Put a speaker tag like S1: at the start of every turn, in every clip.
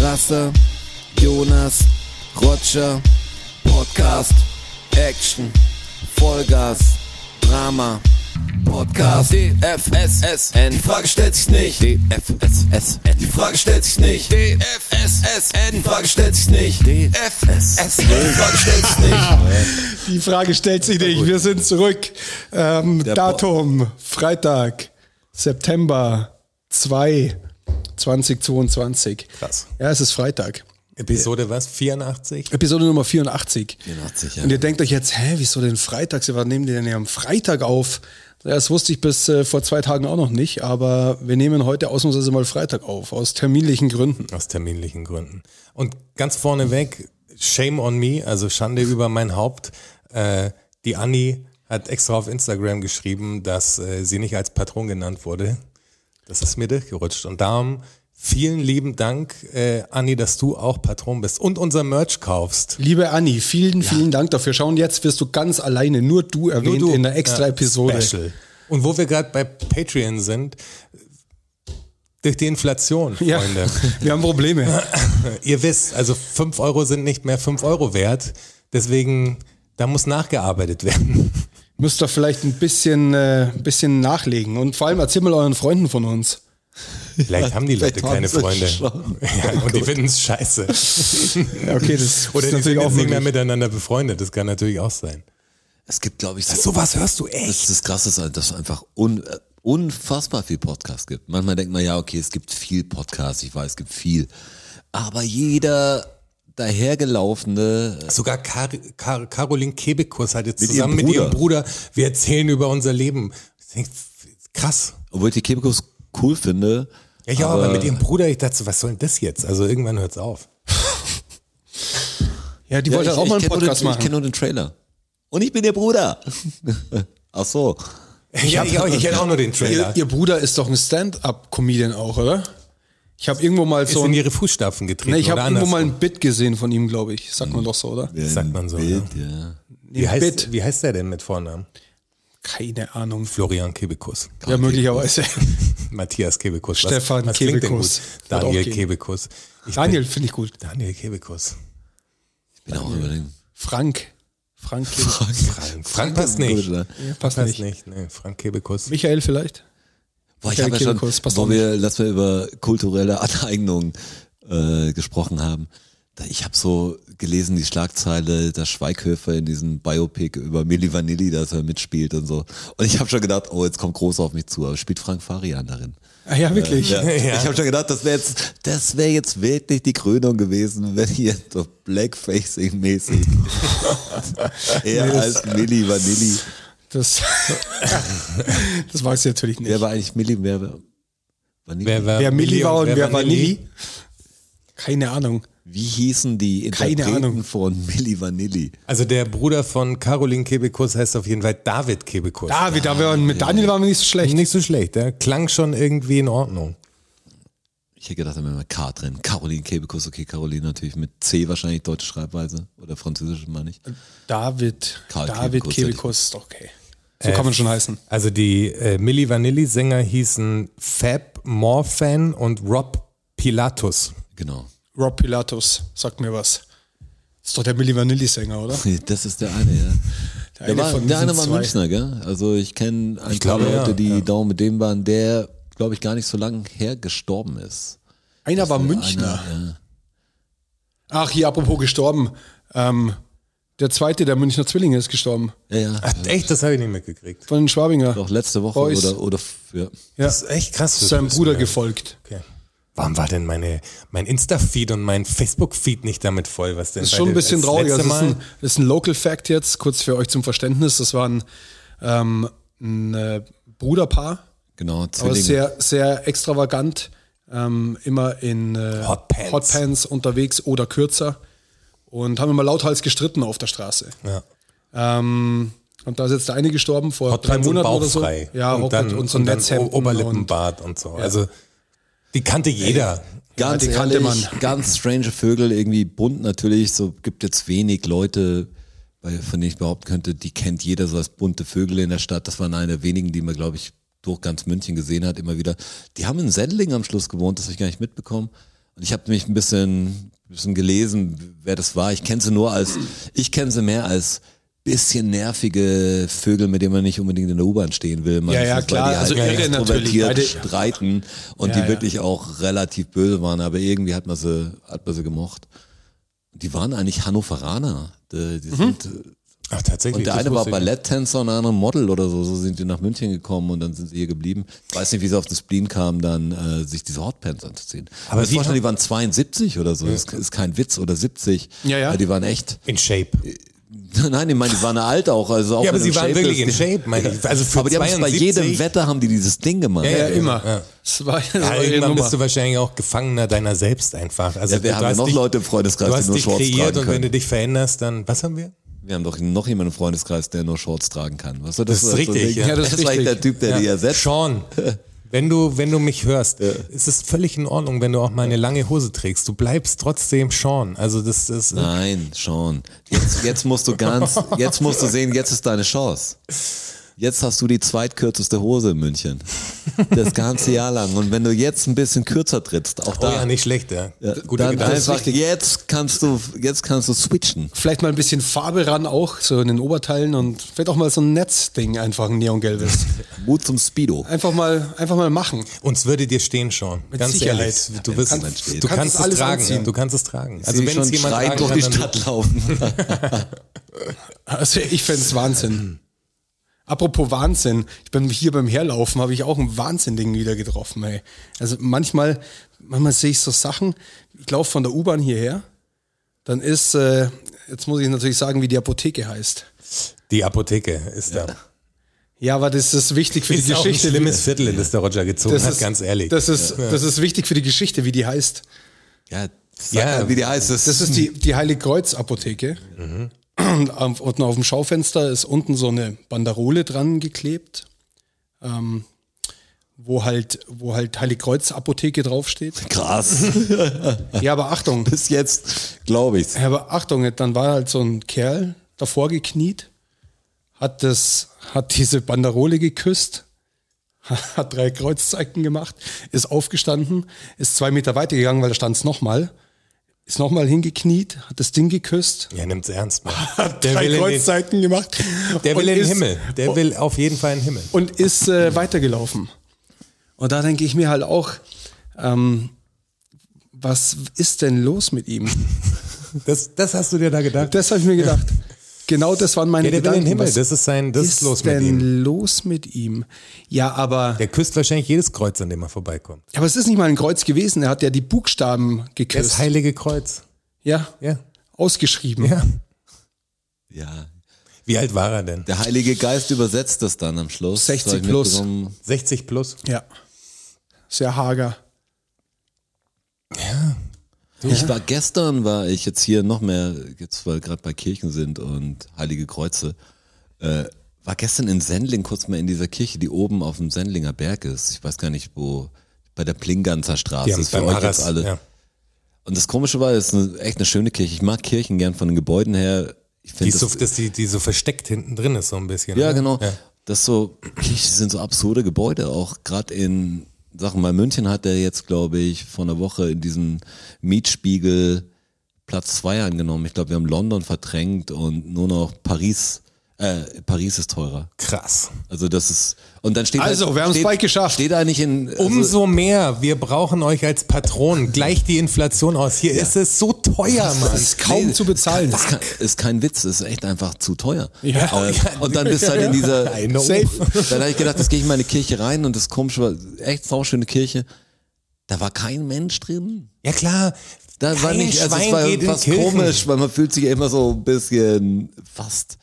S1: Rasse, Jonas, Roger, Podcast, Action, Vollgas, Drama, Podcast, DFSSN, die Frage stellt sich nicht, DFSSN, die Frage stellt sich nicht, DFSSN, die Frage stellt sich nicht, DFSSN, die Frage stellt sich nicht.
S2: Die Frage stellt sich nicht. Wir sind zurück. Ähm,
S1: Der
S2: Datum, Freitag, September 2, 2022.
S3: Krass.
S2: Ja, es ist Freitag.
S3: Episode was? 84?
S2: Episode Nummer 84.
S1: 84, ja.
S2: Und ihr denkt euch jetzt, hä, wieso denn Freitag? Sie, was nehmen die denn hier am Freitag auf? Ja, Das wusste ich bis äh, vor zwei Tagen auch noch nicht, aber wir nehmen heute ausnahmsweise mal Freitag auf, aus terminlichen Gründen.
S3: Aus terminlichen Gründen. Und ganz vorneweg, Shame on me, also Schande über mein Haupt. Äh, die Anni hat extra auf Instagram geschrieben, dass äh, sie nicht als Patron genannt wurde. Das ist mir durchgerutscht. Und darum vielen lieben Dank, äh, Anni, dass du auch Patron bist und unser Merch kaufst.
S2: Liebe Anni, vielen, vielen Dank dafür. Schauen, jetzt wirst du ganz alleine, nur du erwähnt
S3: du.
S2: in der extra
S3: Ja,
S2: Episode.
S3: Special. Und wo wir gerade bei Patreon sind, durch die Inflation,
S2: Ja,
S3: Freunde.
S2: wir haben Probleme.
S3: Ihr wisst, also 5 Euro sind nicht mehr 5 Euro wert. Deswegen, da muss nachgearbeitet werden.
S2: Müsst ihr vielleicht ein bisschen, äh, ein bisschen nachlegen. Und vor allem erzählt mal euren Freunden von uns.
S3: Vielleicht haben die Leute
S4: vielleicht haben
S3: keine
S4: sie
S3: Freunde.
S4: schon.
S3: Ja, und die finden es scheiße.
S2: Ja, okay, das ist
S3: Oder die sind
S2: natürlich
S3: jetzt
S2: auch
S3: nicht mehr
S2: möglich.
S3: miteinander befreundet. Das kann natürlich auch sein.
S4: Es gibt, glaube ich, so,
S3: Sowas hörst du
S4: das, das Krasse ist, halt, dass es einfach un, äh, unfassbar viel Podcast gibt. Manchmal denkt man ja, okay, es gibt viel Podcast, ich weiß, es gibt viel. Aber jeder dahergelaufene,
S3: Sogar Kar Kar Caroline Kebekus hat jetzt
S4: Mit
S3: zusammen
S4: ihrem
S3: mit ihrem Bruder, wir erzählen über unser Leben. Ich denk, Krass.
S4: obwohl ich die Kebekus cool finde,
S3: Ja, ja, aber, mit ihrem Bruder, ich dachte, so, was soll denn das jetzt? Also irgendwann hört's auf.
S2: Ja, die
S4: Ja,
S2: wollte
S4: ich-
S2: auch
S4: ich
S2: mal einen
S4: kenn nur
S2: Podcast
S4: den, Ich
S2: machen.
S4: kenne nur den Trailer. Und ich bin ihr Bruder. Ach so.
S3: Ich, ja, ich, auch, ich kenn auch nur den Trailer.
S2: Ihr, ihr Bruder ist doch ein Stand-up-Comedian auch, oder? Ich habe irgendwo mal
S3: ist
S2: so
S3: in
S2: ein,
S3: ihre Fußstapfen getreten.
S2: ne, ich habe
S3: oder
S2: irgendwo
S3: andersrum.
S2: mal ein Bit gesehen von ihm, glaube ich. Sagt man doch so, oder?
S3: Sagt man so,
S4: Bild, ja.
S3: Wie heißt,
S2: Bit.
S3: wie heißt der denn mit Vornamen?
S2: Keine Ahnung.
S3: Florian Kebekus.
S2: Ja, möglicherweise.
S3: Matthias Kebekus.
S2: Stefan
S3: klingt denn
S2: Kebekus.
S3: gut?
S2: Wird auch
S3: Daniel
S2: gehen.
S3: Kebekus. Ich
S2: Daniel finde ich gut.
S3: Bin, Daniel Kebekus.
S4: Ich bin auch überlegen.
S2: Frank. Frank.
S3: Frank, Frank passt nicht.
S4: Gut, ne?
S2: passt
S3: Passt
S2: nicht.
S3: nicht. Nee, Frank Kebekus.
S2: Michael vielleicht?
S4: Boah, ich
S2: Michael
S4: habe ja schon,
S2: Kebekus, passt auch
S4: wo wir letztes Mal über kulturelle Aneignung äh, gesprochen haben, da, ich habe so gelesen, die Schlagzeile, dass Schweighöfer in diesem Biopic über Milli Vanilli, dass er mitspielt und so. Und ich habe schon gedacht, oh, jetzt kommt groß auf mich zu, aber spielt Frank Farian darin.
S2: Ah, ja, wirklich.
S4: Ja.
S3: Ja.
S4: Ich habe schon gedacht, das wäre jetzt, das wäre jetzt wirklich die Krönung gewesen, wenn hier so Blackfacing-mäßig er als Milli Vanilli.
S2: Das, das weiß ich natürlich nicht.
S4: Wer war eigentlich Milli? Wer war Vanilli?
S3: Wer, war
S2: Wer Milli war und wer
S3: Vanilli?
S2: Vanilli? Keine Ahnung.
S4: Wie hießen die
S2: Keine
S4: Interpreten
S2: Ahnung.
S4: von Milli Vanilli?
S3: Also der Bruder von Caroline Kebekus heißt auf jeden Fall David Kebekus.
S2: David, da waren, mit Daniel waren wir nicht so schlecht.
S3: Nicht so schlecht, der klang schon irgendwie in Ordnung.
S4: Ich hätte gedacht, da wäre mal K drin. Caroline Kebekus, okay, Caroline natürlich mit C wahrscheinlich deutsche Schreibweise oder französische, meine ich.
S2: David,
S4: Karl
S2: David
S4: Kebekus,
S2: Kebekus, ist okay. So kann man schon heißen.
S3: Also die äh, Milli Vanilli-Sänger hießen Fab Morfan und Rob Pilatus.
S4: Genau.
S2: Rob Pilatus, sagt mir was. Ist doch der Milli Vanilli-Sänger, oder?
S4: Das ist der eine, ja.
S2: Der
S4: Der, war,
S2: von
S4: der
S2: diesen
S4: eine war
S2: zwei.
S4: Münchner, gell? Also ich kenne ein paar
S3: glaube, ja,
S4: Leute, die
S3: ja.
S4: down mit dem waren, der, glaube ich, gar nicht so lange her gestorben ist.
S2: Einer war Münchner. Ach, hier, apropos gestorben. Ähm, der zweite der Münchner Zwillinge ist gestorben.
S4: Ja, ja.
S3: Echt, das habe ich nicht mitgekriegt.
S2: Von den Schwabinger.
S4: Doch letzte Woche
S2: Boys.
S4: oder, oder f- ja.
S2: Ja.
S3: Das ist echt krass.
S2: Ist seinem
S3: Das
S2: Bruder
S3: ist-
S2: gefolgt.
S3: Okay. Warum war denn meine, mein Insta-Feed und mein Facebook-Feed nicht damit voll? Was denn
S2: Das ist
S3: bei
S2: schon ein
S3: dem-
S2: bisschen
S3: das
S2: traurig.
S3: letzte
S2: Also Das ist,
S3: Mal,
S2: ein, das ist ein Local Fact jetzt, kurz für euch zum Verständnis. Das war ein, ähm, ein äh, Bruderpaar,
S4: Genau,
S2: aber
S4: Zwillinge.
S2: sehr, sehr extravagant, ähm, immer in äh,
S3: Hotpants.
S2: Hotpants unterwegs oder kürzer und haben immer lauthals gestritten auf der Straße.
S3: ja.
S2: Ähm, und da ist jetzt der eine gestorben vor drei
S3: Hotpants und
S2: Monaten oder so.
S3: bauchfrei.
S2: Ja,
S3: und dann,
S2: und so
S3: und dann O-
S2: Netzhemden. und-
S3: Oberlippenbart und, so. Also, die kannte jeder.
S4: Ganz
S2: Ja, die kannte
S4: ehrlich,
S2: man.
S4: ganz strange Vögel, irgendwie bunt natürlich. So gibt jetzt wenig Leute, bei, von denen ich behaupten könnte, die kennt jeder so als bunte Vögel in der Stadt. Das waren einer der wenigen, die man, glaube ich, durch ganz München gesehen hat, immer wieder. Die haben in Sendling am Schluss gewohnt, das habe ich gar nicht mitbekommen. Und ich habe mich ein bisschen, bisschen gelesen, wer das war. Ich kenne sie nur als, ich kenne sie mehr als bisschen nervige Vögel, mit denen man nicht unbedingt in der U-Bahn stehen will.
S2: Ja, ja,
S4: Meistens,
S2: klar.
S4: Weil die
S2: Also
S4: halt
S2: irre natürlich.
S4: extrovertiert
S2: Beide-
S4: streiten und
S2: Ja,
S4: die
S2: ja.
S4: wirklich auch relativ böse waren. Aber irgendwie hat man sie, hat man sie gemocht. Die waren eigentlich Hannoveraner. Die, die sind,
S3: Ach, tatsächlich.
S4: und der
S3: Mhm. das
S4: eine war
S3: wusste ich nicht.
S4: Balletttänzer und der andere Model oder so. So sind die nach München gekommen und dann sind sie hier geblieben. Ich weiß nicht, wie sie auf den Spleen kamen, dann äh, sich diese Hotpants anzuziehen.
S3: Aber
S4: Aber ich
S3: die
S4: vorstellen,
S3: haben-
S4: die waren 72 oder so. Das ist kein Witz oder 70.
S2: Ja, ja.
S4: Die waren echt.
S3: In Shape.
S4: Nein, ich meine, die waren alt auch. Also auch
S3: Ja, aber
S4: wenn du
S3: sie waren
S4: Shape
S3: wirklich in
S4: bist.
S3: Shape, meine ich. Also für
S4: Aber die haben es bei
S3: 72
S4: jedem Wetter haben die dieses Ding gemacht.
S3: Ja,
S2: Ja,
S3: ja,
S2: immer.
S3: ja.
S2: Das war, das
S3: Ja,
S2: war ihre
S3: irgendwann
S2: Nummer.
S3: bist du wahrscheinlich auch Gefangener deiner selbst einfach. Also
S4: Ja, wir
S3: du
S4: haben ja
S3: hast
S4: noch
S3: dich-
S4: Leute im Freundeskreis,
S3: du
S4: die
S3: hast
S4: nur
S3: dich
S4: Shorts
S3: kreiert
S4: tragen
S3: und wenn
S4: können.
S3: du dich veränderst, dann, was haben wir?
S4: Wir haben doch noch jemanden im Freundeskreis, der nur Shorts tragen kann. Was soll
S3: Das ist richtig,
S4: Ja,
S3: ja.
S4: das ist vielleicht
S2: richtig.
S4: der Typ, der die ersetzt.
S3: Sean, wenn du, wenn du mich hörst, es ist völlig in Ordnung, wenn du auch mal eine lange Hose trägst. Du bleibst trotzdem Sean. Also das ist,
S4: Nein, Sean. Jetzt, jetzt musst du ganz, jetzt musst du sehen, jetzt ist deine Chance. Jetzt hast du die zweitkürzeste Hose in München. Das ganze Jahr lang. Und wenn du jetzt ein bisschen kürzer trittst, auch
S3: oh
S4: da,
S3: ja, nicht schlecht, ja. Guter
S4: dann
S3: Gedanke.
S4: einfach, jetzt kannst du, jetzt kannst du switchen.
S2: Vielleicht mal ein bisschen Farbe ran auch, so in den Oberteilen und vielleicht auch mal so ein Netzding, einfach ein neongelbes.
S4: Mut zum Speedo.
S2: Einfach mal, einfach mal machen.
S3: Uns würde dir stehen, Sean.
S2: Mit
S3: Ganz
S2: Sicherheit.
S3: ehrlich.
S2: Ja,
S3: Du,
S4: wenn
S3: wirst,
S4: es jemand steht.
S2: Kannst
S3: du kannst
S2: es
S3: es
S2: alles
S3: tragen.
S2: anziehen.
S3: Du kannst es tragen.
S4: Also
S3: Also
S4: wenn
S3: wenn es
S4: schon
S3: jemand
S4: schreiend
S3: tragen
S4: durch
S3: kann,
S4: die
S3: dann
S4: Stadt laufen.
S2: Also ich fände es Wahnsinn. Apropos Wahnsinn, ich bin hier beim Herlaufen, habe ich auch ein Wahnsinn-Ding wieder getroffen, ey. Also manchmal, manchmal sehe ich so Sachen, ich laufe von der U-Bahn hierher, dann ist, äh, jetzt muss ich natürlich sagen, wie die Apotheke heißt.
S3: die Apotheke ist da.
S2: Ja, aber das ist wichtig für
S3: Ist
S2: die
S3: auch ein
S2: Geschichte.
S3: schlimmes Viertel, in das der Roger gezogen
S2: das
S3: hat,
S2: ist,
S3: ganz ehrlich.
S2: Das ist, das ist wichtig für die Geschichte, wie die heißt.
S4: Ja, sag
S3: Ja.
S4: mal, wie die heißt. Das,
S2: Das ist die, die Heiligkreuz-Apotheke. Und am- unten auf dem Schaufenster ist unten so eine Banderole dran geklebt, ähm, wo halt, wo halt Heiligkreuz-Apotheke draufsteht.
S4: krass.
S2: Ja, aber Achtung,
S4: Bis jetzt glaube ich's.
S2: ja, aber Achtung, dann war halt so ein Kerl davor gekniet, hat das, hat diese Banderole geküsst, hat drei Kreuzzeichen gemacht, ist aufgestanden, ist zwei Meter weitergegangen, weil da stand es nochmal, ist nochmal hingekniet, hat das Ding geküsst,
S3: Ja, nimmt's ernst, Mann. Der
S2: drei
S3: will in den,
S2: Kreuzzeiten gemacht.
S3: der
S2: Und
S3: will in den
S2: ist- Oh.
S3: Himmel. Der will auf jeden Fall in den Himmel.
S2: Und ist äh, weitergelaufen. Und da denke ich mir halt auch, ähm, was ist denn los mit ihm?
S3: Das, das hast du dir da gedacht.
S2: Das habe ich mir gedacht. Genau das waren meine
S3: Ja, der will in
S2: Gedanken.
S3: den Himmel.
S2: Was
S3: Das ist sein, das ist los mit
S2: denn
S3: ihm.
S2: los mit ihm? Ja, aber,
S3: Der küsst wahrscheinlich jedes Kreuz, an dem er vorbeikommt.
S2: aber es ist nicht mal ein Kreuz gewesen. Er hat ja die Buchstaben
S3: Das
S2: geküsst.
S3: heilige Kreuz.
S2: Ja,
S3: Ja.
S2: ausgeschrieben.
S3: Ja.
S4: Ja.
S3: Wie alt war er denn?
S4: Der Heilige Geist übersetzt das dann am Schluss.
S2: 60
S4: Soll ich mit
S2: plus.
S4: so einem-
S3: 60 plus.
S2: ja. Sehr hager.
S4: Ich war gestern, war ich jetzt hier noch mehr, jetzt weil wir gerade bei Kirchen sind und Heilige Kreuze, äh, war gestern in Sendling kurz mal in dieser Kirche, die oben auf dem Sendlinger Berg ist. Ich weiß gar nicht wo, bei der Plinganzer Straße.
S3: Die haben
S4: Das ist für euch jetzt alle.
S3: Ja.
S4: Und das Komische war, es ist eine, echt eine schöne Kirche. Ich mag Kirchen gern von den Gebäuden her. Ich
S3: Die,
S4: finde
S3: ist so, dass die, die so versteckt hinten drin ist, so ein bisschen.
S4: Ja,
S3: ne?
S4: genau.
S3: Ja.
S4: Das so, Kirchen sind so absurde Gebäude, auch gerade in, sagen wir mal, München hat der jetzt, glaube ich, vor einer Woche in diesem Mietspiegel Platz zwei angenommen. Ich glaube, wir haben London verdrängt und nur noch Paris, äh, Paris ist teurer.
S3: Krass.
S4: Also das ist, und dann steht halt
S2: Also, wir haben's
S4: steht-
S2: bald geschafft. Um
S4: Steht eigentlich in, also,
S3: Umso mehr, wir brauchen euch als Patronen. Gleich die Inflation aus. Hier ist es so teuer, Mann.
S2: Das ist kaum
S4: Nee,
S2: zu bezahlen.
S4: Ist kein, ist kein Witz, ist echt einfach zu teuer.
S2: Ja.
S4: Äh, und dann bist du halt in dieser.
S3: I know.
S4: Safe. Dann habe ich gedacht, jetzt gehe ich in meine Kirche rein und das komische war, echt sauschöne Kirche. Da war kein Mensch drin.
S3: Ja klar.
S4: Da war
S3: Kein
S4: nicht, also es
S3: Schwein
S4: war
S3: geht in
S4: fast
S3: Kirchen.
S4: komisch, weil man fühlt sich ja immer so ein bisschen fast.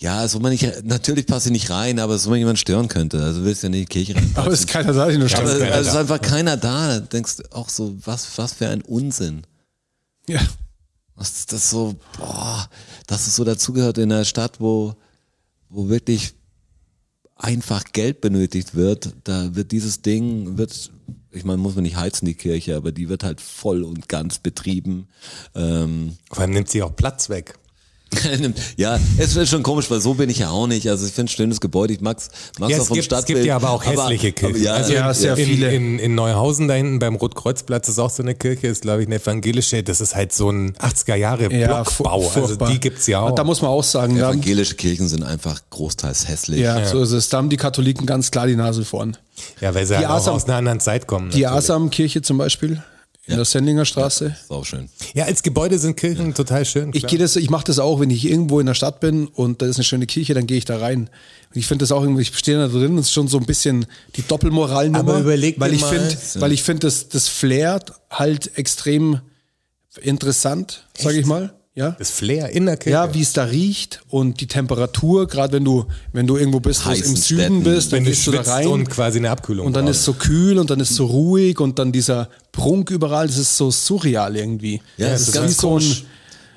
S4: Ja, also man nicht, natürlich passt ich nicht rein, aber so wenn jemand stören könnte. Also willst du ja nicht in die Kirche rein.
S2: Aber es ist keiner da, den du
S4: Aber
S2: stellst.
S4: also
S3: keiner
S4: es ist
S3: da.
S4: einfach keiner da. Da denkst du auch so, was, was für ein Unsinn.
S2: Ja.
S4: Was ist das so, boah, dass es so dazugehört in einer Stadt, wo, wo wirklich einfach Geld benötigt wird, da wird dieses Ding, wird, ich meine, muss man nicht heizen, die Kirche, aber die wird halt voll und ganz betrieben. Ähm,
S3: Vor allem nimmt sie auch Platz weg.
S4: ja, es ist schon komisch, weil so bin ich ja auch nicht. Also ich finde ein schönes Gebäude, ich mag's, mag's
S3: Ja,
S4: auch
S3: es,
S4: vom
S3: gibt, es
S4: Stadtbild.
S3: gibt ja aber auch hässliche Kirchen.
S4: ja,
S3: also
S2: ja, sehr
S3: in,
S2: viele.
S3: In, in Neuhausen da hinten beim Rotkreuzplatz ist auch so eine Kirche, ist glaube ich eine evangelische. Das ist halt so ein 80er Jahre
S2: Ja, fu-
S3: Blockbau. Also
S2: furchtbar.
S3: die gibt's ja auch.
S2: Da muss man auch sagen, da,
S4: Evangelische Kirchen sind einfach großteils hässlich.
S2: ja, so ist es. Da haben die Katholiken ganz klar die Nase vorn.
S3: ja, weil sie halt auch
S2: Asam-
S3: aus einer anderen Zeit kommen.
S2: Die
S3: natürlich.
S2: Asam-Kirche zum Beispiel in der Sendlinger Straße.
S4: Ist auch schön.
S3: Ja, als Gebäude sind Kirchen total schön.
S2: Ich
S3: klar.
S2: gehe das, ich mache das auch, wenn ich irgendwo in der Stadt bin und da ist eine schöne Kirche, dann gehe ich da rein. Und ich finde das auch irgendwie, ich stehe da drin, das ist schon so ein bisschen die Doppelmoralnummer.
S3: Aber überleg
S2: weil
S3: dir
S2: ich
S3: mal-
S2: finde, weil ich finde, das, das Flair halt extrem interessant, sage ich mal. Ja.
S3: das Flair in der Kirche.
S2: Ja, wie es da riecht und die Temperatur, gerade wenn du, wenn du irgendwo bist, wo es im
S4: Heißen
S2: Süden
S4: Städten.
S2: bist, dann
S3: wenn du
S2: gehst du da
S3: schwitzt
S2: rein
S3: und quasi eine Abkühlung
S2: und dann
S3: brauchst.
S2: ist so kühl und dann ist so ruhig und dann dieser Prunk überall, das ist so surreal irgendwie.
S4: Ja,
S2: das
S4: es
S2: ist
S4: ist
S2: ganz
S4: ganz
S2: so ein,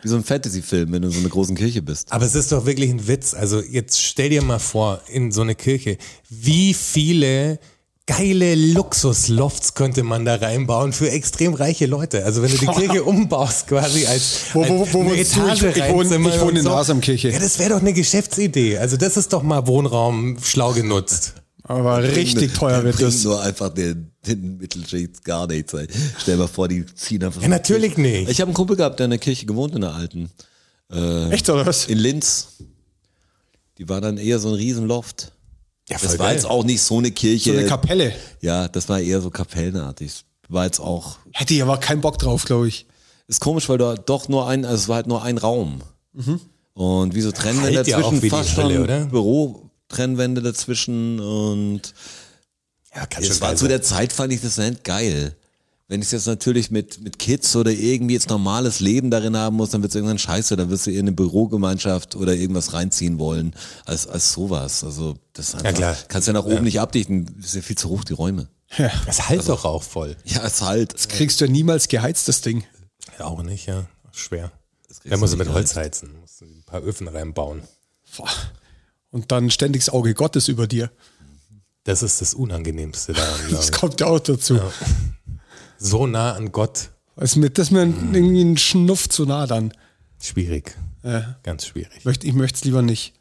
S4: Wie so ein Fantasy-Film, wenn du in so einer großen Kirche bist.
S3: Aber es ist doch wirklich ein Witz. Also jetzt stell dir mal vor, in so eine Kirche, wie viele geile Luxuslofts könnte man da reinbauen für extrem reiche Leute. Also wenn du die Kirche umbaust quasi als,
S2: Wo- wo-
S3: als
S2: wo
S3: eine
S2: wohnst du? Ich- ich wohne-
S3: reinzimmern
S2: ich wohne
S3: und
S2: in der Asamkirche.
S3: Ja, das wäre doch eine Geschäftsidee. Also das ist doch mal Wohnraum schlau genutzt.
S2: aber richtig
S4: Bringt-
S2: teuer wird
S4: bringt
S2: das.
S4: nur einfach den, den Mittelschicht gar nichts. ey. Stell dir mal vor, die ziehen einfach.
S3: Ja, natürlich nicht.
S4: Ich habe einen Kumpel gehabt, der in der Kirche gewohnt, in der alten.
S2: Echt oder was?
S4: In Linz. Die war dann eher so ein Riesenloft.
S3: Ja, voll
S4: Das war
S3: geil.
S4: jetzt auch nicht so eine Kirche.
S2: So eine Kapelle.
S4: Ja, das war eher so kapellenartig. War jetzt auch.
S2: Hätte ich aber keinen Bock drauf, glaube ich.
S4: Ist komisch, weil da doch nur ein, also es war halt nur ein Raum. Und wieso Trennwände
S3: Halt ja Mhm. auch
S4: dazwischen?
S3: wie die
S4: fast
S3: Hölle,
S4: schon
S3: oder?
S4: Büro-Trennwände dazwischen und
S3: ja, kann
S4: es
S3: schon
S4: war
S3: geil
S4: zu
S3: sein.
S4: der Zeit fand ich das nicht geil. Wenn ich es jetzt natürlich mit, mit Kids oder irgendwie jetzt normales Leben darin haben muss, dann wird es irgendwann scheiße, dann wirst du eher eine Bürogemeinschaft oder irgendwas reinziehen wollen, als, als sowas. Also das ist einfach,
S3: klar.
S4: kannst ja nach oben nicht abdichten, ist ja viel zu hoch die Räume.
S3: Das halt
S2: Also-
S3: doch auch voll.
S4: Ja, es halt. Es
S2: Kriegst du ja niemals geheizt, das Ding.
S3: Ja, auch nicht, ja. Schwer.
S4: kriegst
S3: Da
S4: du
S3: musst du
S4: nicht
S3: mit Holz heizen. Musst du ein paar Öfen reinbauen.
S2: Boah. Und dann ständig das Auge Gottes über dir.
S3: Das ist das Unangenehmste daran, glaube
S2: Das
S3: ich.
S2: kommt ja auch dazu.
S3: So nah an Gott,
S2: Das ist mir, das ist mir ein- irgendwie ein Schnuff zu nah dann.
S3: schwierig. Ganz schwierig.
S2: Möcht- Ich möchte es lieber nicht.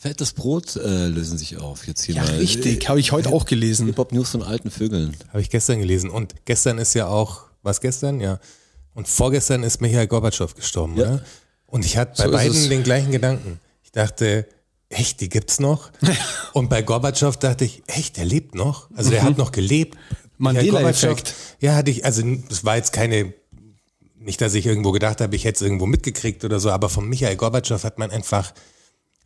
S4: Fettes Brot äh, lösen sich auf jetzt hier
S2: Ja,
S4: mal.
S2: richtig. Habe ich heute auch gelesen.
S4: Hip-Hop News von alten Vögeln.
S3: Habe ich gestern gelesen. Und gestern ist ja auch, was gestern? Ja. Und vorgestern ist Michael Gorbatschow gestorben, oder? Und ich hatte bei
S2: So ist es.
S3: beiden den gleichen Gedanken. Ich dachte, echt, die gibt's noch? Und bei Gorbatschow dachte ich, echt, der lebt noch? Also der hat noch gelebt. Michail
S2: Mhm. Mandela-Effekt.
S3: Gorbatschow, Ja, hatte ich, also es war jetzt keine nicht, dass ich irgendwo gedacht habe, ich hätte es irgendwo mitgekriegt oder so, aber von Michael Gorbatschow hat man einfach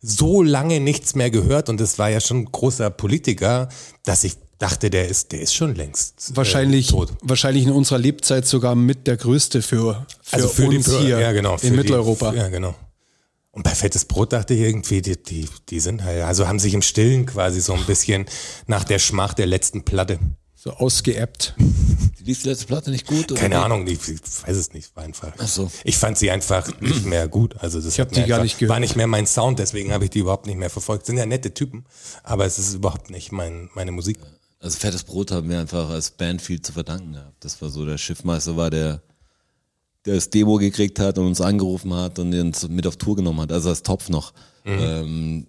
S3: so lange nichts mehr gehört und das war ja schon ein großer Politiker, dass ich dachte, der ist, der ist schon längst
S2: Wahrscheinlich,
S3: äh, tot.
S2: wahrscheinlich in unserer Lebzeit sogar mit der größte für, für,
S3: Also die-
S2: uns hier
S3: ja, genau, für
S2: in
S3: die-
S2: Mitteleuropa.
S3: ja, genau. Und bei Fettes Brot dachte ich irgendwie, die, die, die sind halt, also haben sich im Stillen quasi so ein bisschen nach der Schmach der letzten Platte.
S2: So ausgeerbt.
S4: Lief die letzte Platte nicht gut? Oder
S3: Keine
S4: wie?
S3: Ahnung, ich weiß es nicht, war einfach. Ach
S4: so.
S3: Ich fand sie einfach nicht mehr gut. Also das ich
S2: hab die gar nicht gehört.
S3: War nicht mehr mein Sound, deswegen habe ich die überhaupt nicht mehr verfolgt. Sind ja nette Typen, aber es ist überhaupt nicht mein, meine Musik.
S4: Also fettes Brot haben wir einfach als Band viel zu verdanken gehabt. Das war so, der Schiffmeister war der, der das Demo gekriegt hat und uns angerufen hat und uns mit auf Tour genommen hat, also als Topf noch.
S3: Mhm.
S4: Ähm,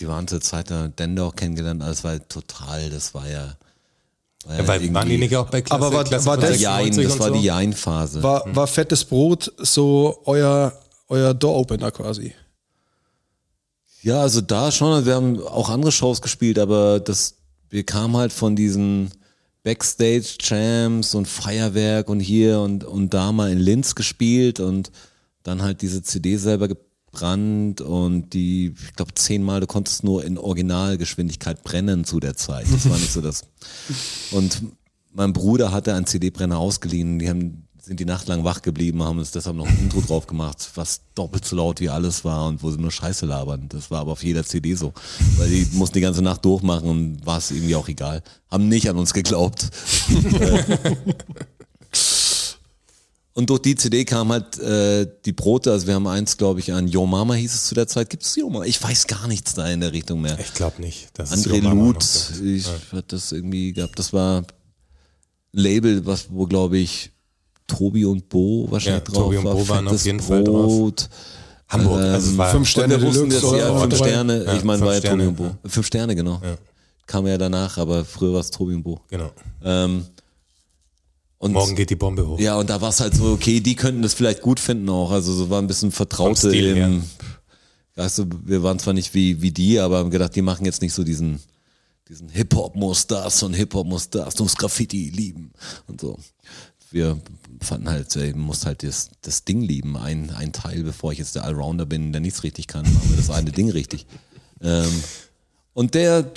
S4: die waren zur Zeit da Dendor kennengelernt, alles war total, das war ja. War ja
S3: Weil waren die
S4: Äh, irgendwie-
S3: nicht auch bei Klasse,
S2: Aber war-
S3: Klasse
S2: war
S3: von
S2: das-
S3: 96
S4: Jein, das
S3: und
S4: war
S3: so?
S4: die Jein-Phase.
S2: War, war fettes Brot so euer, euer Door-Opener quasi?
S4: Ja, also da schon, wir haben auch andere Shows gespielt, aber das, wir kamen halt von diesen Backstage-Jams und Feuerwerk und hier und, und da mal in Linz gespielt und dann halt diese CD selber gebrannt und die, ich glaube zehnmal, du konntest nur in Originalgeschwindigkeit brennen zu der Zeit. Das war nicht so das. Und mein Bruder hatte einen CD-Brenner ausgeliehen. Die haben, sind die Nacht lang wach geblieben, haben uns deshalb noch ein Intro drauf gemacht, was doppelt so laut wie alles war und wo sie nur Scheiße labern. Das war aber auf jeder CD so. Weil die mussten die ganze Nacht durchmachen und war es irgendwie auch egal. Haben nicht an uns geglaubt. Und durch die CD kam halt äh, die Brote, also wir haben eins, glaube ich, an Yo Mama hieß es zu der Zeit. Gibt's Yo Mama? Ich weiß gar nichts da in der Richtung mehr.
S3: Ich glaube nicht. Das ist
S4: André
S3: Johanna noch
S4: Luth,
S3: so.
S4: ich hatte das irgendwie gehabt. Das war ein Label, was, wo glaube ich Tobi und Bo wahrscheinlich
S3: Ja,
S4: drauf
S3: Tobi und
S4: war.
S3: Bo waren auf
S4: Fettes
S3: jeden Fall
S4: Brot. Ähm,
S3: Hamburg, also es war
S2: fünf Sterne.
S4: Und wir wussten
S2: Deluxe
S4: jetzt, ja,
S2: oder
S4: fünf
S2: drei.
S4: Sterne,
S3: Ja,
S4: ich meine,
S3: fünf
S4: war ja
S3: Sterne,
S4: Tobi und Bo.
S3: ja.
S4: Fünf Sterne, genau. Kam ja danach, aber früher war es Tobi und Bo.
S3: Genau.
S4: Ähm, und
S3: Morgen geht die Bombe hoch.
S4: Ja, und da war es halt so, okay, die könnten das vielleicht gut finden auch. Also so war ein bisschen Vertraute.
S3: Vom Stil
S4: im,
S3: her.
S4: Weißt du, wir waren zwar nicht wie, wie die, aber haben gedacht, die machen jetzt nicht so diesen, diesen Hip-Hop muss das und Hip-Hop muss das, du musst Graffiti lieben und so. Wir fanden halt, ey, man muss halt das, das Ding lieben, ein, ein Teil, bevor ich jetzt der Allrounder bin, der nichts richtig kann, machen wir das eine Ding richtig. Ähm, und der,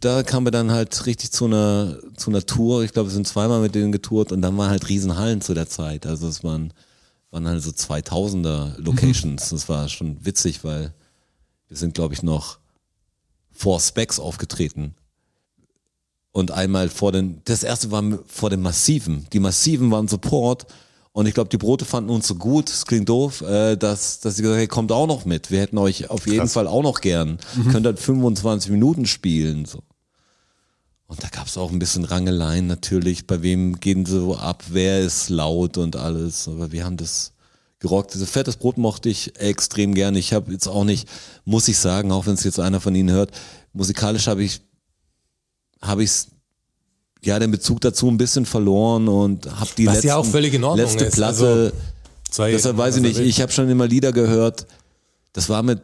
S4: da kamen wir dann halt richtig zu einer, zu einer Tour. Ich glaube, wir sind zweimal mit denen getourt und dann waren halt Riesenhallen zu der Zeit. Also es waren, waren halt so 2000er Locations. Das war schon witzig, weil wir sind, glaube ich, noch vor Specs aufgetreten. Und einmal vor den, das erste war vor den Massiven. Die Massiven waren Support. Und ich glaube, die Brote fanden uns so gut, es klingt doof, äh, dass, dass sie gesagt haben, hey, kommt auch noch mit. Wir hätten euch auf jeden Fall auch noch gern. Könnt halt 25 Minuten spielen. So. Und da gab es auch ein bisschen Rangeleien natürlich, bei wem gehen sie so ab, wer ist laut und alles. Aber wir haben das gerockt. Also fettes Brot mochte ich extrem gerne. Ich habe jetzt auch nicht, muss ich sagen, auch wenn es jetzt einer von Ihnen hört, musikalisch habe ich habe ich ja den Bezug dazu ein bisschen verloren und habe die
S3: Was
S4: letzten,
S3: ja auch völlig in Ordnung
S4: letzte
S3: ist. Also,
S4: Platte,
S3: Sei-
S4: deshalb weiß ich
S3: was er
S4: nicht,
S3: will.
S4: ich habe schon immer Lieder gehört, das war mit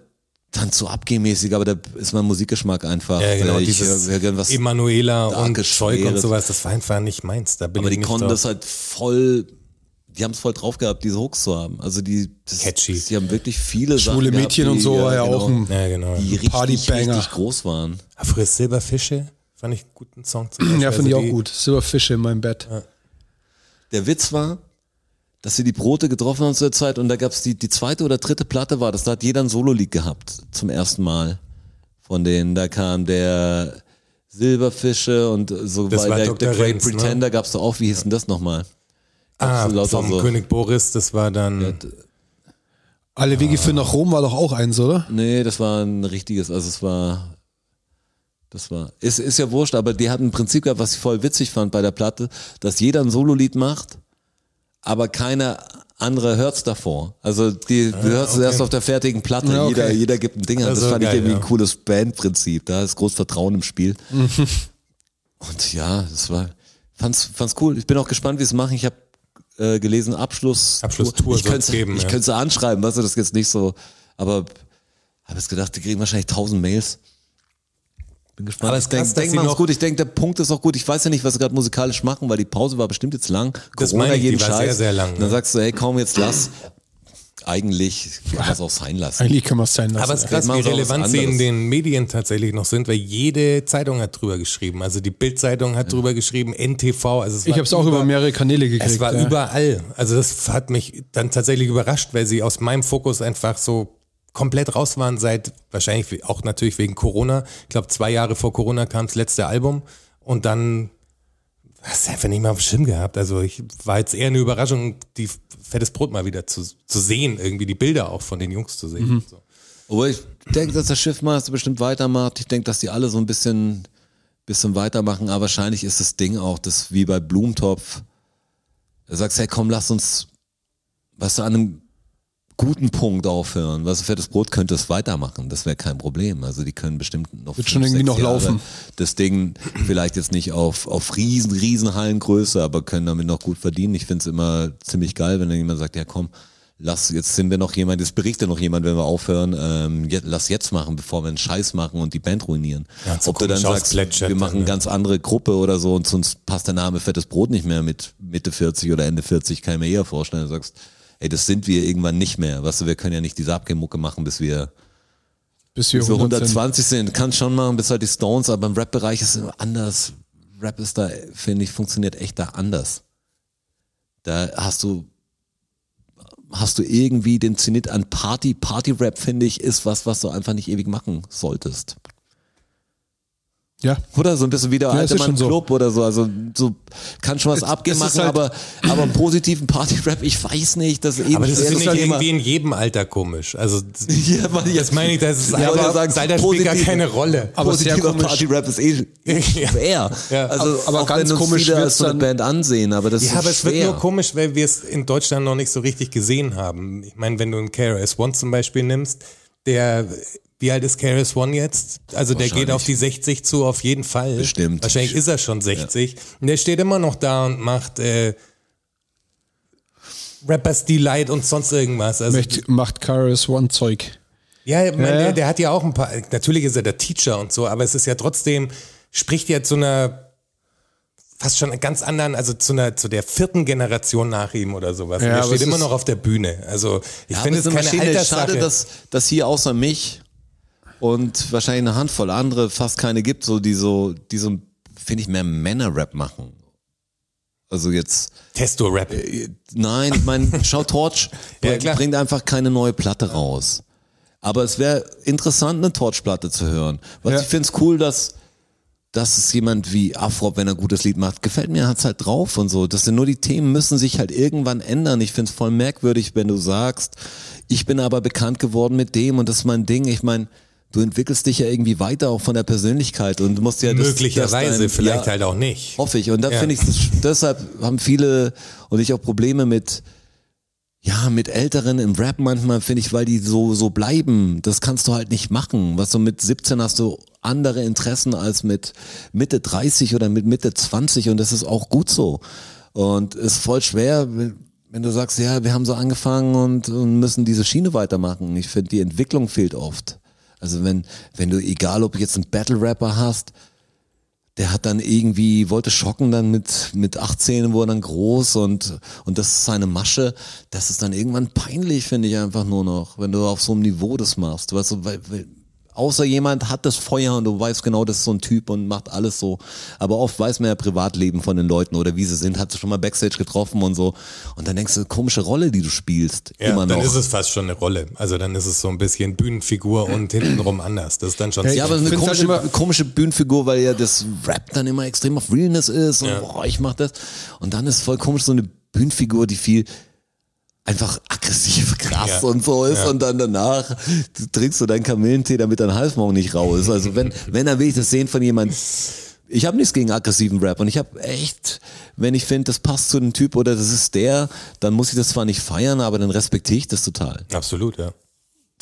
S4: dann zu abgemäßig, aber da ist mein Musikgeschmack einfach.
S3: ja, genau,
S4: Äh, ich
S3: dieses
S4: höre gern was
S3: Emanuela und
S4: Starkes,
S3: Zeug und
S4: Schweres.
S3: sowas, das war einfach nicht meins. Da bin
S4: Aber
S3: ich
S4: die
S3: nicht
S4: konnten
S3: drauf.
S4: das halt voll, die haben es voll drauf gehabt, diese Hooks zu haben. Also die, das,
S3: Catchy.
S4: die haben wirklich viele
S2: Schwule
S4: Sachen
S2: Mädchen
S4: gehabt,
S2: und
S4: die,
S2: so war ja
S4: genau,
S2: auch ein
S3: Ja, genau. Ah,
S4: die richtig,
S2: Partybanger.
S4: richtig groß waren.
S3: Früher Silberfische fand ich einen guten Song. Zum Beispiel.
S2: Ja,
S3: Also
S2: finde ich auch
S3: die-
S2: gut. Silberfische in meinem Bett.
S4: Der Witz war, dass sie die Brote getroffen haben zu der Zeit und da gab es die, die zweite oder dritte Platte war das, da hat jeder ein Solo-Lied gehabt zum ersten Mal von denen. Da kam der Silberfische und so
S3: Das war
S4: weiter.
S3: Dr.
S4: Der Great
S3: Renz, ne?
S4: Pretender gab es da auch, wie hieß denn das nochmal?
S3: Ah,
S4: Lauter
S3: vom
S4: so.
S3: König Boris, das war dann.
S2: Alle
S3: Ah.
S2: Wege führen nach Rom war doch auch eins, oder?
S4: Nee, das war ein richtiges, also es war, das war, ist, ist ja wurscht, aber die hatten im Prinzip gehabt, was ich voll witzig fand bei der Platte, dass jeder ein Sololied macht, aber keiner andere hört's davor. Also die, du hörst es erst auf der fertigen Platte,
S2: Ja, okay.
S4: jeder, jeder gibt ein Ding an. Das,
S3: Das ist
S4: fand ich
S3: geil,
S4: irgendwie
S3: ja.
S4: ein cooles Bandprinzip, da ist groß Vertrauen im Spiel. Und ja, das war, fand's, fand's cool. Ich bin auch gespannt, wie es machen. Ich habe äh, gelesen, Abschluss.
S3: Abschlusstour
S4: Ich
S3: soll's
S4: könnte
S3: geben,
S4: ich
S3: ja.
S4: könnte sie anschreiben, weißt du, das ist jetzt nicht so. Aber habe jetzt gedacht, die kriegen wahrscheinlich 1000 Mails. Bin gespannt.
S3: Aber
S4: ich
S3: ist krass,
S4: denke,
S3: dass
S4: denk
S3: sie
S4: mal, ist
S3: noch-
S4: gut. Ich denke, der Punkt ist auch gut. Ich weiß ja nicht, was sie gerade musikalisch machen, weil die Pause war bestimmt jetzt lang.
S3: Das
S4: Corona
S3: meine ich, die
S4: jeden
S3: war
S4: Scheiß.
S3: sehr, sehr lang,
S4: Und dann
S3: ne?
S4: sagst du, hey, komm, jetzt lass. Eigentlich kann man es auch sein lassen.
S2: Eigentlich können wir es sein lassen.
S3: Aber es ist
S4: Vielleicht
S3: krass, wie
S4: machen sie auch was
S3: relevant sie in
S4: anderes.
S3: den Medien tatsächlich noch sind, weil jede Zeitung hat drüber geschrieben. Also die Bild-Zeitung hat drüber geschrieben, NTV. Also es
S2: ich
S3: war
S2: habe es auch über mehrere Kanäle gekriegt.
S3: Es war
S2: ja.
S3: überall. Also das hat mich dann tatsächlich überrascht, weil sie aus meinem Fokus einfach so komplett raus waren seit wahrscheinlich we- auch natürlich wegen Corona. Ich glaube, zwei Jahre vor Corona kam das letzte Album und dann hast du einfach nicht mehr auf dem Schirm gehabt. Also ich war jetzt eher eine Überraschung, die fettes Brot mal wieder zu, zu sehen, irgendwie die Bilder auch von den Jungs zu sehen.
S4: Mhm.
S3: und So.
S4: Aber ich denke, dass der Schiffmaster bestimmt weitermacht. Ich denke, dass die alle so ein bisschen, bisschen weitermachen. Aber wahrscheinlich ist das Ding auch, das wie bei Blumentopf. Du sagst, hey, komm, lass uns, was weißt du, an einem guten Punkt aufhören. Was weißt du, fettes Brot könnte es weitermachen. Das wäre kein Problem. Also die können bestimmt noch
S2: Wird schon irgendwie noch laufen.
S4: Das Ding vielleicht jetzt nicht auf, auf riesen, riesen Hallengröße, aber können damit noch gut verdienen. Ich finde es immer ziemlich geil, wenn dann jemand sagt, ja komm, lass, jetzt sind wir noch jemand, jetzt berichtet noch jemand, wenn wir aufhören, ähm, jetzt, lass jetzt machen, bevor wir einen Scheiß machen und die Band ruinieren.
S3: Ja, so
S4: Ob du dann
S3: komisch
S4: sagst,
S3: ausplätschert
S4: wir machen
S3: dann, ne?
S4: ganz andere Gruppe oder so und sonst passt der Name Fettes Brot nicht mehr mit Mitte 40 oder Ende 40, kann ich mir eher vorstellen. Du sagst, ey, das sind wir irgendwann nicht mehr. Weißt du, wir können ja nicht diese Abgemucke machen, bis wir
S2: bis wir
S4: so
S2: 100 sind.
S4: 120 sind, kannst schon machen, bis halt die Stones, aber im Rap-Bereich ist es immer anders. Rap ist da, finde ich, funktioniert echt da anders. Da hast du, hast du irgendwie den Zenit an Party. Party-Rap, finde ich, ist was, was du einfach nicht ewig machen solltest.
S2: Ja.
S4: Oder so ein bisschen wie der
S2: Ja, es
S4: alte
S2: ist
S4: Mann
S2: schon so.
S4: Club oder so. Also so kann schon was abgehen
S2: es ist
S4: machen,
S2: halt-
S4: aber, aber einen positiven Party-Rap, ich weiß nicht. Das
S3: Aber das
S4: ist
S3: finde ich
S4: halt
S3: irgendwie in jedem Alter komisch. Also
S4: Ja, Mann,
S3: das meine ich, das ist
S4: Ja, aber
S3: Alter,
S4: sagen,
S3: das Alter spielt gar
S4: positiv.
S3: keine Rolle.
S2: Aber sehr
S4: positiver
S2: komisch.
S4: Party-Rap ist eh schwer.
S3: Ja.
S4: Also,
S2: Aber
S4: auch
S2: ganz
S4: wenn uns
S2: komisch
S4: viele
S2: wird's
S4: als so eine
S2: dann-
S4: Band ansehen, aber das
S3: Ja,
S4: ist
S3: aber
S4: so
S3: es wird
S4: schwer.
S3: nur komisch, weil wir es in Deutschland noch nicht so richtig gesehen haben. Ich meine, wenn du einen KRS One zum Beispiel nimmst, der, wie alt ist KRS One jetzt? Also der geht
S4: Wahrscheinlich.
S3: auf die 60 zu, auf jeden Fall.
S4: Bestimmt.
S3: Wahrscheinlich ist er schon 60. Und der steht immer noch da und macht äh, Rappers Delight und sonst irgendwas. Also,
S2: Möcht, macht Kairos One Zeug.
S3: ja, ich mein,
S2: Ja, ja.
S3: Der, der hat ja auch ein paar, natürlich ist er der Teacher und so, aber es ist ja trotzdem, spricht ja zu einer fast schon ganz anderen, also zu einer, zu der vierten Generation nach ihm oder sowas.
S2: Ja,
S3: und er
S2: aber
S3: steht
S2: es
S3: immer
S2: ist-
S3: noch auf der Bühne. Also ich
S4: Ja, aber
S3: finde es
S4: ist eine
S3: keine
S4: Maschine.
S3: Alterssache.
S4: Schade, dass, dass hier außer mich und wahrscheinlich eine Handvoll andere fast keine gibt, so die so, die so, finde ich, mehr Männer-Rap machen. Also jetzt,
S3: Testo-Rap.
S4: Äh, nein, ich meine, schau, Torch
S3: Ja,
S4: bringt-
S3: klar.
S4: bringt einfach keine neue Platte raus. Aber es wäre interessant, eine Torch-Platte zu hören. Was
S2: Ja.
S4: ich finde es cool, dass, dass es jemand wie Afro, wenn er ein gutes Lied macht, gefällt mir, hat's halt drauf und so. Das sind nur die Themen, müssen sich halt irgendwann ändern. Ich find's voll merkwürdig, wenn du sagst, ich bin aber bekannt geworden mit dem und das ist mein Ding. Ich meine, du entwickelst dich ja irgendwie weiter auch von der Persönlichkeit und musst ja das, das
S3: Möglicherweise,
S4: dein-
S3: vielleicht
S4: ja,
S3: halt auch nicht.
S4: Hoffe ich. Und da
S3: Ja.
S4: finde ich, das- deshalb haben viele und ich auch Probleme mit, ja, mit Älteren im Rap manchmal, finde ich, weil die so, so bleiben. Das kannst du halt nicht machen. Was du mit 17 hast du andere Interessen als mit Mitte 30 oder mit Mitte 20 und das ist auch gut so. Und ist voll schwer, wenn wenn du sagst, ja, wir haben so angefangen und, und müssen diese Schiene weitermachen. Ich finde, die Entwicklung fehlt oft. Also wenn, wenn du, egal ob du jetzt einen Battle-Rapper hast, der hat dann irgendwie, wollte schocken dann mit, mit 18, wurde dann groß und, und das ist seine Masche. Das ist dann irgendwann peinlich, finde ich einfach nur noch, wenn du auf so einem Niveau das machst. Weißt du, weil, weil, außer jemand hat das Feuer und du weißt genau, das ist so ein Typ und macht alles so. Aber oft weiß man ja Privatleben von den Leuten oder wie sie sind, hat sie schon mal Backstage getroffen und so. Und dann denkst du, komische Rolle, die du spielst,
S3: Ja,
S4: immer
S3: dann
S4: noch.
S3: ist es fast schon eine Rolle. Also dann ist es so ein bisschen Bühnenfigur und hintenrum anders. Das ist dann schon
S4: Ja, aber so eine
S2: find's halt
S4: komische,
S2: immer-
S4: komische Bühnenfigur, weil ja das Rap dann immer extrem auf Realness ist und
S3: Ja.
S4: boah, ich mach das. Und dann ist voll komisch so eine Bühnenfigur, die viel einfach aggressiv krass
S3: Ja.
S4: und so ist
S3: Ja.
S4: und dann danach du trinkst du deinen Kamillentee, damit dein Halsmaul nicht rau ist. Also wenn, wenn, dann will ich das sehen von jemand. Ich habe nichts gegen aggressiven Rap und ich habe echt, wenn ich finde, das passt zu dem Typ oder das ist der, dann muss ich das zwar nicht feiern, aber dann respektiere ich das total.
S3: absolut, ja.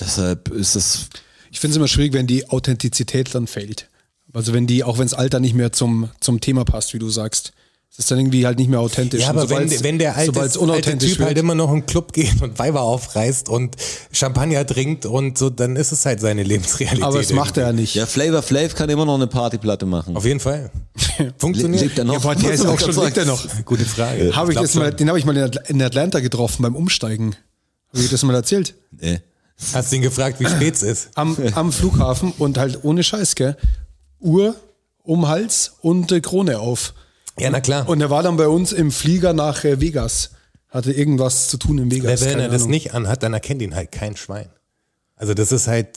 S4: Deshalb ist das
S2: Ich finde es immer schwierig, wenn die Authentizität dann fehlt. Also wenn die, auch wenns Alter nicht mehr zum, zum Thema passt, wie du sagst. Es ist dann irgendwie halt nicht mehr authentisch.
S3: Ja, aber
S2: Und
S3: wenn,
S2: sobald's-
S3: wenn der alte,
S2: sobald's
S3: alte
S2: unauthentisch
S3: Typ halt
S2: wird-
S3: immer noch im Club geht und Weiber aufreißt und Champagner trinkt und so, dann ist es halt seine Lebensrealität.
S2: aber das macht er ja nicht.
S4: Ja, Flavor Flav kann immer noch eine Partyplatte machen.
S3: Auf jeden Fall.
S4: Le-
S3: Funktioniert.
S4: lebt er noch?
S2: Ja, boah, der ist auch schon, lebt er noch. Äh,
S3: Gute Frage.
S2: Habe ich
S3: glaub
S2: das mal,
S3: schon.
S2: den habe ich mal in Atl- in Atlanta getroffen beim Umsteigen. Habe ich das mal erzählt?
S4: Nee.
S3: Hast ihn gefragt, wie spät es ist?
S2: Am, am Flughafen und halt ohne Scheiß, gell? Uhr um Hals und äh, Krone auf.
S3: Ja, na klar.
S2: Und er war dann bei uns im Flieger nach äh, Vegas. Hatte irgendwas zu tun in
S3: Weil
S2: Vegas.
S3: wenn
S2: keine
S3: er das
S2: Ahnung.
S3: nicht anhat, dann erkennt ihn halt kein Schwein. Also das ist halt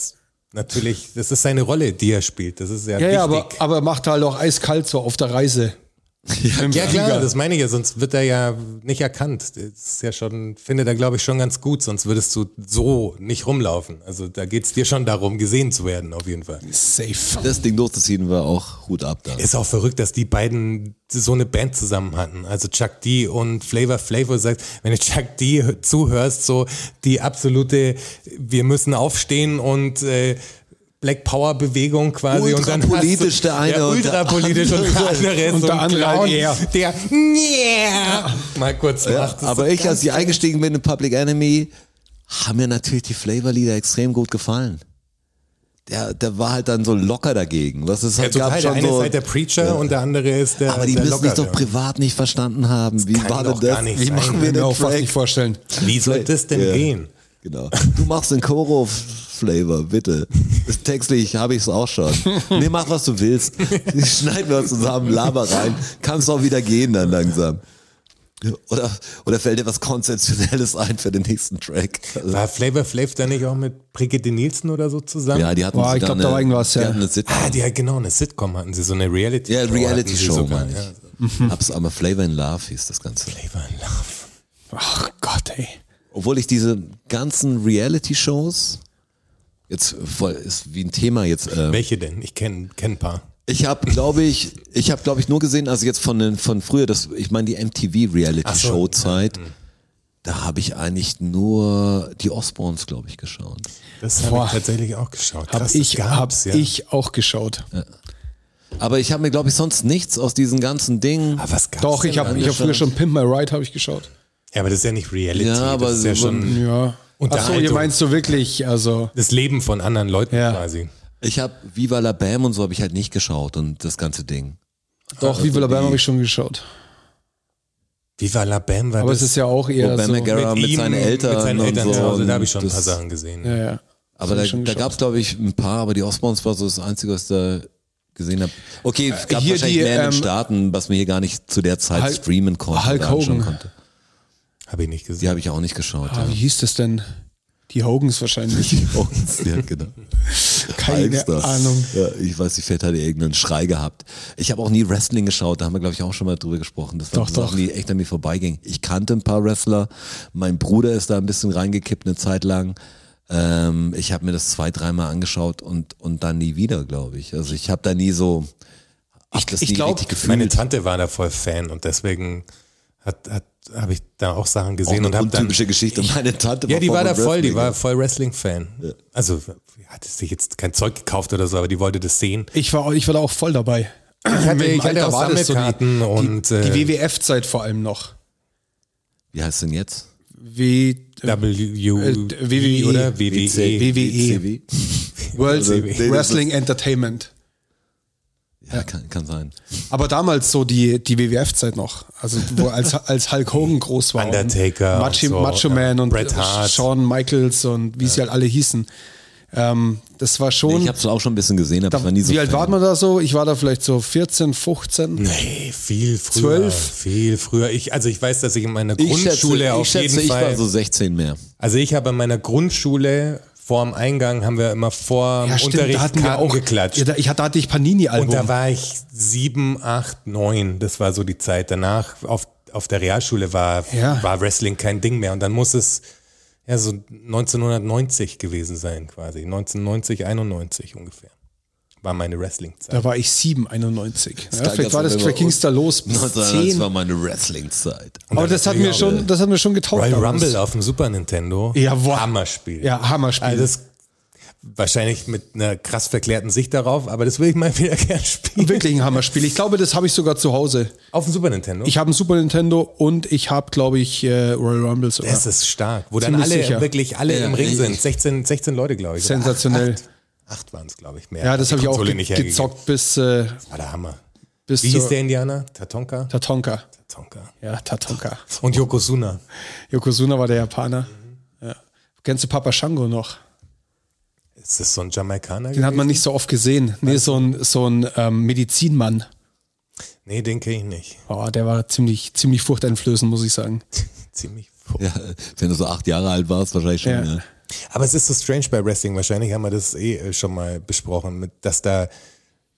S3: natürlich, das ist seine Rolle, die er spielt. Das ist ja,
S2: Ja,
S3: wichtig.
S2: ja, aber, aber macht halt auch eiskalt so auf der Reise. Ja,
S3: Ja klar, das meine ich ja, sonst wird er ja nicht erkannt. Das ist ja schon, findet er, glaube ich, schon ganz gut, sonst würdest du so nicht rumlaufen. Also da geht's dir schon darum, gesehen zu werden, auf jeden Fall.
S2: Safe.
S4: Das Ding durchzuziehen war auch Hut ab da.
S3: Ist auch verrückt, dass die beiden so eine Band zusammen hatten. Also Chuck D und Flavor Flavor sagt, wenn du Chuck D hö- zuhörst, so die absolute, wir müssen aufstehen und äh, Black Power Bewegung quasi und dann
S4: Ultrapolitisch
S3: hast du,
S4: der eine
S3: ja,
S4: und der
S3: ultrapolitisch und der andere ist
S2: Und
S3: so
S2: der
S3: ein
S2: andere halt
S3: Clown,
S2: eher.
S3: der yeah, mal kurz
S4: Ja,
S3: macht. Das
S4: aber
S3: ist
S4: ich, als ich eingestiegen bin in Public Enemy, haben mir natürlich die Flavor-Lieder extrem gut gefallen. Der, der war halt dann so locker dagegen. Was ist
S3: ja,
S4: halt, gab
S3: total. Der
S4: schon
S3: eine ist
S4: so,
S3: halt der Preacher und der andere ist der
S4: aber die
S3: der
S4: müssen sich doch
S3: Lockere.
S4: privat nicht verstanden haben. Wie
S3: kann
S4: war
S3: doch
S4: denn
S3: gar
S4: das?
S3: nicht
S4: Wie
S3: sein.
S4: machen
S2: Kann
S4: wir
S2: mir
S4: den
S2: auch fast
S4: Track?
S2: nicht vorstellen.
S3: Wie soll das denn
S4: Ja.
S3: gehen?
S4: Genau. Du machst den Choro Flavor, bitte. Textlich habe ich es auch schon. Nee, mach was du willst. Schneiden wir uns zusammen, laber rein. Kannst auch wieder gehen dann langsam. Oder, oder fällt dir was Konzeptionelles ein für den nächsten Track? Also,
S3: War Flavor Flav da nicht auch mit Brigitte Nielsen oder so zusammen?
S4: ja, die hatten
S2: Boah, ich
S4: sogar
S2: glaub, da
S4: eine-
S2: war irgendwas,
S4: die
S2: ja.
S4: hatten eine Sitcom.
S3: Ah, die hat genau eine Sitcom hatten sie, so eine Reality
S4: Ja,
S3: hatten sie
S4: Reality-Show,
S3: sogar,
S4: meine ich.
S3: ja.
S2: Mhm.
S4: Hab's aber Flavor in Love hieß das Ganze.
S3: Flavor in Love.
S2: Ach Gott, ey.
S4: Obwohl ich diese ganzen Reality-Shows jetzt äh, voll ist wie ein Thema jetzt. ähm,
S3: Welche denn? Ich kenne kenn ein paar.
S4: Ich habe, glaube ich, ich habe, glaube ich, nur gesehen, also jetzt von den, von früher, das, ich meine die MTV Reality
S3: Ach so.
S4: Show Zeit,
S2: hm.
S4: da habe ich eigentlich nur die Osborns, glaube ich, geschaut.
S3: Das habe
S2: Boah.
S3: ich tatsächlich auch geschaut.
S2: Hab
S3: Krass, das
S2: ich, hab
S3: gab's, ja.
S2: ich auch geschaut.
S4: Aber ich habe mir, glaube ich, sonst nichts aus diesen ganzen Dingen.
S3: Ah, was gab's
S2: Doch,
S3: denn
S2: ich habe
S3: da?
S2: ich hab früher schon Pimp My Ride habe ich geschaut.
S3: Ja, aber das ist ja nicht Reality.
S4: Ja, aber
S3: das ist ja
S4: so-
S3: schon
S2: Ja. Achso,
S3: Unterhaltung.
S2: ihr meinst halt so wirklich, also
S3: das Leben von anderen Leuten
S2: Ja.
S3: quasi.
S4: Ich habe Viva La Bam und so habe ich halt nicht geschaut und das ganze Ding.
S2: doch, Viva La Bam habe ich schon geschaut.
S3: Viva la Bam war
S2: Aber
S3: das
S2: es ist ja auch eher
S4: Obama
S2: so.
S4: Gar- Ja, mit seinen Eltern
S3: mit seinen
S4: und
S3: Eltern
S4: so
S3: zu Hause,
S4: und
S3: da habe ich schon ein paar
S4: das-
S3: Sachen gesehen.
S2: Ja, ja.
S4: Aber
S2: hab
S4: da,
S2: ich schon
S4: da
S2: geschaut.
S4: gab es, glaube ich, ein paar, aber die Osborns war so das Einzige, was ich da gesehen habe. Okay, es gab
S2: hier
S4: wahrscheinlich
S2: die,
S4: mehr in den
S2: ähm,
S4: Staaten, was man hier gar nicht zu der Zeit
S2: Hulk-
S4: streamen konnte.
S2: Hulk
S4: oder anschauen
S2: Hogan.
S4: konnte.
S3: Habe ich nicht gesehen.
S4: Die habe ich auch nicht geschaut.
S2: Ah, wie hieß das denn? Die Hogans wahrscheinlich.
S4: ja, genau.
S2: Keine
S4: Hulkster.
S2: Ahnung.
S4: Ja, ich weiß, die Fett hat irgendeinen Schrei gehabt. Ich habe auch nie Wrestling geschaut, da haben wir, glaube ich, auch schon mal drüber gesprochen. Das war
S2: Doch,
S4: eine Sache,
S2: doch.
S4: die echt an mir vorbeiging. Ich kannte ein paar Wrestler. Mein Bruder ist da ein bisschen reingekippt eine Zeit lang. Ähm, ich habe mir das zwei, dreimal angeschaut und, und dann nie wieder, glaube ich. Also ich habe da nie so. Ich, das
S2: ich
S4: nie
S2: glaub,
S4: richtig gefühlt.
S3: Meine Tante war da voll Fan und deswegen hat, hat, habe ich da auch Sachen
S4: auch
S3: gesehen
S4: eine
S3: und habe dann.
S4: untypische Geschichte. Meine Tante
S3: Ja, die war
S4: voll
S3: da
S4: mit
S3: voll, die
S4: Wrestling.
S3: war voll Wrestling-Fan. Also hat sich jetzt kein Zeug gekauft oder so, aber die wollte das sehen.
S2: Ich war, auch- ich war da auch voll dabei. Ich
S3: hatte- ich hatte auch Sammelkarten
S2: die,
S3: und,
S2: die,
S3: äh,
S2: die WWF-Zeit vor allem noch.
S4: Wie heißt denn jetzt?
S2: W, äh,
S3: W E,
S2: WWE.
S3: oder WWE.
S4: E.
S2: WWE,
S4: ECW?
S2: World
S3: Also,
S4: WWE.
S2: Wrestling Entertainment.
S4: Ja, kann, kann sein.
S2: Aber damals so die, die WWF-Zeit noch. Also wo als, als Hulk Hogan groß war.
S3: Undertaker
S2: Und
S3: und
S2: Machi,
S3: so,
S2: Macho
S3: ja.
S2: Man und
S3: Bret Hart.
S2: Shawn Michaels und wie sie halt alle hießen. Ähm, das war schon.
S4: Ich habe es auch schon ein bisschen gesehen, aber
S2: da,
S4: ich war nie so
S2: wie alt
S4: Fan.
S2: war man da so? Ich war da vielleicht so 14, 15.
S3: Nee, viel früher.
S2: Zwölf?
S3: Viel früher. Ich, also ich weiß, dass ich in meiner
S4: Ich
S3: Grundschule
S4: schätze,
S3: auf
S4: ich schätze,
S3: jeden
S4: ich
S3: Fall.
S4: war so 16 mehr.
S3: also ich habe in meiner Grundschule vor dem Eingang haben wir immer vor dem Unterricht Karten geklatscht.
S2: Ja, da, ich, hatte- da hatte ich Panini-Album.
S3: Und da war ich sieben, acht, neun. Das war so die Zeit. Danach auf, auf der Realschule war,
S2: Ja.
S3: war Wrestling kein Ding mehr. Und dann muss es ja so 1990 gewesen sein, quasi. 1990, 91 ungefähr. War meine Wrestling-Zeit.
S2: Da war ich 7, 91. Ja,
S4: Geil,
S2: vielleicht war
S4: dass
S2: das,
S4: wir
S2: vielleicht
S4: bei
S2: ging es da los bis
S4: uns- Nein, Das
S2: 10.
S4: war meine Wrestling-Zeit.
S2: Aber das hat,
S3: natürlich
S2: mir
S3: auch,
S2: schon, das hat mir schon getaugt.
S3: Royal
S2: damals.
S3: Rumble auf dem Super Nintendo.
S2: Ja, boah.
S3: Hammerspiel.
S2: Ja, Hammerspiel.
S3: Also das wahrscheinlich mit einer krass verklärten Sicht darauf, aber das will ich mal wieder gerne spielen.
S2: Wirklich ein Hammerspiel. Ich glaube, das habe ich sogar zu Hause.
S3: Auf dem Super Nintendo.
S2: Ich habe ein Super Nintendo und ich habe, glaube ich, äh, Royal Rumble sogar.
S3: das ist stark. Wo dann
S2: Ziemlich
S3: alle
S2: sicher.
S3: wirklich alle
S4: Ja,
S3: im Ring
S4: ich-
S3: sind. 16, 16 Leute, glaube ich. Oder
S2: Sensationell.
S3: Acht, acht, acht waren es, glaube ich, mehr.
S2: ja, das
S3: Hat
S2: habe
S3: die
S2: ich auch
S3: Konsole
S2: ge
S3: nicht hergegeben.
S2: gezockt bis, äh,
S3: War der Hammer.
S2: bis
S3: Wie hieß
S2: zu
S3: der Indianer? Tatonka?
S2: Tatonka.
S3: Tatonka.
S2: Ja, Tatonka.
S3: Und Yokozuna.
S2: Yokozuna war der Japaner.
S3: Mhm.
S2: Ja. Kennst du Papa Shango noch?
S3: Ist das so ein Jamaikaner?
S2: Den hat man nicht so oft gesehen. Nee, so ein, so ein ähm, Medizinmann.
S3: Nee, den kenne ich nicht.
S2: Oh, der war ziemlich, ziemlich furchteinflößend, muss ich sagen.
S3: Ziemlich furchtbar.
S4: Ja, wenn du so acht Jahre alt warst, wahrscheinlich schon. ne?
S2: Ja.
S4: Ja.
S3: Aber es ist so strange bei Wrestling. Wahrscheinlich haben wir das eh äh, schon mal besprochen, mit, dass da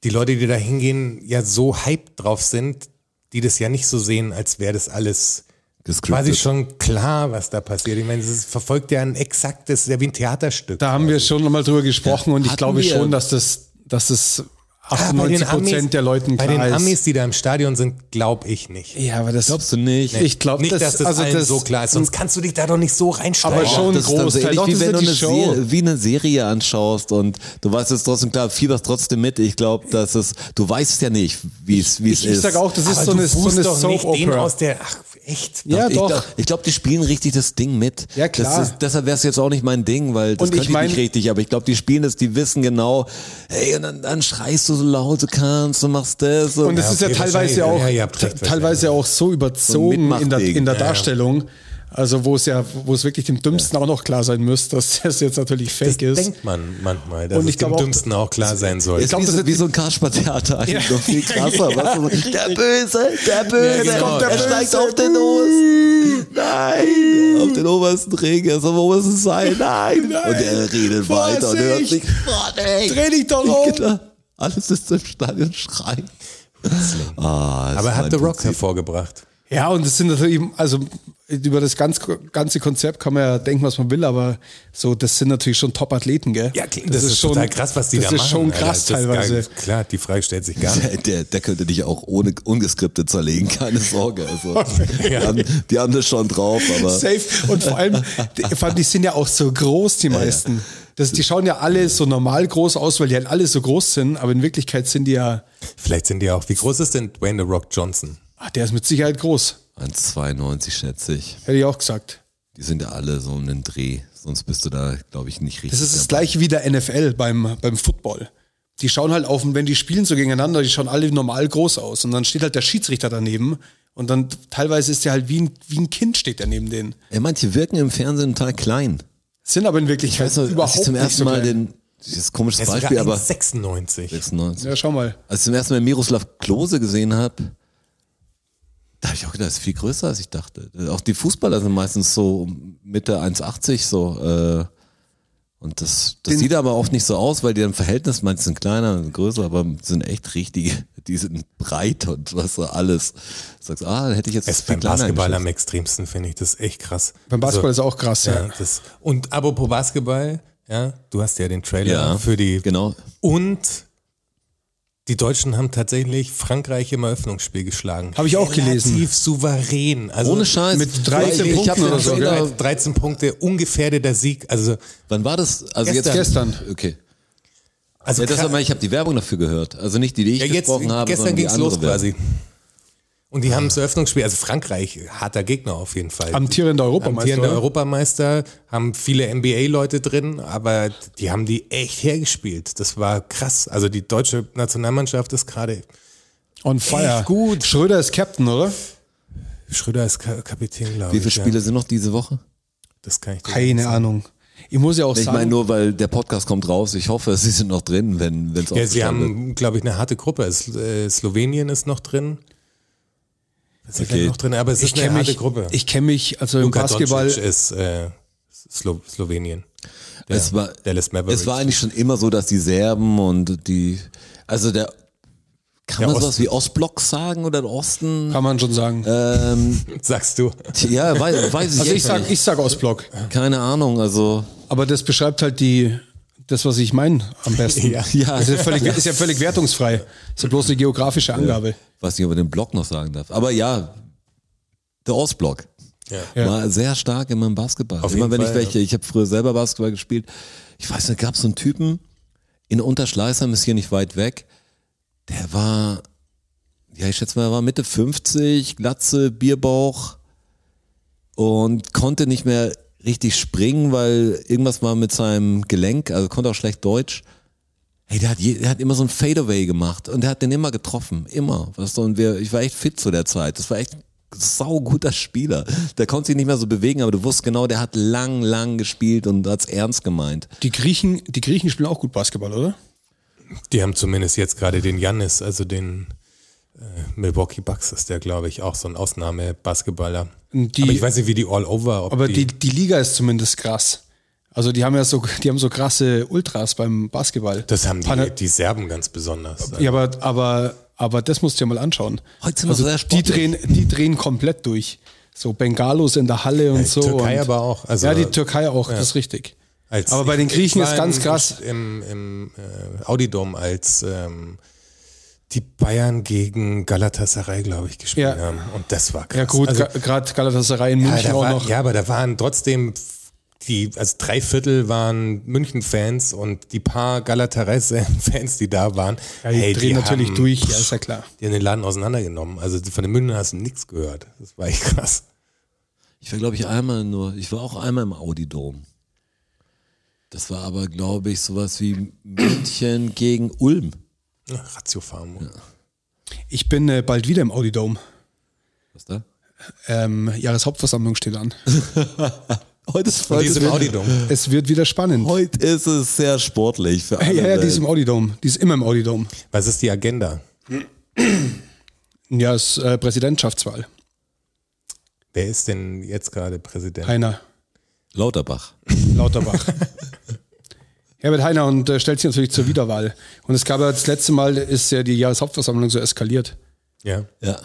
S3: die Leute, die da hingehen, ja so hyped drauf sind, die das ja nicht so sehen, als wäre das alles quasi
S4: Gescriptet.
S3: schon klar, was da passiert. Ich meine, es ist- verfolgt ja ein exaktes, ja wie ein Theaterstück.
S2: Da haben wir schon nochmal drüber gesprochen und ich
S4: Hatten
S2: glaube
S4: wir-
S2: schon, dass das, dass das
S3: Ah, bei den
S2: 98 Prozent der Leuten
S3: Bei
S2: klar
S3: den
S2: ist.
S3: Amis, die da im Stadion sind, glaube ich nicht.
S2: Ja, aber das
S4: Glaubst du nicht?
S2: Ich glaube,
S3: nicht,
S2: das,
S3: dass das
S2: also
S3: allen
S2: das
S3: so klar ist, sonst kannst du dich da doch nicht so reinsteigen.
S2: Aber schon
S4: das ist dann so
S2: Großteil.
S4: ähnlich,
S2: Doch,
S4: wie
S2: das
S4: wenn du
S2: ist
S4: eine,
S2: ja die Show.
S4: Serie, wie eine Serie anschaust und du weißt jetzt trotzdem, klar, fieberst trotzdem mit. Ich glaube, dass es, du weißt ja nicht, wie es wie es
S2: Ich
S4: ist.
S2: sag auch, das ist so
S3: du
S2: eine, so
S3: buhst
S2: eine
S3: doch nicht den
S2: Soap-Opera.
S3: aus der, ach, echt?
S2: Ja,
S4: ich
S2: doch.
S4: glaub- ich glaube, die spielen richtig das Ding mit.
S2: Ja, klar.
S4: Das ist, deshalb wäre es jetzt auch nicht mein Ding, weil das
S2: Und ich
S4: könnte ich,
S2: mein-
S4: nicht richtig. Aber ich glaube, die spielen das, die wissen genau, hey, und dann, dann schreist du so laut du kannst und machst das.
S2: Und es
S3: Ja,
S2: ist ja
S3: okay,
S2: teilweise
S3: wahrscheinlich.
S2: auch,
S3: Ja, ihr habt recht,
S2: teilweise auch so überzogen in der, in der Darstellung. Also wo es ja, wo es wirklich dem Dümmsten auch noch klar sein müsste, dass das jetzt natürlich fake
S3: das
S2: ist.
S3: denkt man manchmal, dass
S2: Und ich
S3: es dem
S2: glaube auch,
S3: Dümmsten auch klar sein soll.
S4: Ist
S2: glaub,
S4: wie,
S2: das
S4: so,
S2: ist-
S4: wie so ein Kasper-Theater eigentlich noch viel krasser.
S2: Ja, genau.
S4: weißt du? Der Böse, der Böse,
S3: Ja, genau.
S4: er
S3: Der
S4: steigt auf den obersten, nein, auf den obersten Ring, er soll am obersten sein, nein.
S2: Nein.
S4: Und er redet
S2: Vorsicht.
S4: weiter und hört sich, Vorsicht.
S2: Dreh dich doch um.
S4: Genau. Alles ist im Stadion schreien. Ah, das
S3: Aber er
S4: war
S3: hat The
S4: im
S3: Rock
S4: Prinzip-
S3: hervorgebracht.
S2: Ja, und es sind natürlich, eben- also über das ganz, ganze Konzept kann man ja denken, was man will, aber so, das sind natürlich schon Top-Athleten, gell?
S3: Ja, das, ist, total krass, was die
S2: das
S3: da machen.
S2: ist schon
S3: Alter.
S2: krass
S3: Das ist gar-
S2: teilweise.
S3: Klar, die Frage stellt sich gar nicht.
S4: Der, der, der könnte dich auch ohne ungeskriptet zerlegen, keine Sorge. Also, die, haben, die haben das schon drauf, aber
S2: Safe. Und vor allem, die- vor allem, die sind ja auch so groß, die meisten. Das, die schauen ja alle so normal groß aus, weil die halt alle so groß sind, aber in Wirklichkeit sind die ja,
S3: Vielleicht sind die auch. Wie groß ist denn Dwayne The Rock Johnson?
S2: ah, der ist mit Sicherheit groß,
S4: 1,92 schätze ich.
S2: hätte ich auch gesagt.
S4: Die sind ja alle so um den Dreh, sonst bist du da, glaube ich, nicht richtig.
S2: Das ist das
S4: dabei.
S2: gleiche wie der NFL beim, beim Football. Die schauen halt auf, und wenn die spielen so gegeneinander, die schauen alle normal groß aus. Und dann steht halt der Schiedsrichter daneben. Und dann teilweise ist der halt wie ein, wie ein Kind steht der neben denen.
S4: Ey, manche wirken im Fernsehen total klein.
S2: Sind aber in
S4: Ich
S2: Wirklichkeit
S4: weiß noch,
S2: überhaupt
S4: als ich zum
S2: nicht
S4: ersten
S2: so
S4: Mal
S2: klein.
S4: den, das ist ein komisches
S3: Er ist
S4: Beispiel,
S3: sogar
S4: aber
S3: 96.
S4: 96.
S2: Ja, schau mal.
S4: Als ich zum ersten Mal Miroslav Klose gesehen habe, da habe ich auch gedacht, das ist viel größer, als ich dachte. Auch die Fußballer sind meistens so um Mitte 1,80 so. Äh, und das, das
S2: Den-
S4: sieht aber oft nicht so aus, weil die im Verhältnis meistens sind kleiner und größer, aber sind echt richtige. Die sind breit und was so alles. Sagst, ah, dann hätte ich jetzt
S3: Es ist
S4: viel
S3: beim
S4: kleiner
S3: Basketball
S4: geschätzt.
S3: am extremsten, finde ich. Das ist echt krass.
S2: Beim Basketball
S3: Also,
S2: ist auch krass, ja.
S3: ja, das, Und apropos Basketball, ja, du hast ja den Trailer
S4: Ja,
S3: für die.
S4: Genau.
S3: Und die Deutschen haben tatsächlich Frankreich im Eröffnungsspiel geschlagen.
S2: Hab ich auch gelesen.
S3: Relativ souverän. Also
S4: Ohne Scheiß.
S2: Mit 13
S4: Ich
S2: Punkten
S4: hab den
S2: oder so,
S4: Trailer-
S2: gell?
S3: 13 Punkte, ungefährdeter Sieg. Also,
S4: Wann war das? Also
S3: Gestern.
S4: jetzt
S2: Gestern.
S4: Okay.
S3: also
S4: Ja, das
S3: kra-
S4: aber ich habe die Werbung dafür gehört. Also nicht die, die ich
S3: Ja, jetzt,
S4: gesprochen habe,
S3: gestern
S4: sondern die
S3: ging es
S4: andere
S3: los
S4: Werbung.
S3: quasi. Und die haben das Eröffnungsspiel, also Frankreich, harter Gegner auf jeden Fall.
S2: Amtierender Europameister,
S3: Amtierender
S2: oder?
S3: Europameister, haben viele NBA-Leute drin, aber die haben die echt hergespielt. Das war krass. Also die deutsche Nationalmannschaft ist gerade,
S2: On fire.
S3: Echt gut.
S2: Schröder ist Captain, oder?
S3: Schröder ist Ka- Kapitän, glaube
S4: Wie
S3: ich.
S4: viele Spiele
S3: Ja.
S4: sind noch diese Woche?
S3: Das kann ich dir nicht
S2: Keine
S3: sagen.
S2: Ahnung. Ich muss ja auch
S4: Ich
S2: sagen,
S4: meine nur, weil der Podcast kommt raus. Ich hoffe, sie sind noch drin, wenn es
S3: Ja, sie haben, glaube ich, eine harte Gruppe. Es, äh, Slowenien ist noch drin. Was ist
S4: Okay.
S3: denn noch drin? Aber es
S2: ich
S3: ist eine
S2: kenne
S3: harte
S2: mich,
S3: Gruppe.
S2: ich kenne mich, also im
S3: Luka
S2: Basketball,
S3: Doncic ist äh, Slo Slowenien. Der
S4: es war,
S3: Dallas Mavericks.
S4: es war eigentlich schon immer so, dass die Serben und die, also der, kann
S3: Der
S4: man
S3: Osten.
S4: sowas wie Ostblock sagen oder der Osten?
S2: kann man schon sagen.
S3: Äh,
S4: Ähm,
S3: sagst du.
S4: ja, weiß, weiß ich,
S2: also ich
S4: echt
S2: sag,
S4: nicht.
S2: ich sag Ostblock.
S4: Keine Ahnung, also
S2: Aber das beschreibt halt die, das, was ich meine, am besten.
S3: Ja.
S2: ja. Ist, ja völlig, ist ja völlig wertungsfrei. Ist ja bloß eine geografische Angabe.
S4: weiß nicht, ob man den Block noch sagen darf. Aber ja, der Ostblock.
S3: Ja.
S4: War sehr stark in meinem Basketball.
S3: Auf
S4: Immer
S3: jeden
S4: wenn ich
S3: Fall,
S4: welche, ich habe früher selber Basketball gespielt. Ich weiß nicht, gab es so einen Typen in Unterschleißheim, ist hier nicht weit weg. Der war, ja, ich schätze mal, er war Mitte 50, Glatze, Bierbauch und konnte nicht mehr richtig springen, weil irgendwas war mit seinem Gelenk, also konnte auch schlecht Deutsch. Hey, der hat, je, der hat immer so ein Fadeaway gemacht und der hat den immer getroffen, immer. Weißt du, und wir, ich war echt fit zu der Zeit. Das war echt sauguter Spieler. Der konnte sich nicht mehr so bewegen, aber du wusstest genau, der hat lang, lang gespielt und hat's ernst gemeint.
S2: Die Griechen, die Griechen spielen auch gut Basketball, oder?
S3: Die haben zumindest jetzt gerade den Jannis, also den äh, Milwaukee Bucks ist der, glaube ich, auch so ein Ausnahme-Basketballer.
S2: Und die-
S3: aber ich weiß nicht, wie die All-Over, ob
S2: Aber
S3: die,
S2: die, die Liga ist zumindest krass. Also die haben ja so, die haben so krasse Ultras beim Basketball.
S3: das haben die,
S2: Pane-
S3: die Serben ganz besonders.
S2: Ja, aber, aber, aber das musst du dir mal anschauen. Also
S4: Heute sind wir sehr
S2: die
S4: sportlich.
S2: drehen, die drehen komplett durch. So Bengalos in der Halle und
S3: die
S2: so.
S3: Türkei
S2: und,
S3: aber auch, also-
S2: ja, die Türkei auch, das ist richtig.
S3: Als-
S2: aber bei den
S3: ich-
S2: Griechen
S3: ich
S2: ist
S3: war
S2: ganz
S3: im-
S2: krass.
S3: Im, im äh, Audidom, als ähm, die Bayern gegen Galatasaray, glaube ich, gespielt
S2: Ja.
S3: haben. Und das war krass.
S2: Ja gut,
S3: Also-
S2: gerade Galatasaray in München
S3: ja, da
S2: auch
S3: war,
S2: noch.
S3: Ja, aber da waren trotzdem die, also drei Viertel waren München-Fans und die paar Galatasaray-Fans, die da waren,
S2: Ja, die drehen natürlich
S3: haben,
S2: durch, ja, ist ja klar.
S3: Die haben den Laden auseinandergenommen. Also von den Münden hast du nichts gehört. Das war echt krass.
S4: Ich war, glaube ich, einmal nur, ich war auch einmal im Audi-Dom. Das war aber, glaube ich, sowas wie München gegen Ulm.
S3: Ja, Ratio Farm.
S2: Ich bin äh, bald wieder im Audidome.
S4: Was da?
S2: ähm, Jahreshauptversammlung steht an.
S4: Heute ist,
S3: Bei
S4: heute,
S3: diesem
S4: ist,
S3: Audidom.
S2: Es wird wieder spannend.
S4: heute ist es sehr sportlich für alle.
S2: Hey, ja, ja, die ist
S4: Welt.
S2: im
S3: äh,
S2: Audidom. Die ist immer im Audidom.
S3: Was ist die Agenda?
S2: Ja, ist äh, Präsidentschaftswahl.
S3: Wer ist denn jetzt gerade Präsident?
S2: Heiner
S4: Lauterbach.
S2: Lauterbach. Herbert Heiner und äh, stellt sich natürlich zur Wiederwahl. Und es gab ja das letzte Mal, ist ja die Jahreshauptversammlung so eskaliert.
S3: Ja.
S4: Ja.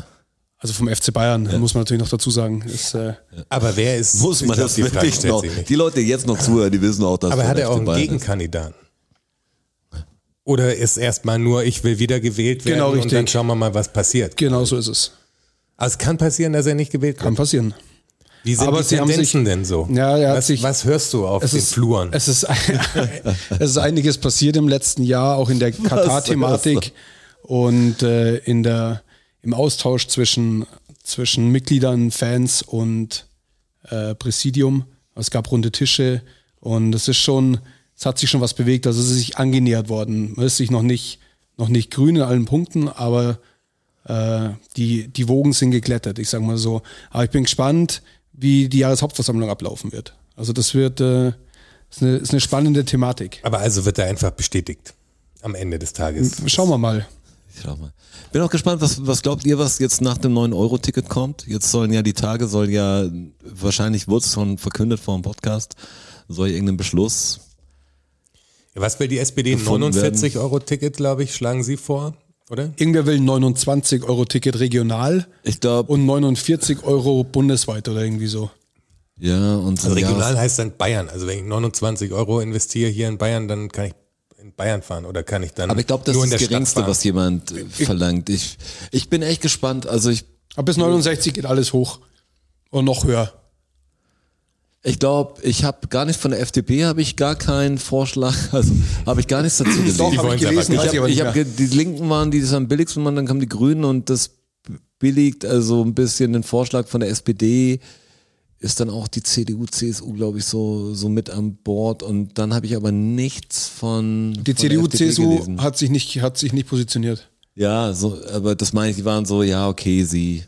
S2: Also vom FC Bayern, muss man natürlich noch dazu sagen. Ist, äh,
S3: Aber wer ist.
S4: Muss
S3: ich
S4: man
S3: glaub,
S4: das
S3: die Frage
S4: wirklich
S3: stellt
S4: noch?
S3: sich nicht.
S4: Die Leute, die jetzt noch zuhören, die wissen auch, dass
S3: Aber
S4: der
S3: hat er auch
S4: FC
S3: einen
S4: Bayern
S3: Gegenkandidaten? Oder ist erstmal nur, ich will wieder gewählt werden
S2: Genau,
S3: und
S2: richtig.
S3: dann schauen wir mal, was passiert.
S2: genau so ist es.
S3: Also es kann passieren, dass er nicht gewählt
S2: Kann
S3: wird.
S2: passieren.
S3: Wie sind
S2: Aber
S3: die
S2: sie haben
S3: Tendenzen
S2: sich-
S3: denn so?
S2: Ja, er hat
S3: was,
S2: sich-
S3: was hörst du auf den Fluren?
S2: Es ist, es ist einiges passiert im letzten Jahr, auch in der Katar-Thematik und äh, in der, im Austausch zwischen, zwischen Mitgliedern, Fans und äh, Präsidium. Es gab runde Tische und es ist schon, es hat sich schon was bewegt, also es ist sich angenähert worden. Man ist sich noch nicht, noch nicht grün in allen Punkten, aber äh, die, die Wogen sind geglättet, ich sage mal so. Aber ich bin gespannt, wie die Jahreshauptversammlung ablaufen wird. Also das wird äh, ist, eine, ist eine spannende Thematik.
S3: Aber also wird er einfach bestätigt am Ende des Tages.
S2: Schauen wir mal.
S4: Ich schau mal. Bin auch gespannt, was, was glaubt ihr, was jetzt nach dem 9-Euro-Ticket kommt? Jetzt sollen ja die Tage, sollen ja, wahrscheinlich wurde es schon verkündet vor dem Podcast, soll ja irgendein Beschluss.
S3: Was will die SPD?
S4: Gefunden
S3: 49 Euro Ticket, glaube ich, schlagen Sie vor, oder?
S2: Irgendwer will ein 29 Euro Ticket regional
S4: Ich glaube,
S2: und 49 Euro bundesweit oder irgendwie so.
S4: ja, und so
S3: Also regional
S4: ja,
S3: heißt dann Bayern. Also wenn ich 29 Euro investiere hier in Bayern, dann kann ich in Bayern fahren oder kann ich dann
S4: aber ich glaube, das
S3: nur in
S4: ist das
S3: der
S4: Geringste,
S3: Stadt fahren.
S4: was jemand äh, verlangt. Ich, ich bin echt gespannt. Also ich,
S2: Aber bis 69 geht alles hoch und noch höher.
S4: ich glaube, ich habe gar nicht von der FDP habe ich gar keinen Vorschlag, also habe ich gar nichts dazu gelesen.
S2: Doch, habe ich
S3: wollen's aber
S2: gelesen,
S3: nicht.
S4: Ich
S2: weiß ich aber
S4: habe
S2: nicht
S4: hab,
S2: mehr.
S4: ge- die Linken waren, die das am billigsten waren, dann kamen die Grünen und das billigt also ein bisschen den Vorschlag von der SPD ist dann auch die CDU, CSU, glaube ich, so, so mit an Bord. Und dann habe ich aber nichts von.
S2: Die
S4: von
S2: CDU,
S4: der FDP
S2: CSU
S4: gelesen.
S2: hat sich, nicht, hat sich nicht positioniert.
S4: Ja, so, aber das meine ich, die waren so, ja, okay, sie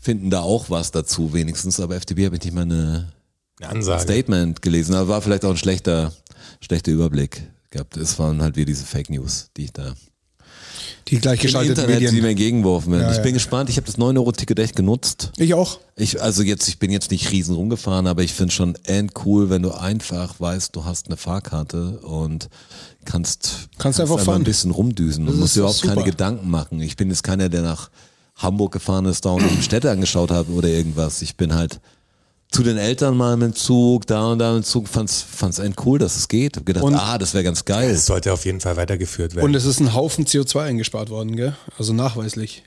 S4: finden da auch was dazu, wenigstens. Aber FDP habe ich nicht mal eine
S3: Eine Ansage.
S4: Statement gelesen. Aber war vielleicht auch ein schlechter, schlechter Überblick gehabt. Es waren halt wieder diese Fake News, die ich da
S2: Die gleichgeschalteten
S4: Internet, die mir
S2: Medien.
S4: entgegengeworfen werden.
S2: Ja,
S4: ich
S2: ja,
S4: bin
S2: ja.
S4: gespannt. Ich habe das 9-Euro-Ticket echt genutzt.
S2: Ich auch.
S4: Ich, also jetzt, ich bin jetzt nicht riesen rumgefahren, aber ich finde schon endcool, wenn du einfach weißt, du hast eine Fahrkarte und kannst,
S2: Kannst einfach
S4: einmal
S2: fahren.
S4: ein bisschen rumdüsen und
S2: ist
S4: musst dir
S2: doch
S4: überhaupt keine
S2: super.
S4: Gedanken machen. Ich bin jetzt keiner, der nach Hamburg gefahren ist, da und die Städte angeschaut hat oder irgendwas. Ich bin halt zu den Eltern mal mit dem Zug, da und da mit dem Zug, fand's, fand's endcool, dass es geht. Hab gedacht,
S2: Und-
S4: ah, das wäre ganz geil.
S3: Das sollte auf jeden Fall weitergeführt werden.
S2: Und es ist ein Haufen CO2 eingespart worden, gell? Also nachweislich.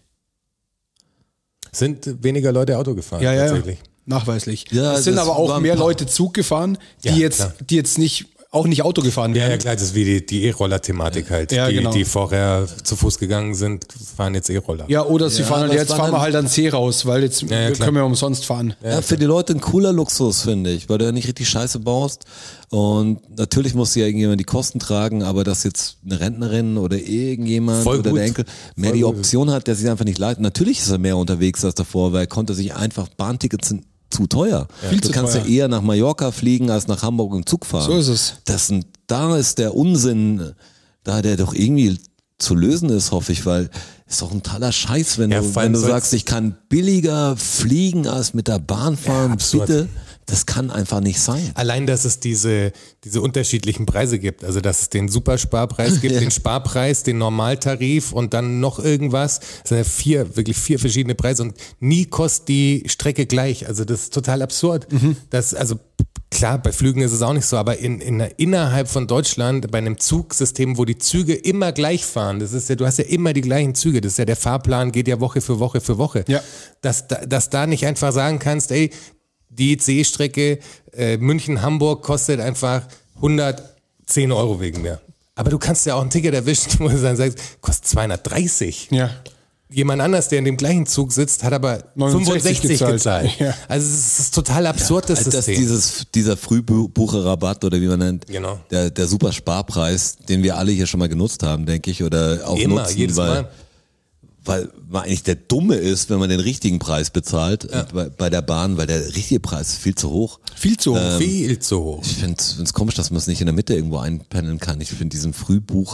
S3: Sind weniger Leute Auto gefahren
S2: Ja, ja, ja.
S3: tatsächlich.
S2: Nachweislich.
S4: Ja,
S2: es sind
S4: das
S2: aber auch
S4: waren
S2: mehr
S4: ein paar.
S2: Leute Zug gefahren, die
S3: Ja,
S2: jetzt,
S3: klar.
S2: die jetzt nicht, auch nicht Auto gefahren
S3: Ja, ja,
S2: werden.
S3: klar, das ist wie die, die E-Roller-Thematik halt.
S2: Ja,
S3: die,
S2: genau.
S3: die vorher zu Fuß gegangen sind, fahren jetzt E-Roller.
S2: Ja, oder sie
S4: Ja,
S2: fahren halt,
S4: aber es
S2: jetzt
S4: waren
S2: fahren wir
S4: dann-
S2: halt an den See raus, weil jetzt
S3: ja,
S2: wir
S3: klar.
S2: können wir umsonst fahren.
S4: Ja, für die Leute ein cooler Luxus, finde ich, weil du ja nicht richtig Scheiße baust. Und natürlich muss ja irgendjemand die Kosten tragen, aber dass jetzt eine Rentnerin oder irgendjemand
S3: Voll
S4: oder
S3: gut.
S4: der Enkel mehr
S3: Voll
S4: die
S3: gut.
S4: Option hat, der sich einfach nicht leiten. Natürlich ist er mehr unterwegs als davor, weil er konnte sich einfach Bahntickets sind zu teuer.
S2: Viel
S4: du
S2: zu
S4: kannst
S2: teuer.
S4: ja eher nach Mallorca fliegen als nach Hamburg im Zug fahren.
S2: So ist es.
S4: Das sind, da ist der Unsinn, da der doch irgendwie zu lösen ist, hoffe ich, weil ist doch ein totaler Scheiß, wenn
S3: Ja,
S4: du,
S3: vor allem
S4: wenn du
S3: soll's-
S4: sagst, ich kann billiger fliegen als mit der Bahn fahren.
S3: absurd.
S4: Bitte, das kann einfach nicht sein.
S3: Allein, dass es diese, diese unterschiedlichen Preise gibt. Also, dass es den Supersparpreis gibt,
S4: Ja.
S3: den Sparpreis, den Normaltarif und dann noch irgendwas. Das sind ja vier, wirklich vier verschiedene Preise und nie kostet die Strecke gleich. Also, das ist total absurd. Das, also, klar, bei Flügen ist es auch nicht so, aber in, in, innerhalb von Deutschland, bei einem Zugsystem, wo die Züge immer gleich fahren, das ist ja, du hast ja immer die gleichen Züge. Das ist ja der Fahrplan, geht ja Woche für Woche für Woche.
S2: Ja.
S3: Dass, da- dass da nicht einfach sagen kannst, ey, die C-Strecke äh, München-Hamburg kostet einfach 110 Euro wegen mir. Aber du kannst ja auch ein Ticket erwischen, wo du dann sagst, kostet 230.
S2: Ja.
S3: Jemand anders, der in dem gleichen Zug sitzt, hat aber
S2: 69
S3: 65 gezahlt.
S2: gezahlt. Ja.
S3: Also es ist total absurd, das
S4: Dass
S3: System.
S4: dieses, dieser Frühbucherrabatt oder wie man nennt,
S3: Genau.
S4: der, der Supersparpreis, den wir alle hier schon mal genutzt haben, denke ich, oder auch
S3: Immer,
S4: nutzen,
S3: jedes
S4: weil,
S3: Mal.
S4: weil man eigentlich der Dumme ist, wenn man den richtigen Preis bezahlt äh, bei, bei der Bahn, weil der richtige Preis ist viel zu hoch.
S2: Viel zu hoch.
S3: um Viel zu hoch.
S4: ähm, Ich finde es komisch, dass man es nicht in der Mitte irgendwo einpendeln kann. Ich finde diesen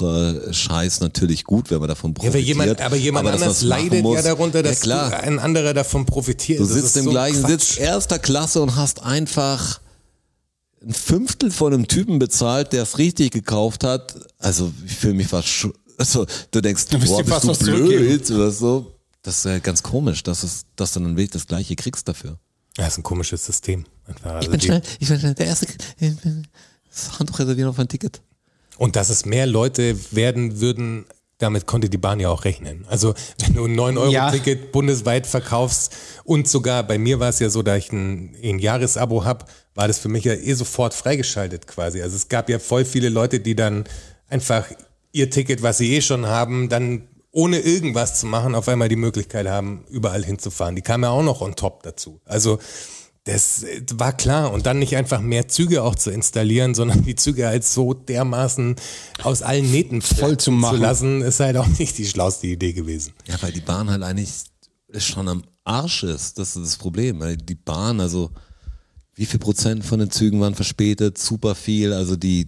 S4: Frühbucher-Scheiß natürlich gut, wenn man davon
S3: Ja,
S4: profitiert.
S3: aber jemand, aber jemand
S4: dass
S3: anders
S4: man's machen
S3: leidet ja
S4: muss-
S3: darunter, dass
S4: ja, klar.
S3: du- ein anderer davon profitiert.
S4: Du
S3: Das ist
S4: sitzt im
S3: so
S4: gleichen
S3: Quatsch.
S4: Sitz erster Klasse und hast einfach ein Fünftel von einem Typen bezahlt, der es richtig gekauft hat. Also ich fühle mich fast sch- also du denkst,
S2: Da müsst
S4: boah,
S2: ihr fast
S4: bist du
S2: was zurückgeben.
S4: blöd oder so. Das ist ja ganz komisch, dass, es, dass du dann wirklich das gleiche kriegst dafür.
S3: Ja, ist ein komisches System. Einfach. Also
S4: Ich bin
S3: die-
S4: schnell, ich bin schnell der erste. ich bin- Das Handtuch reservieren auf ein Ticket.
S3: Und dass es mehr Leute werden würden, damit konnte die Bahn ja auch rechnen. Also wenn du ein 9-Euro-Ticket bundesweit verkaufst und sogar bei mir war es ja so, da ich ein, ein Jahresabo hab, war das für mich ja eh sofort freigeschaltet quasi. Also es gab ja voll viele Leute, die dann einfach ihr Ticket, was sie eh schon haben, dann ohne irgendwas zu machen, auf einmal die Möglichkeit haben, überall hinzufahren. Die kamen ja auch noch on top dazu. Also das äh, war klar. Und dann nicht einfach mehr Züge auch zu installieren, sondern die Züge halt so dermaßen aus allen Nähten
S2: Voll zu machen.
S3: lassen, ist halt auch nicht die schlauste Idee gewesen.
S4: Ja, weil die Bahn halt eigentlich schon am Arsch ist. Das ist das Problem. Weil Die Bahn, also wie viel Prozent von den Zügen waren verspätet? Super viel. Also die,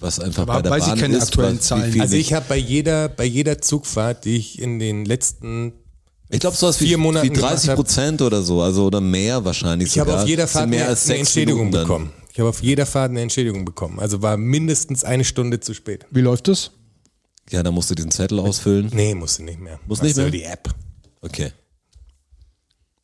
S4: was einfach
S2: Aber
S4: bei der
S2: weiß ich
S4: Bahn
S2: keine
S4: ist.
S2: aktuellen
S4: was- wie
S2: Zahlen.
S4: viel
S3: Also
S4: nicht-
S3: ich habe bei jeder, bei jeder Zugfahrt, die ich in den letzten
S4: ich glaube, so was wie,
S3: vier Monaten
S4: wie 30
S3: gemacht hab-
S4: Prozent oder so, also oder mehr wahrscheinlich
S3: Ich habe
S4: sogar.
S3: auf jeder
S4: Sind
S3: Fahrt
S4: mehr
S3: eine,
S4: als
S3: eine
S4: sechs
S3: Entschädigung
S4: Minuten dann.
S3: bekommen. Ich habe auf jeder Fahrt eine Entschädigung bekommen. Also war mindestens eine Stunde zu spät.
S2: Wie läuft das?
S4: Ja, da musst du diesen Zettel ausfüllen.
S3: Nee, musste nicht mehr.
S4: Muss
S3: Hast
S4: nicht
S3: du
S4: mehr?
S3: die App.
S4: Okay.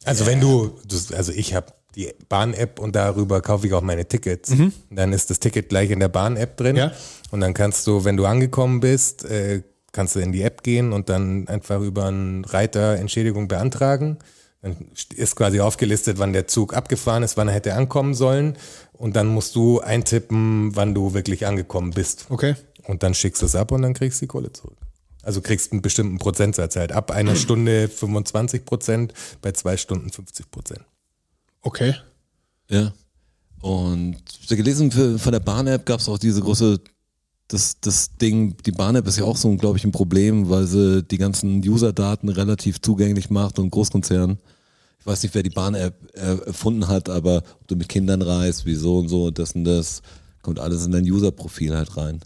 S3: Also wenn du, du also ich habe die Bahn-App und darüber kaufe ich auch meine Tickets. Dann ist das Ticket gleich in der Bahn-App drin.
S2: Ja.
S3: Und dann kannst du, wenn du angekommen bist, äh, kannst du in die App gehen und dann einfach über einen Reiter Entschädigung beantragen. Dann st- ist quasi aufgelistet, wann der Zug abgefahren ist, wann er hätte ankommen sollen. Und dann musst du eintippen, wann du wirklich angekommen bist.
S2: Okay.
S3: Und dann schickst du es ab und dann kriegst du die Kohle zurück. Also kriegst einen bestimmten Prozentsatz halt. Ab einer Stunde 25 Prozent, bei zwei Stunden 50 Prozent.
S2: Okay.
S4: Ja. Und ich hab gelesen für, von der Bahn-App gab es auch diese große, das, das Ding, die Bahn-App ist ja auch so, glaube ich, ein Problem, weil sie die ganzen User-Daten relativ zugänglich macht und Großkonzernen. Ich weiß nicht, wer die Bahn-App äh, erfunden hat, aber ob du mit Kindern reist, wie so und so und das und das, kommt alles in dein User-Profil halt rein.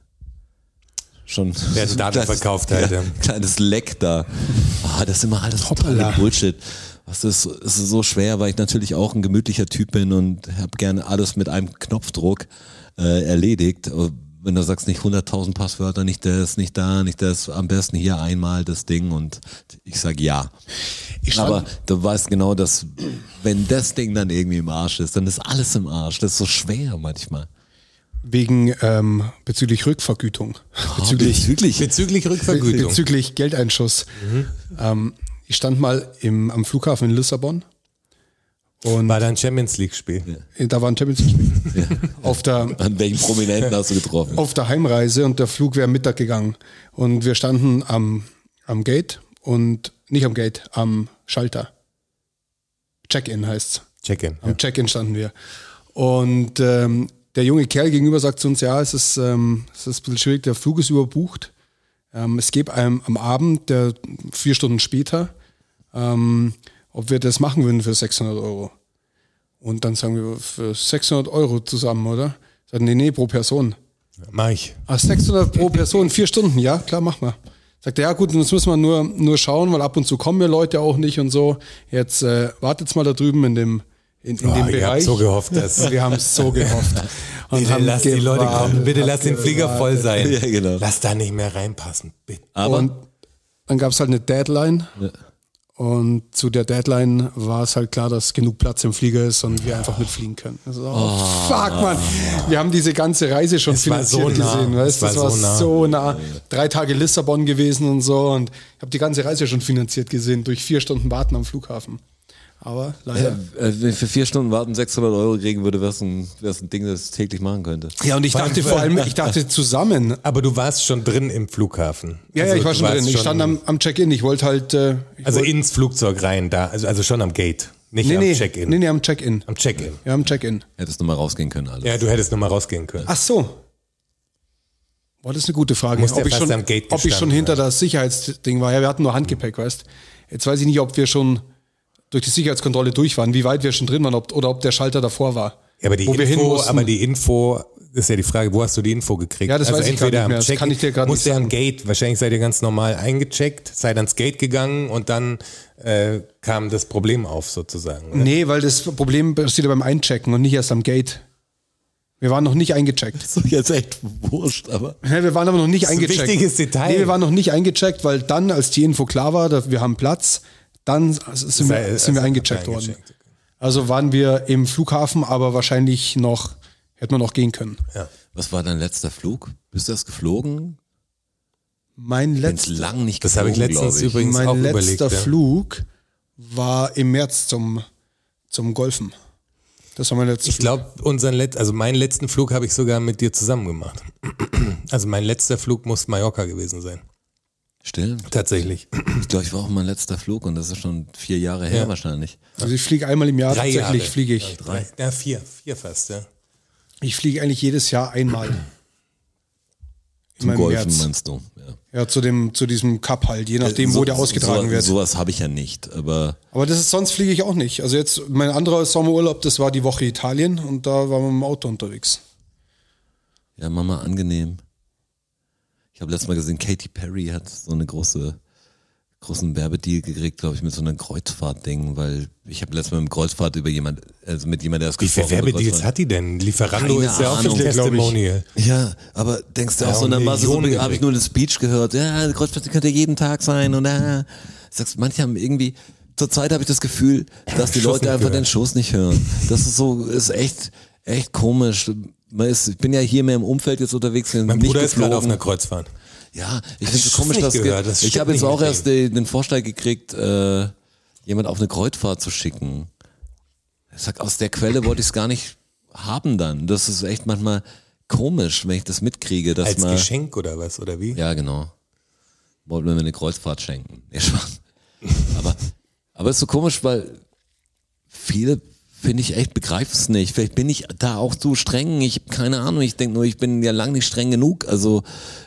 S4: Schon.
S3: Werden Daten
S4: Kleines-
S3: verkauft halt, ja.
S4: Kleines Leck da. Ah, das ist immer alles
S2: Hoppala.
S4: totale Bullshit. Das ist, es ist so schwer, weil ich natürlich auch ein gemütlicher Typ bin und habe gerne alles mit einem Knopfdruck äh, erledigt. Aber Wenn du sagst, nicht 100.000 Passwörter, nicht das, nicht da, nicht das, am besten hier einmal das Ding und ich sag ja.
S2: Ich stand-
S4: Aber du weißt genau, dass wenn das Ding dann irgendwie im Arsch ist, dann ist alles im Arsch. Das ist so schwer manchmal.
S2: Wegen ähm, bezüglich Rückvergütung. Bezüglich
S4: Ah, Bezüglich.
S3: Bezüglich Rückvergütung.
S2: Bezüglich Geldeinschuss. Ähm, ich stand mal im, am Flughafen in Lissabon und
S3: War dann Champions League-Spiel.
S2: da war ein Champions League. Auf der
S4: An welchen Prominenten hast du getroffen?
S2: auf der Heimreise und der Flug wäre am Mittag gegangen. Und wir standen am, am Gate und nicht am Gate, am Schalter. Check-in heißt's.
S3: Check-in.
S2: Am Check-in standen wir. Und ähm, der junge Kerl gegenüber sagt zu uns, ja, es ist, ähm, es ist ein bisschen schwierig, der Flug ist überbucht. Ähm, es gäbe einem am Abend, der vier Stunden später, ähm, ob wir das machen würden für 600 Euro. Und dann sagen wir, für 600 Euro zusammen, oder? Sagt, nee, nee, pro Person.
S3: Mach ich.
S2: Ah, 600 pro Person, vier Stunden, ja, klar, mach mal. Sagt er, ja gut, jetzt müssen wir nur, nur schauen, weil ab und zu kommen ja Leute auch nicht und so. Jetzt äh, wartet's mal da drüben in dem, in, in
S3: Oh,
S2: dem
S3: ihr habt
S2: Bereich.
S3: so gehofft, dass.
S2: wir haben es so gehofft. Und
S3: Bitte
S2: haben
S3: lass die Leute
S2: gewartet,
S3: kommen. Bitte
S2: hat
S3: lass den Flieger voll
S2: gewartet.
S3: sein.
S4: Ja, genau.
S3: Lass da nicht mehr reinpassen. Bitte.
S4: Aber
S2: Und dann gab's halt eine Deadline. Und zu der Deadline war es halt klar, dass genug Platz im Flieger ist und wir einfach mitfliegen können. Also, oh, fuck, man. Wir haben diese ganze Reise schon
S3: Es war
S2: finanziert
S3: so nah.
S2: gesehen.
S3: Es
S2: Weißt? Das
S3: war
S2: war
S3: so nah.
S2: so nah. Drei Tage Lissabon gewesen und so. Und ich habe die ganze Reise schon finanziert gesehen durch vier Stunden Warten am Flughafen. Aber leider.
S4: Äh, wenn ich für vier Stunden warten 600 Euro kriegen würde, wäre es ein, wär's ein Ding, das ich täglich machen könnte.
S2: Ja, und ich
S3: Vor allem-
S2: dachte vor allem, ich dachte zusammen.
S3: Aber du warst schon drin im Flughafen.
S2: Ja,
S3: Also
S2: ja, ich war
S3: du
S2: schon
S3: warst
S2: drin. Ich stand am, am Check-in. Ich wollte halt. Äh, ich
S3: also
S2: wollte,
S3: ins Flugzeug rein, da. Also, also schon am Gate. Nicht
S2: nee,
S3: am
S2: nee,
S3: Check-in.
S2: nee, nee, am Check-in.
S3: Am Check-in.
S2: Ja, am Check-in.
S4: Hättest du mal rausgehen können, alles.
S3: Ja, du hättest nochmal rausgehen können.
S2: Ach so. Boah, das ist eine gute Frage.
S3: Muss der
S2: Ob ich,
S3: fast
S2: schon,
S3: am Gate
S2: ob ich schon
S3: gestanden
S2: hinter
S3: sein.
S2: das Sicherheitsding war. Ja, wir hatten nur Handgepäck, weißt Jetzt weiß ich nicht, ob wir schon durch die Sicherheitskontrolle durch waren, wie weit wir schon drin waren ob, oder ob der Schalter davor war.
S3: Ja, aber die
S2: wo wir hin
S3: Info,
S2: mussten.
S3: aber die Info ist ja die Frage, wo hast du die Info gekriegt? Also
S2: Ja, das weiß ich gar nicht mehr, das
S3: Check-in,
S2: kann ich dir gar
S3: musst
S2: nicht
S3: ja am Gate, wahrscheinlich seid ihr ganz normal eingecheckt, seid ans Gate gegangen und dann äh, kam das Problem auf sozusagen. oder?
S2: nee, weil das Problem besteht ja beim Einchecken und nicht erst am Gate. Wir waren noch nicht eingecheckt.
S4: So jetzt echt wurscht, aber
S2: Hä, wir waren aber noch nicht
S3: ist ein
S2: eingecheckt.
S3: wichtiges Detail.
S2: Nee, wir waren noch nicht eingecheckt, weil dann, als die Info klar war, dass wir haben Platz, dann sind wir,
S3: Sei-
S2: sind wir
S3: also
S2: eingecheckt worden.
S3: eingecheckt.
S2: Also waren wir im Flughafen, aber wahrscheinlich noch, hätte man noch gehen können.
S4: was war dein letzter Flug? Bist du erst geflogen?
S2: Mein
S4: Ganz
S2: letzter,
S4: lang nicht
S3: Das
S4: geflogen,
S3: habe ich letztens
S4: glaub ich.
S3: übrigens auch
S2: mein
S3: überlegt.
S2: letzter
S3: ja.
S2: Flug war im März zum, zum Golfen. Das war mein letzter
S3: Ich glaube, unseren Let also meinen letzten Flug habe ich sogar mit dir zusammen gemacht. Also mein letzter Flug muss Mallorca gewesen sein.
S4: Stimmt.
S3: Tatsächlich.
S4: Ich glaube, ich war auch mein letzter Flug und das ist schon vier Jahre her
S3: Ja.
S4: wahrscheinlich.
S2: Flug. Also ich fliege einmal im Jahr,
S3: Drei Jahre.
S2: tatsächlich fliege ich.
S3: Drei. Ja, vier. Vier fast, ja.
S2: Ich fliege eigentlich jedes Jahr einmal. In
S4: Zum
S2: meinem
S4: Golfen
S2: März.
S4: meinst du? Ja. Äh,
S2: Ja, zu, dem, zu diesem Cup halt,
S3: Äh,
S2: je nachdem, wo der ausgetragen
S4: so,
S2: wird.
S4: Sowas habe ich ja nicht, aber
S2: Aber das ist, sonst fliege ich auch nicht. Also jetzt, mein anderer Sommerurlaub, das war die Woche Italien und da waren wir mit dem Auto unterwegs.
S4: ja, Mama, angenehm. Ich habe letztes Mal gesehen, Katy Perry hat so eine große großen Werbedeal gekriegt, glaube ich, mit so einem Kreuzfahrt-Ding, weil ich habe letztes Mal mit dem Kreuzfahrt über jemand, also mit jemand, der ist
S3: Wie viele Werbedeals
S4: hat?
S3: hat die denn? Lieferando
S4: Keine
S3: ist ja auch
S4: Ahnung,
S3: ein
S4: glaub ich.
S3: Testimonial.
S4: Ja, aber denkst du
S3: Ja,
S4: auch so,
S3: und
S4: und dann war so,
S3: Millionen
S4: habe ich
S3: gekriegt.
S4: nur eine Speech gehört, ja, Kreuzfahrt die könnte jeden Tag sein und ah. sagst, manche haben irgendwie, zurzeit habe ich das Gefühl, dass die
S3: Schuss
S4: Leute
S3: nicht
S4: einfach
S3: gehört.
S4: den Schuss nicht hören. Das ist so, ist echt, echt komisch. Man ist, ich bin ja hier mehr im Umfeld jetzt unterwegs, wir sind
S3: Mein
S4: nicht
S3: Bruder ist gerade auf
S4: geflogen.
S3: einer Kreuzfahrt.
S4: ja, ich
S3: ich
S4: finde es
S3: Schuss
S4: komisch,
S3: nicht
S4: dass
S3: gehört, das
S4: ich
S3: stimmt
S4: habe jetzt
S3: nicht
S4: auch
S3: mit
S4: erst den, den Vorschlag gekriegt, äh, jemand auf eine Kreuzfahrt zu schicken. Ich sag, aus der Quelle wollte ich es gar nicht haben dann. Das ist echt manchmal komisch, wenn ich das mitkriege, dass
S3: Als
S4: man
S3: Geschenk oder was? Oder wie?
S4: ja, genau. Wollten wir mir eine Kreuzfahrt schenken. Nee, Spaß. Aber, aber ist so komisch, weil viele, finde ich, echt begreifen es nicht. Vielleicht bin ich da auch zu streng. Ich habe keine Ahnung. Ich denke nur, ich bin ja lang nicht streng genug. Also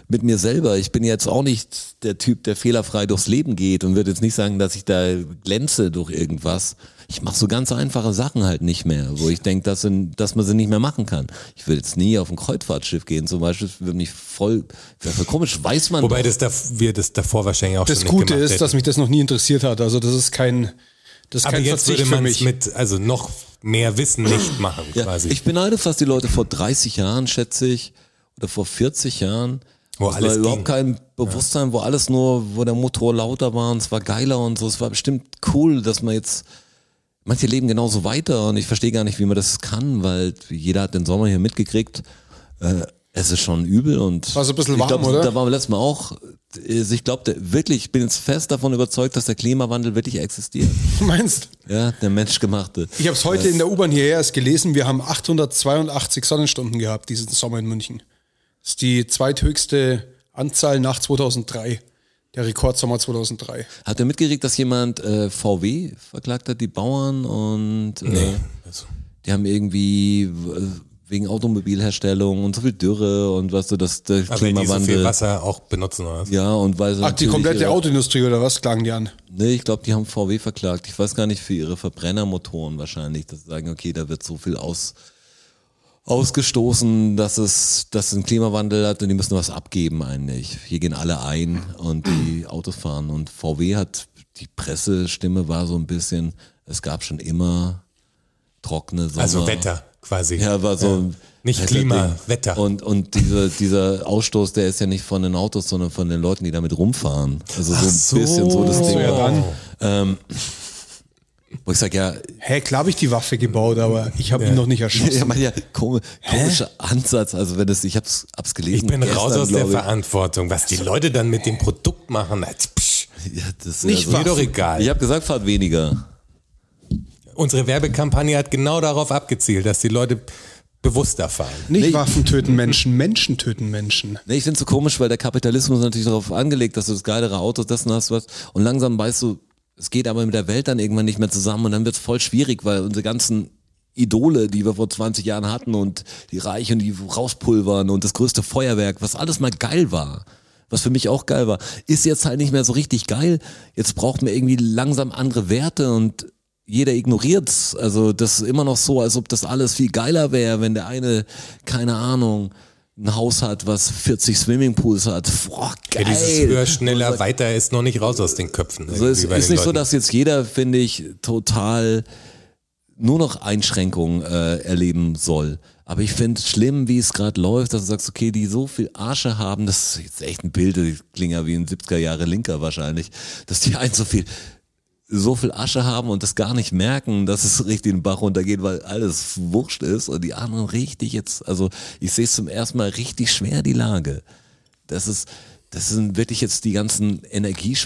S4: mit mir selber. Ich bin jetzt auch nicht der Typ, der fehlerfrei durchs Leben geht und würde jetzt nicht sagen, dass ich da glänze durch irgendwas. Ich mache so ganz einfache Sachen halt nicht mehr, wo ich denke, dass, in- dass man sie nicht mehr machen kann. Ich würde jetzt nie auf ein Kreuzfahrtschiff gehen zum Beispiel. Das würde mich voll, wäre voll komisch. Weiß man
S3: Wobei das da, wir das davor wahrscheinlich auch
S2: Das
S3: schon nicht
S2: Gute
S3: gemacht
S2: ist, dass
S3: hätten.
S2: mich das noch nie interessiert hat. Also das ist kein, das ist
S3: Aber
S2: kein
S3: jetzt
S2: Verzicht
S3: würde
S2: für
S3: man es
S2: mich.
S3: mit, also noch mehr Wissen nicht machen
S4: Ja,
S3: quasi.
S4: Ich beneide fast die Leute vor 30 Jahren, schätze ich, oder vor 40 Jahren.
S3: Wo
S4: es
S3: alles
S4: war überhaupt
S3: ging.
S4: kein Bewusstsein, wo alles nur, wo der Motor lauter war und es war geiler und so. Es war bestimmt cool, dass man jetzt, manche leben genauso weiter und ich verstehe gar nicht, wie man das kann, weil jeder hat den Sommer hier mitgekriegt. Äh, es ist schon übel und
S2: War so ein bisschen
S4: ich glaub,
S2: warm, oder?
S4: da waren wir letztes Mal auch. Also Ich glaube wirklich, ich bin jetzt fest davon überzeugt, dass der Klimawandel wirklich existiert.
S2: Meinst
S4: Ja, der menschgemachte.
S2: Ich habe es heute in der U-Bahn hierher erst gelesen, wir haben 882 Sonnenstunden gehabt diesen Sommer in München. Das ist die zweithöchste Anzahl nach 2003. Der Rekordsommer 2003.
S4: Hat er mitgeregt, dass jemand äh, VW verklagt hat, die Bauern und äh,
S3: nee. Also,
S4: die haben irgendwie äh, wegen Automobilherstellung und so viel Dürre und weißt du, dass der
S3: aber wenn die Also so viel
S4: Klimawandel.
S3: Wasser auch benutzen oder was?
S4: ja, und weil sie
S2: Ach, die
S4: natürlich
S2: komplette
S4: ihre,
S2: Autoindustrie oder was klagen die an?
S4: Nee, ich glaube, die haben VW verklagt. Ich weiß gar nicht, für ihre Verbrennermotoren wahrscheinlich, dass sie sagen, okay, da wird so viel aus, ausgestoßen, dass es, dass es einen Klimawandel hat und die müssen was abgeben eigentlich. Hier gehen alle ein und die Autos fahren. Und VW hat, die Pressestimme war so ein bisschen, es gab schon immer trockene Sommer.
S3: Also Wetter quasi.
S4: Ja, war so. ein
S3: Nicht
S4: Wetterding.
S3: Klima, Wetter.
S4: Und, und dieser, dieser Ausstoß, der ist ja nicht von den Autos, sondern von den Leuten, die damit rumfahren. Also so ein bisschen so das Ding.
S2: ja,
S4: war.
S2: dann.
S4: Ähm, wo ich sage, ja,
S2: Hä, klar habe ich die Waffe gebaut, aber ich habe ihn noch nicht erschossen.
S4: ja, man, ja komi- komischer Ansatz. Also wenn das, ich hab's, hab's gelesen.
S3: Ich bin raus aus der
S4: glaub ich.
S3: Verantwortung. Was die Leute dann mit dem Produkt machen, als psch,
S4: Ja, das ist
S3: ist mir doch egal.
S4: Ich habe gesagt, fahrt weniger.
S3: Unsere Werbekampagne hat genau darauf abgezielt, dass die Leute bewusster fahren.
S2: Nicht
S4: Nee.
S2: Waffen töten Menschen, Menschen töten Menschen.
S4: Nee, ich find's so komisch, weil der Kapitalismus ist natürlich darauf angelegt, dass du das geilere Auto, das und das, was. Und langsam weißt du, es geht aber mit der Welt dann irgendwann nicht mehr zusammen und dann wird's voll schwierig, weil unsere ganzen Idole, die wir vor 20 Jahren hatten und die Reichen, die rauspulvern und das größte Feuerwerk, was alles mal geil war. Was für mich auch geil war, ist jetzt halt nicht mehr so richtig geil. Jetzt braucht man irgendwie langsam andere Werte und jeder ignoriert's. Also das ist immer noch so, als ob das alles viel geiler wäre, wenn der eine, keine Ahnung, ein Haus hat, was 40 Swimmingpools hat. Boah, geil.
S3: Ja, dieses höher, schneller, weiter ist noch nicht raus aus den Köpfen.
S4: Also es
S3: irgendwie bei
S4: ist
S3: den
S4: nicht so,
S3: Leuten.
S4: dass jetzt jeder, finde ich, total nur noch Einschränkungen äh, erleben soll. Aber ich finde es schlimm, wie es gerade läuft, dass du sagst, okay, die so viel Arsche haben, das ist jetzt echt ein Bild, ich klinge ja wie ein 70er Jahre Linker wahrscheinlich, dass die einen so viel so viel Asche haben und das gar nicht merken, dass es richtig den Bach runtergeht, weil alles wurscht ist und die anderen richtig jetzt, also ich sehe es zum ersten Mal richtig schwer, die Lage. Das ist, das sind wirklich jetzt die ganzen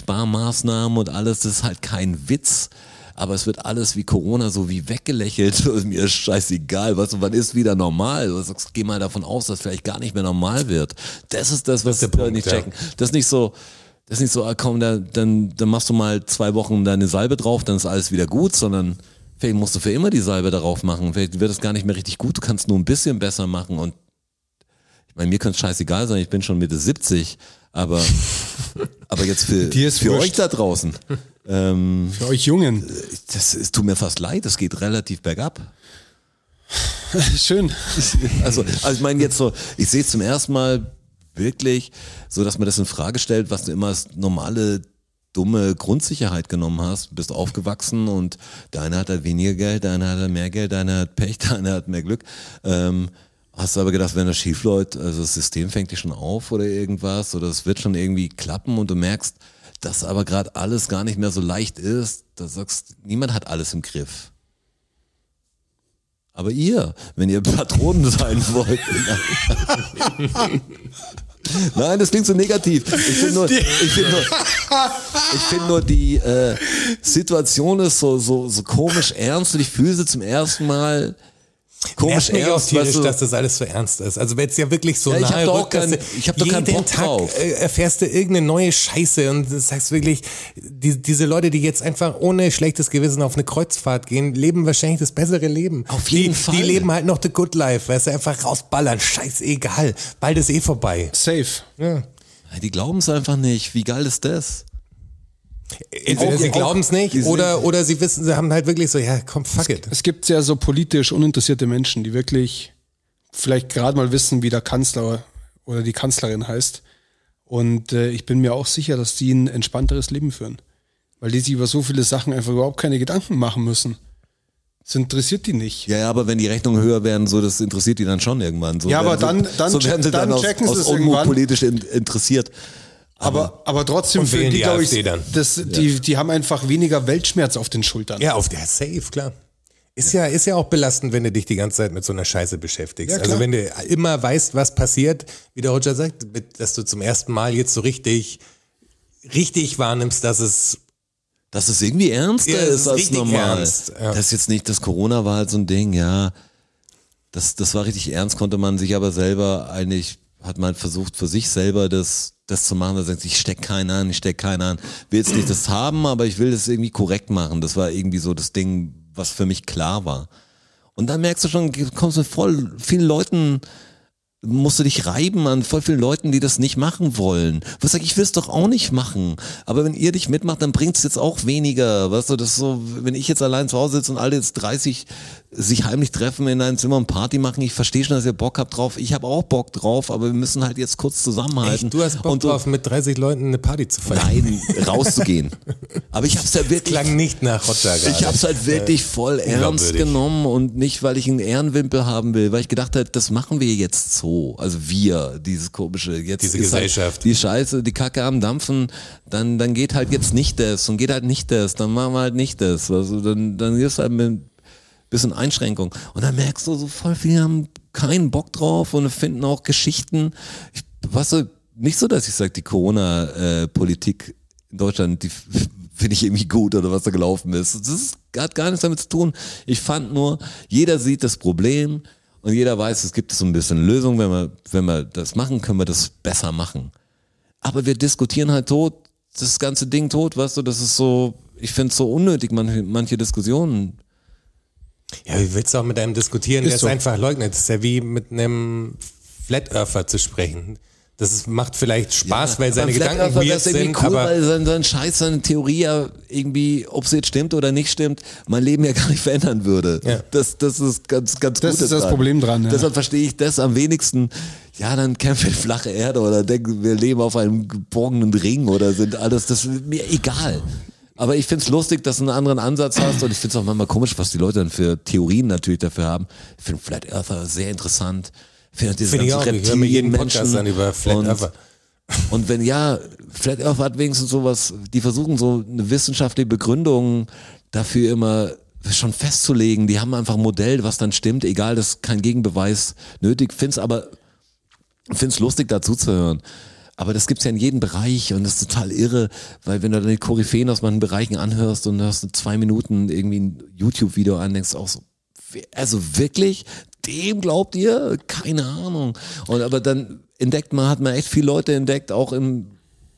S4: Energiesparmaßnahmen und alles, das ist halt kein Witz. Aber es wird alles wie Corona so wie weggelächelt. Und mir ist scheißegal, weißt du, wann ist wieder normal? Du sagst, geh mal davon aus, dass vielleicht gar nicht mehr normal wird. Das ist das, was
S3: der
S4: die Leute
S3: Punkt,
S4: nicht
S3: ja.
S4: checken. Das ist nicht so, das ist nicht so, ah, komm, da, dann, dann machst du mal zwei Wochen deine Salbe drauf, dann ist alles wieder gut, sondern vielleicht musst du für immer die Salbe darauf machen. Vielleicht wird es gar nicht mehr richtig gut, du kannst nur ein bisschen besser machen und ich meine, mir kann es scheißegal sein, ich bin schon Mitte 70, aber, aber jetzt für,
S2: Dir ist
S4: für
S2: wurscht.
S4: euch da draußen. Ähm,
S2: Für euch Jungen.
S4: das es tut mir fast leid, es geht relativ bergab.
S2: Schön.
S4: Also, also ich meine jetzt so, ich sehe es zum ersten Mal wirklich, so dass man das in Frage stellt, was du immer als normale dumme Grundsicherheit genommen hast, bist aufgewachsen und der eine hat halt weniger Geld, der eine hat halt mehr Geld, der eine hat Pech, der eine hat mehr Glück. Ähm, hast du aber gedacht, wenn das schief läuft, also das System fängt dich schon auf oder irgendwas oder es wird schon irgendwie klappen und du merkst, dass aber gerade alles gar nicht mehr so leicht ist, da sagst, niemand hat alles im Griff. Aber ihr, wenn ihr Patronen sein wollt. Nein, das klingt so negativ. Ich finde nur, ich finde nur, ich finde nur die äh, Situation ist so, so, so komisch ernst und ich fühle sie zum ersten Mal komisch
S3: Nervt mich auch
S4: ernst.
S3: tierisch,
S4: Weißt du,
S3: dass das alles so ernst ist. Also wenn es ja wirklich so
S4: Ja, ich hab
S3: nahe
S4: da auch
S3: rückt, dass
S4: keinen-
S3: du
S4: ich hab da keinen
S3: jeden
S4: Bock
S3: Tag
S4: drauf.
S3: äh, erfährst du irgendeine neue Scheiße und du sagst wirklich, die, diese Leute, die jetzt einfach ohne schlechtes Gewissen auf eine Kreuzfahrt gehen, leben wahrscheinlich das bessere Leben.
S4: Auf jeden
S3: die,
S4: Fall.
S3: Die leben halt noch the good life, weißt du, einfach rausballern, scheißegal, bald ist eh vorbei.
S2: Safe.
S3: Ja.
S4: die glauben es einfach nicht. Wie geil ist das?
S3: Entweder
S4: Auch-
S3: sie
S4: auch-
S3: glauben es
S4: die
S3: nicht
S4: sind-
S3: oder, oder sie wissen, sie haben halt wirklich so, ja komm, fuck it.
S2: Es gibt ja so politisch uninteressierte Menschen, die wirklich vielleicht gerade mal wissen, wie der Kanzler oder die Kanzlerin heißt. Und äh, ich bin mir auch sicher, dass die ein entspannteres Leben führen. Weil die sich über so viele Sachen einfach überhaupt keine Gedanken machen müssen. Das interessiert die nicht.
S4: Ja, ja, aber wenn die Rechnungen höher werden, so das interessiert die dann schon irgendwann. So
S2: Ja, aber
S4: werden
S2: dann- dann
S4: so werden sie
S2: check- dann
S4: dann,
S2: checken sie
S4: aus,
S2: es
S4: aus Unmut
S2: irgendwann.
S4: politisch in, interessiert.
S2: Aber, aber trotzdem
S3: Und
S2: fühlen
S3: wählen
S2: die,
S3: die
S2: glaube ich,
S3: AfD dann.
S2: das, die, die haben einfach weniger Weltschmerz auf den Schultern.
S3: Ja, auf der Safe, klar. Ist ja, ist ja auch belastend, wenn du dich die ganze Zeit mit so einer Scheiße beschäftigst.
S2: Ja, klar.
S3: also wenn du immer weißt, was passiert, wie der Roger sagt, mit- dass du zum ersten Mal jetzt so richtig, richtig wahrnimmst, dass es,
S4: dass es irgendwie ernster
S3: Ja, es
S4: ist
S3: ist
S4: als
S3: richtig
S4: normal.
S3: ernst, ja.
S4: Das ist jetzt nicht, das Corona war halt so ein Ding, ja. Das, das war richtig ernst, konnte man sich aber selber eigentlich, hat man versucht für sich selber das, das zu machen, dass man sagt, ich steck keinen an, ich steck keinen an. Will jetzt nicht das haben, aber ich will das irgendwie korrekt machen. Das war irgendwie so das Ding, was für mich klar war. Und dann merkst du schon, kommst du mit voll vielen Leuten musst du dich reiben an voll vielen Leuten, die das nicht machen wollen. Was sag ich, ich will es doch auch nicht machen. Aber wenn ihr dich mitmacht, dann bringt's jetzt auch weniger. Weißt du, das ist so, wenn ich jetzt allein zu Hause sitze und alle jetzt 30 sich heimlich treffen in einem Zimmer und Party machen, ich verstehe schon, dass ihr Bock habt drauf. Ich habe auch Bock drauf, aber wir müssen halt jetzt kurz zusammenhalten.
S3: echt, du hast Bock
S4: und,
S3: drauf, mit 30 Leuten eine Party zu feiern.
S4: Nein, rauszugehen. Aber ich hab's ja wirklich
S3: Klang nicht nach Roger gerade.
S4: ich habe es halt wirklich voll ernst
S3: Äh, unglaubwürdig.
S4: genommen und nicht, weil ich einen Ehrenwimpel haben will, weil ich gedacht habe, das machen wir jetzt so. Also wir, dieses komische, jetzt
S3: Diese
S4: ist Halt
S3: Gesellschaft.
S4: die Scheiße, die Kacke am Dampfen, dann, dann geht halt jetzt nicht das und geht halt nicht das, dann machen wir halt nicht das. Also dann, dann ist halt mit bisschen Einschränkung. Und dann merkst du, so voll viele haben keinen Bock drauf und finden auch Geschichten. Ich, weißt du, nicht so, dass ich sage, die Corona-Politik in Deutschland, die f- finde ich irgendwie gut oder was da gelaufen ist. Das ist, hat gar nichts damit zu tun. Ich fand nur, jeder sieht das Problem und jeder weiß, es gibt so ein bisschen Lösung. Wenn wir, wenn wir das machen, können wir das besser machen. Aber wir diskutieren halt tot, das ganze Ding tot, weißt du, das ist so, ich finde es so unnötig, manche, manche Diskussionen.
S3: Ja, wie willst du auch mit einem diskutieren,
S2: Ist
S3: der
S2: so.
S3: es einfach leugnet? Das ist ja wie mit einem Flat Earther zu sprechen. Das ist, macht vielleicht Spaß, weil seine Gedanken weird
S4: das irgendwie
S3: sind,
S4: cool,
S3: aber
S4: weil sein, sein Scheiß, seine Theorie ja irgendwie, ob sie jetzt stimmt oder nicht stimmt, mein Leben ja gar nicht verändern würde.
S3: Ja.
S4: Das, das ist ganz, ganz
S2: Das
S4: Gutes
S2: ist das
S4: dran.
S2: Problem dran, ja.
S4: Deshalb verstehe ich das am wenigsten. Ja, dann kämpfen wir in flache Erde oder denken, wir leben auf einem geborgenen Ring oder sind alles, das ist mir egal. Aber ich find's lustig, dass du einen anderen Ansatz hast und ich find's auch manchmal komisch, was die Leute dann für Theorien natürlich dafür haben. Ich finde Flat Earther sehr interessant. Ich finde diese
S3: Finde ich
S4: ganzen
S3: auch. Ich höre mir jeden Podcast
S4: Reptilien-Menschen
S3: an über Flat
S4: und-
S3: Earther.
S4: und wenn ja, Flat Earth hat wenigstens sowas, die versuchen so eine wissenschaftliche Begründung dafür immer schon festzulegen. Die haben einfach ein Modell, was dann stimmt, egal, das ist kein Gegenbeweis nötig. Find's aber, find's lustig dazu zu hören. Aber das gibt's ja in jedem Bereich und das ist total irre, weil wenn du dann die Koryphäen aus manchen Bereichen anhörst und hörst du zwei Minuten irgendwie ein YouTube-Video an, denkst du auch so, we- also wirklich, dem glaubt ihr? Keine Ahnung. Und aber dann entdeckt man, hat man echt viele Leute entdeckt, auch im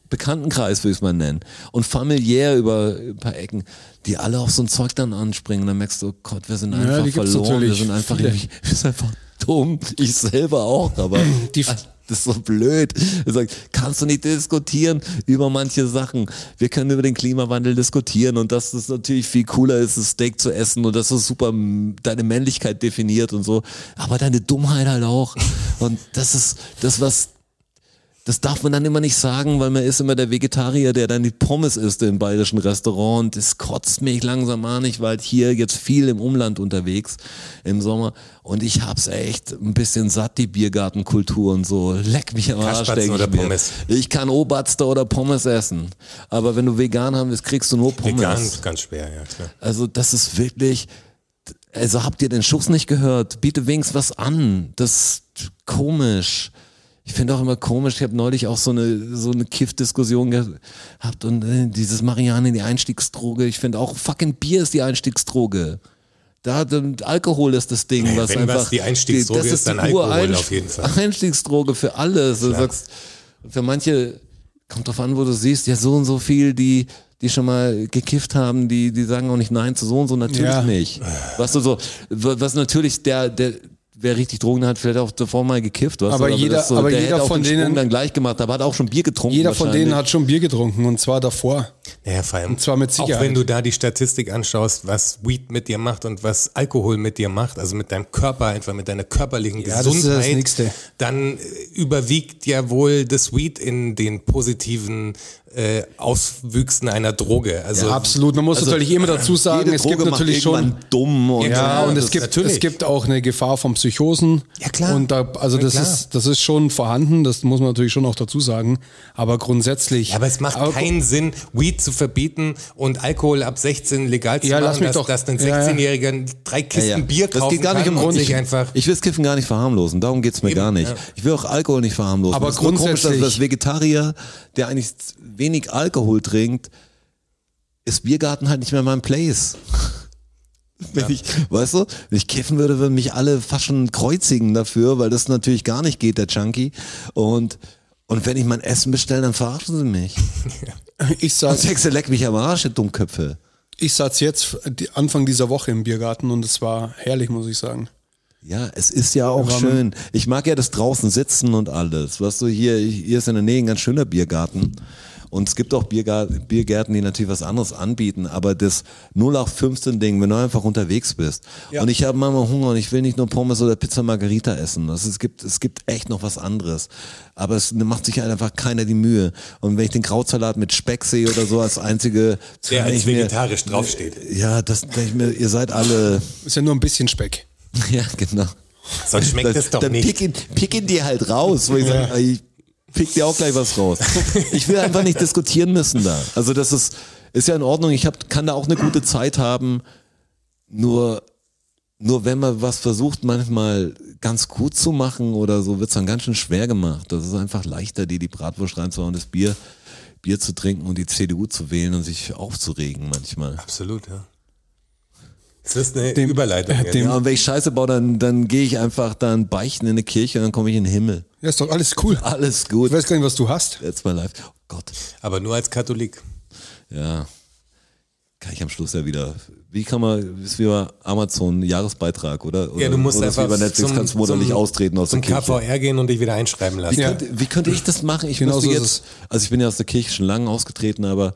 S4: Bekanntenkreis würde ich es mal nennen und familiär über ein paar Ecken, die alle auf so ein Zeug dann anspringen. Dann merkst du, oh Gott, wir sind einfach
S2: die gibt's
S4: verloren, wir
S2: natürlich
S4: sind einfach,
S2: viele.
S4: irgendwie- wir sind einfach dumm. Ich selber auch, aber
S2: Die-
S4: Ah, das ist so blöd. Er sagt, kannst du nicht diskutieren über manche Sachen? Wir können über den Klimawandel diskutieren und dass es natürlich viel cooler ist, ein Steak zu essen und dass es super mm, deine Männlichkeit definiert und so, aber deine Dummheit halt auch. Und das ist das, was das darf man dann immer nicht sagen, weil man ist immer der Vegetarier, der dann die Pommes isst im bayerischen Restaurant. Und das kotzt mich langsam an. Ich war halt hier jetzt viel im Umland unterwegs im Sommer. Und ich hab's echt ein bisschen satt, die Biergartenkultur und so. Leck mich am Arsch,
S3: Kasperzen
S4: denke ich
S3: oder
S4: mir.
S3: Pommes?
S4: Ich kann Oberster oder Pommes essen. Aber wenn du vegan haben willst, kriegst du nur Pommes.
S3: Ganz, ganz schwer, ja klar.
S4: Also das ist wirklich, also habt ihr den Schuss nicht gehört? Biete wenigstens was an. Das ist komisch. Ich finde auch immer komisch, ich habe neulich auch so eine, so eine Kiff-Diskussion gehabt und äh, dieses Marianne, die Einstiegsdroge. Ich finde auch fucking Bier ist die Einstiegsdroge. Da, ähm, Alkohol ist das Ding, was
S3: wenn was
S4: einfach.
S3: die Einstiegsdroge
S4: das
S3: ist, dann Alkohol
S4: Ureinst-
S3: auf jeden Fall.
S4: Einstiegsdroge für alles. Du sagst, für manche kommt drauf an, wo du siehst, ja, so und so viel, die, die schon mal gekifft haben, die, die sagen auch nicht nein zu so und so, natürlich
S2: Ja.
S4: nicht. Was du so, was natürlich der, der, wer richtig Drogen hat, vielleicht auch davor mal gekifft, was
S2: Aber jeder-
S4: das so,
S2: aber
S4: der
S2: jeder
S4: hätte auch
S2: von
S4: den Sprung
S2: denen-
S4: dann gleich gemacht, aber hat auch schon Bier getrunken.
S2: Jeder von denen
S4: wahrscheinlich.
S2: hat schon Bier getrunken und zwar davor.
S3: Naja, vor allem.
S2: Und zwar mit Sicherheit.
S3: Auch wenn du da die Statistik anschaust, was Weed mit dir macht und was Alkohol mit dir macht, also mit deinem Körper einfach, mit deiner körperlichen
S2: Ja, das ist
S3: Gesundheit,
S2: das Nächste.
S3: dann äh, überwiegt ja wohl das Weed in den positiven äh, Auswüchsen einer Droge. Also
S2: Absolut. Man muss natürlich immer dazu sagen,
S4: Jede
S2: es gibt
S4: Droge macht
S2: natürlich schon.
S4: irgendwann dumm und
S2: Ja,
S3: Ja,
S2: und
S3: das
S2: es gibt,
S3: Also natürlich.
S2: es gibt auch eine Gefahr von Psychosen.
S3: Ja, klar.
S2: Und da, also
S3: Ja,
S2: das,
S3: klar.
S2: Ist, das ist schon vorhanden, das muss man natürlich schon auch dazu sagen. Aber grundsätzlich.
S3: Ja, aber es macht
S2: Aber-
S3: keinen Sinn, Weed zu verbieten und Alkohol ab 16 legal zu
S2: Ja,
S3: machen,
S2: lass mich
S3: dass,
S2: doch-
S3: dass ein
S2: Ja, ja.
S3: 16-Jähriger drei Kisten
S4: Ja, ja.
S3: Bier kaufen
S4: das geht gar nicht
S3: kann
S4: um
S3: und
S4: Grund.
S3: sich einfach
S4: Ich will das Kiffen gar nicht verharmlosen, darum geht's mir gar nicht. Ich will auch Alkohol nicht verharmlosen.
S2: Aber
S4: Es ist nur komisch, dass
S2: grundsätzlich-
S4: das Vegetarier, der eigentlich wenig Alkohol trinkt, ist Biergarten halt nicht mehr mein Place. Wenn ich, weißt du, wenn ich kiffen würde, würden mich alle fast schon kreuzigen dafür, weil das natürlich gar nicht geht, der Junkie. Und, und wenn ich mein Essen bestelle, dann verarschen sie mich.
S2: Ich saß,
S4: Texte leck mich am Arsch, ihr Dummköpfe.
S2: ich saß jetzt die- Anfang dieser Woche im Biergarten und es war herrlich, muss ich sagen.
S4: Ja, es ist ja auch schön. Ich mag ja das draußen sitzen und alles. Weißt du, hier, hier ist in der Nähe ein ganz schöner Biergarten. Und es gibt auch Biergar Biergärten, die natürlich was anderes anbieten, aber das 0815-Ding, wenn du einfach unterwegs bist. Und ich habe manchmal Hunger und ich will nicht nur Pommes oder Pizza Margarita essen. Das, es, gibt, es gibt echt noch was anderes. Aber es macht sich halt einfach keiner die Mühe. Und wenn ich den Krautsalat mit Speck sehe oder so als einzige...
S3: der
S4: denk
S3: als
S4: ich mir,
S3: vegetarisch draufsteht.
S4: Ja, das denke ich mir, ihr seid alle...
S2: Ist ja nur ein bisschen Speck.
S4: Ja, genau.
S3: Sonst schmeckt es doch
S4: dann
S3: nicht.
S4: Pick ihn, pick ihn dir halt raus, wo ich sage, ich pick dir auch gleich was raus. Ich will einfach nicht diskutieren müssen da. Also das ist, ist ja in Ordnung, ich hab, kann da auch eine gute Zeit haben, nur, nur wenn man was versucht, manchmal ganz gut zu machen oder so, wird's dann ganz schön schwer gemacht. Das ist einfach leichter, dir die Bratwurst reinzuhauen, das Bier, Bier zu trinken und die CDU zu wählen und sich aufzuregen manchmal.
S3: Absolut, ja. Das ist eine Überleitung. jetzt.
S2: dem-
S4: Ja, und wenn ich Scheiße baue, dann, dann gehe ich einfach dann beichten in eine Kirche und dann komme ich in den Himmel.
S2: Ja, ist doch alles cool.
S4: Alles
S2: Ich
S4: gut.
S2: weiß gar nicht, was du hast.
S4: That's my life. Oh Gott.
S3: Aber nur als Katholik.
S4: Ja. Kann ich am Schluss ja wieder. Wie kann man, ist wie bei Amazon Jahresbeitrag, oder? oder
S3: Ja, du musst
S4: oder ist
S3: einfach
S4: wie bei Netflix
S3: zum-
S4: kannst du monatlich
S3: zum-
S4: austreten aus
S3: Zum
S4: der Kirche.
S3: KVR gehen und dich wieder einschreiben lassen.
S4: Wie, könnte, wie könnte ich das machen? Ich
S2: Genau
S4: müsste
S2: so ist
S4: jetzt, also ich bin ja aus der Kirche schon lange ausgetreten, aber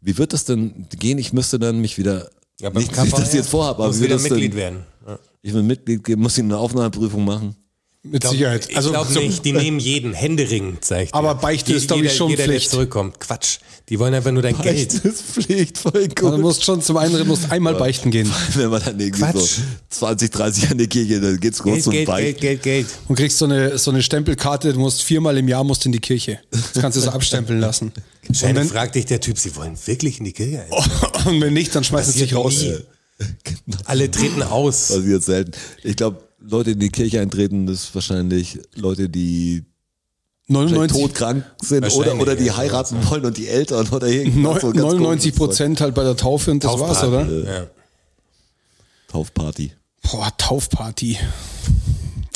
S4: wie wird das denn gehen? Ich müsste dann mich wieder,
S3: Ja, beim
S4: nicht, dass ich das
S3: KVR
S4: jetzt vorhabe, aber
S3: musst
S4: wie
S3: du
S4: wird
S3: wieder
S4: das
S3: Mitglied
S4: denn,
S3: werden. Ja.
S4: ich bin Mitglied, geben, muss ich eine Aufnahmeprüfung machen?
S2: Mit Sicherheit. Also
S3: Ich glaube
S2: so-
S3: nicht, die nehmen jeden händeringend, sag ich dir.
S2: Aber Beichte
S3: Je-
S2: ist, glaub ich,
S3: jeder-
S2: schon
S3: jeder,
S2: Pflicht.
S3: Der zurückkommt. Quatsch. Die wollen einfach nur dein Geld.
S4: das Pflicht, voll
S2: Du
S4: gut.
S2: musst schon zum einen musst einmal beichten gehen
S4: Wenn man dann irgendwie
S3: Quatsch.
S4: so 20, 30 an der Kirche, dann geht's los
S3: Geld,
S4: zum
S3: Geld,
S4: Beichten.
S3: Geld, Geld, Geld.
S2: und kriegst so eine, so eine Stempelkarte, du musst viermal im Jahr musst in die Kirche. Das kannst du so abstempeln lassen. Und Oh.
S3: Dann
S2: wenn,
S3: fragt dich der Typ, sie wollen wirklich in die Kirche?
S2: und wenn nicht, dann schmeißt es dich raus.
S3: nie. Alle treten aus.
S4: Genau. Passiert selten. Ich glaube, Leute, die in die Kirche eintreten, das ist wahrscheinlich Leute, die vielleicht
S2: 99
S4: todkrank sind oder,
S3: Wahrscheinlich,
S4: oder die
S3: ja,
S4: heiraten wollen und die Eltern oder irgendwas. so
S2: Neu-
S4: ganz
S2: 99
S4: komisches Zeug.
S2: Prozent halt bei der Taufe und das war's, oder?
S3: Ja.
S4: Taufparty.
S2: Boah, Taufparty.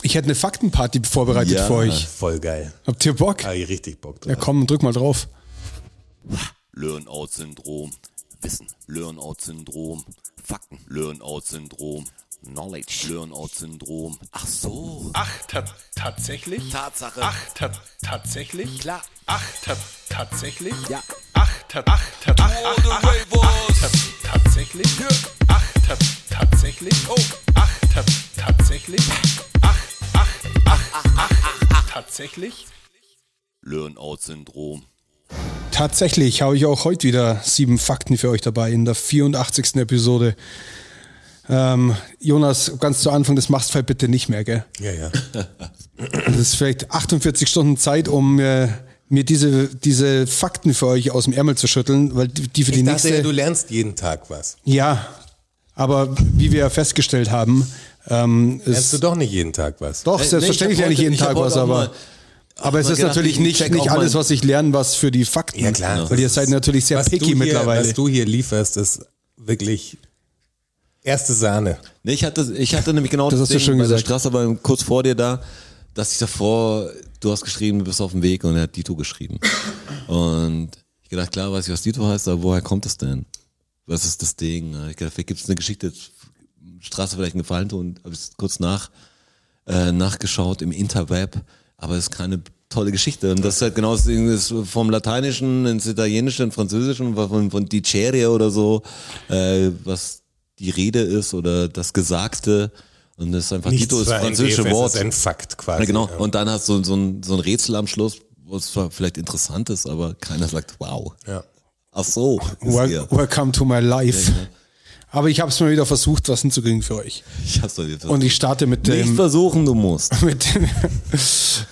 S2: Ich hätte eine Faktenparty vorbereitet
S4: Ja.
S2: für euch.
S3: Voll geil.
S2: Habt ihr Bock?
S3: Da hab ich richtig Bock drauf.
S2: Ja, komm, drück mal drauf.
S1: Learn-out-Syndrom. Wissen. Learn-out-Syndrom. Fakten. Learn-out-Syndrom. Knowledge. Learn-out-Syndrom. Ach so.
S5: Ach, ta tatsächlich?
S1: Tatsache.
S5: Ach, ta tatsächlich?
S1: Klar.
S5: Ach, ta tatsächlich?
S1: Ja.
S5: Ach, ta ach, ta ach, ach, ach, ach, ta tatsächlich? Ach, ta tatsächlich? Oh. Ach, ta tatsächlich? Ach, ach, ach, ach, ach, tatsächlich?
S1: Learn-out-Syndrom.
S2: Tatsächlich habe ich auch heute wieder sieben Fakten für euch dabei in der 84. Episode. Ähm, Jonas, ganz zu Anfang, das machst du halt bitte nicht mehr, gell?
S3: Ja, ja.
S2: Das ist vielleicht 48 Stunden Zeit, um äh, mir diese, diese Fakten für euch aus dem Ärmel zu schütteln, weil die, die für die
S3: Ich dachte,
S2: nächste.
S3: ja, du lernst jeden Tag was.
S2: ja, aber wie wir ja festgestellt haben, ähm,
S3: Lernst
S2: ist
S3: du doch nicht jeden Tag was. Äh,
S2: doch
S4: Nee,
S2: selbstverständlich
S4: nee, ich hab
S2: lerne ich
S4: heute-
S2: jeden
S4: ich
S2: Tag
S4: hab
S2: was,
S4: heute auch
S2: aber.
S4: mal-
S2: Aber es
S4: mal
S2: ist
S4: gedacht,
S2: natürlich
S4: ich
S2: nicht,
S4: check auch
S2: nicht alles,
S4: mal-
S2: was ich lerne, was für die Fakten.
S4: Hm,
S3: Ja,
S4: genau.
S3: klar.
S2: Weil ihr seid natürlich sehr
S3: was du
S2: picky
S3: hier,
S2: mittlerweile.
S3: Was du hier lieferst, ist wirklich erste Sahne.
S4: Nee, ich hatte, ich hatte nämlich genau
S2: Das hast du
S4: Ding
S2: schön
S4: bei der
S2: gesagt.
S4: Straße, aber kurz vor dir da, dass ich davor, du hast geschrieben, du bist auf dem Weg und er hat Dito geschrieben. Und ich gedacht, klar, weiß ich, was Dito heißt, aber woher kommt das denn? Was ist das Ding? ne? Ich gedacht, vielleicht gibt es eine Geschichte, Straße vielleicht einen Gefallen und habe es kurz nach, äh, nachgeschaut im Interweb, aber es ist keine tolle Geschichte. Und das ist halt genau das Ding, das ist vom Lateinischen ins Italienische, ins Französische, von, von Dicere oder so, äh, was die Rede ist oder das Gesagte. Und das ist einfach Dito ist das
S3: war ein
S4: französische
S3: Efe, es
S4: Wort.
S3: ist ein Fakt quasi.
S4: Ja, genau.
S3: Ja.
S4: Und dann hast du so, ein, so ein Rätsel am Schluss, was zwar vielleicht interessant ist, aber keiner sagt, wow.
S3: Ja.
S4: Ach so. ist
S2: Wel
S4: ihr.
S2: Welcome to my life. Aber ich habe es mal wieder versucht, was hinzukriegen für euch.
S4: Ich hab's doch nicht
S2: Und ich starte mit
S4: Nicht
S2: dem,
S4: versuchen, du musst.
S2: mit dem,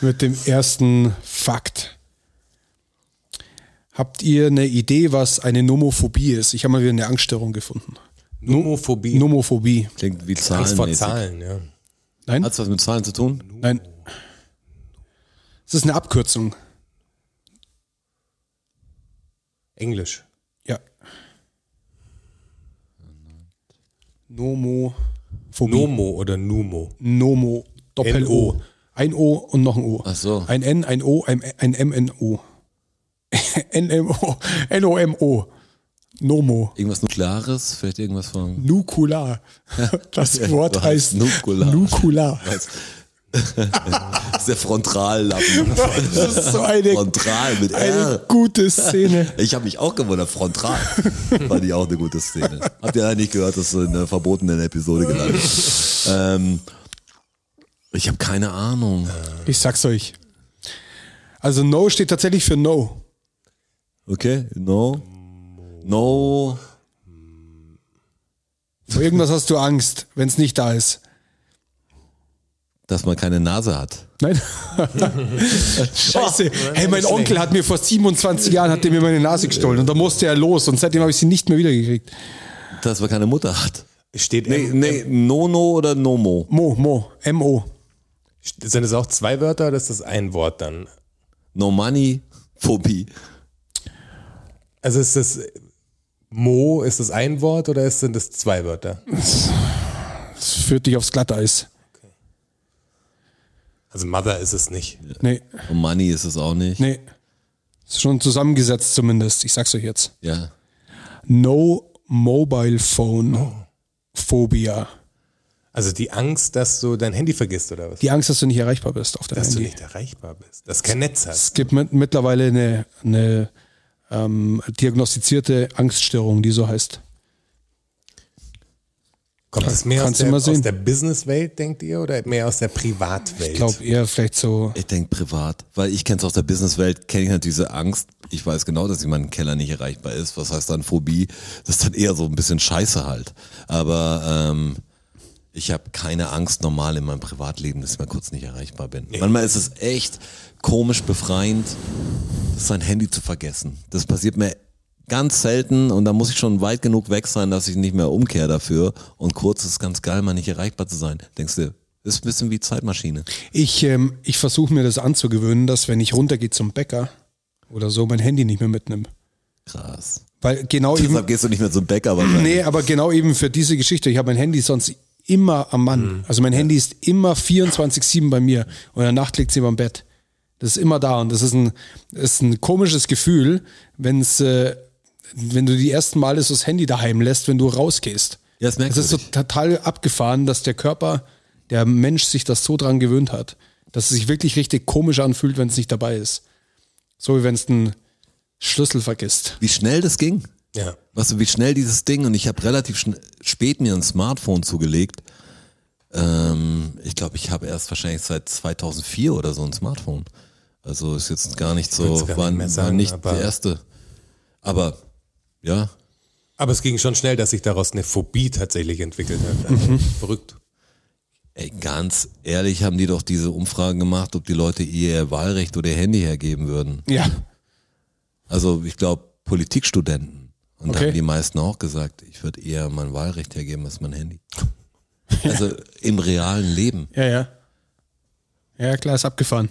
S2: mit dem ersten Fakt. Habt ihr eine Idee, was eine Nomophobie ist? Ich habe mal wieder eine Angststörung gefunden.
S3: Nomophobie.
S2: Nomophobie.
S4: Klingt wie
S3: Angst vor
S4: zahlenmäßig.
S3: Zahlen, ja.
S2: Nein?
S4: Hat's was mit Zahlen zu tun?
S2: Nein. Es ist eine Abkürzung.
S3: Englisch.
S2: Ja. Nomophobie.
S3: Nomo oder Numo.
S2: Nomo. Doppel-O.
S3: N-O.
S2: Ein O und noch ein O.
S4: Ach so.
S2: Ein N, ein O, ein, ein M, ein O. N-M-O. N-O-M-O. Nomo.
S4: Irgendwas Nukleares? Vielleicht irgendwas von.
S2: Nukular. Das Wort
S4: Was?
S2: heißt
S4: Nukular.
S2: Nukular.
S4: Das ist der Frontrallappen.
S2: Das ist so eine,
S4: Frontal mit
S2: eine
S4: R.
S2: gute Szene.
S4: Ah, Ich habe mich auch gewundert, frontal. Fand ich auch eine gute Szene. Habt ihr leider nicht gehört, dass du in der verbotenen Episode gelandet bist. ähm, Ich habe keine Ahnung.
S2: Ich sag's euch. Also No steht tatsächlich für No.
S4: Okay, no. No.
S2: Vor irgendwas hast du Angst, wenn es nicht da ist.
S4: Dass man keine Nase hat.
S2: Nein. Scheiße.
S3: Oh,
S2: Hey, mein Onkel hat mir vor 27 Jahren hat der mir meine Nase gestohlen und da musste er los und seitdem habe ich sie nicht mehr wiedergekriegt.
S4: Dass man keine Mutter hat.
S3: Steht
S4: Nee,
S3: M,
S4: nee, Nono oder Nomo?
S2: Mo, Mo, M-O.
S3: Sind es auch zwei Wörter oder ist das ein Wort dann?
S4: No Money. Phobie.
S3: Also ist das Mo, ist das ein Wort oder ist- sind das zwei Wörter?
S2: Das führt dich aufs Glatteis.
S3: Also Mother ist es nicht.
S2: Nee,
S4: Und Money ist es auch nicht.
S2: nee. Ist schon zusammengesetzt zumindest, ich sag's euch jetzt.
S4: Ja.
S2: No Mobile Phone
S3: Oh.
S2: Phobia.
S3: Also die Angst, dass du dein Handy vergisst oder was?
S2: Die Angst, dass du nicht erreichbar bist auf deinem
S3: dass du
S2: Handy.
S3: nicht erreichbar bist, dass du kein Netz hast.
S2: Es gibt mit, mittlerweile eine, eine ähm, diagnostizierte Angststörung, die so heißt.
S3: Kommt das mehr aus
S2: Kannst du
S3: der,
S2: mal
S3: aus
S2: sehen.
S3: der Businesswelt, denkt ihr, oder mehr aus der Privatwelt?
S2: Ich glaube eher vielleicht so.
S4: Ich denke privat, weil ich kenne es aus der Businesswelt, kenne ich halt diese Angst. Ich weiß genau, dass jemand im Keller nicht erreichbar ist. Was heißt dann Phobie? Das ist dann eher so ein bisschen Scheiße halt. Aber ähm, ich habe keine Angst normal in meinem Privatleben, dass ich mal kurz nicht erreichbar bin. Manchmal ist es echt komisch befreiend, sein Handy zu vergessen. Das passiert mir ganz selten und da muss ich schon weit genug weg sein, dass ich nicht mehr umkehre dafür. Und kurz ist ganz geil, mal nicht erreichbar zu sein. Denkst du, das ist ein bisschen wie Zeitmaschine.
S2: Ich, ähm, ich versuche mir das anzugewöhnen, dass wenn ich runtergehe zum Bäcker oder so, mein Handy nicht mehr mitnehme.
S4: Krass.
S2: Weil genau eben
S4: Deshalb gehst du nicht mehr zum Bäcker, wahrscheinlich.
S2: Nee, aber genau eben für diese Geschichte. Ich habe mein Handy sonst immer am Mann.
S4: Mhm.
S2: Also mein Handy ist immer 24-7 bei mir und in der Nacht liegt es immer im Bett. Das ist immer da und das ist ein, ist ein komisches Gefühl, wenn's, äh, wenn du die ersten Male so das Handy daheim lässt, wenn du rausgehst.
S4: Ja, das merkst
S2: Es ist
S4: du
S2: so total abgefahren, dass der Körper, der Mensch sich das so dran gewöhnt hat, dass es sich wirklich richtig komisch anfühlt, wenn es nicht dabei ist. So wie wenn es einen Schlüssel vergisst.
S4: Wie schnell das ging.
S3: ja.
S4: Weißt du, wie schnell dieses Ding und ich habe relativ schn- spät mir ein Smartphone zugelegt. Ähm, ich glaube, ich habe erst wahrscheinlich seit 2004 oder so ein Smartphone. Also ist jetzt gar nicht so,
S3: würd's gar
S4: war
S3: nicht mehr
S4: nicht, war
S3: sagen,
S4: nicht
S3: aber-
S4: der erste. Aber ja,
S3: Aber es ging schon schnell, dass sich daraus eine Phobie tatsächlich entwickelt hat.
S2: Mhm.
S3: Äh, Verrückt.
S4: ey, ganz ehrlich haben die doch diese Umfragen gemacht, ob die Leute ihr Wahlrecht oder ihr Handy hergeben würden.
S2: Ja,
S4: Also ich glaube Politikstudenten. Und da
S2: Okay.
S4: haben die meisten auch gesagt, ich würde eher mein Wahlrecht hergeben als mein Handy. Also im realen Leben.
S2: ja, ja. Ja, klar, ist abgefahren.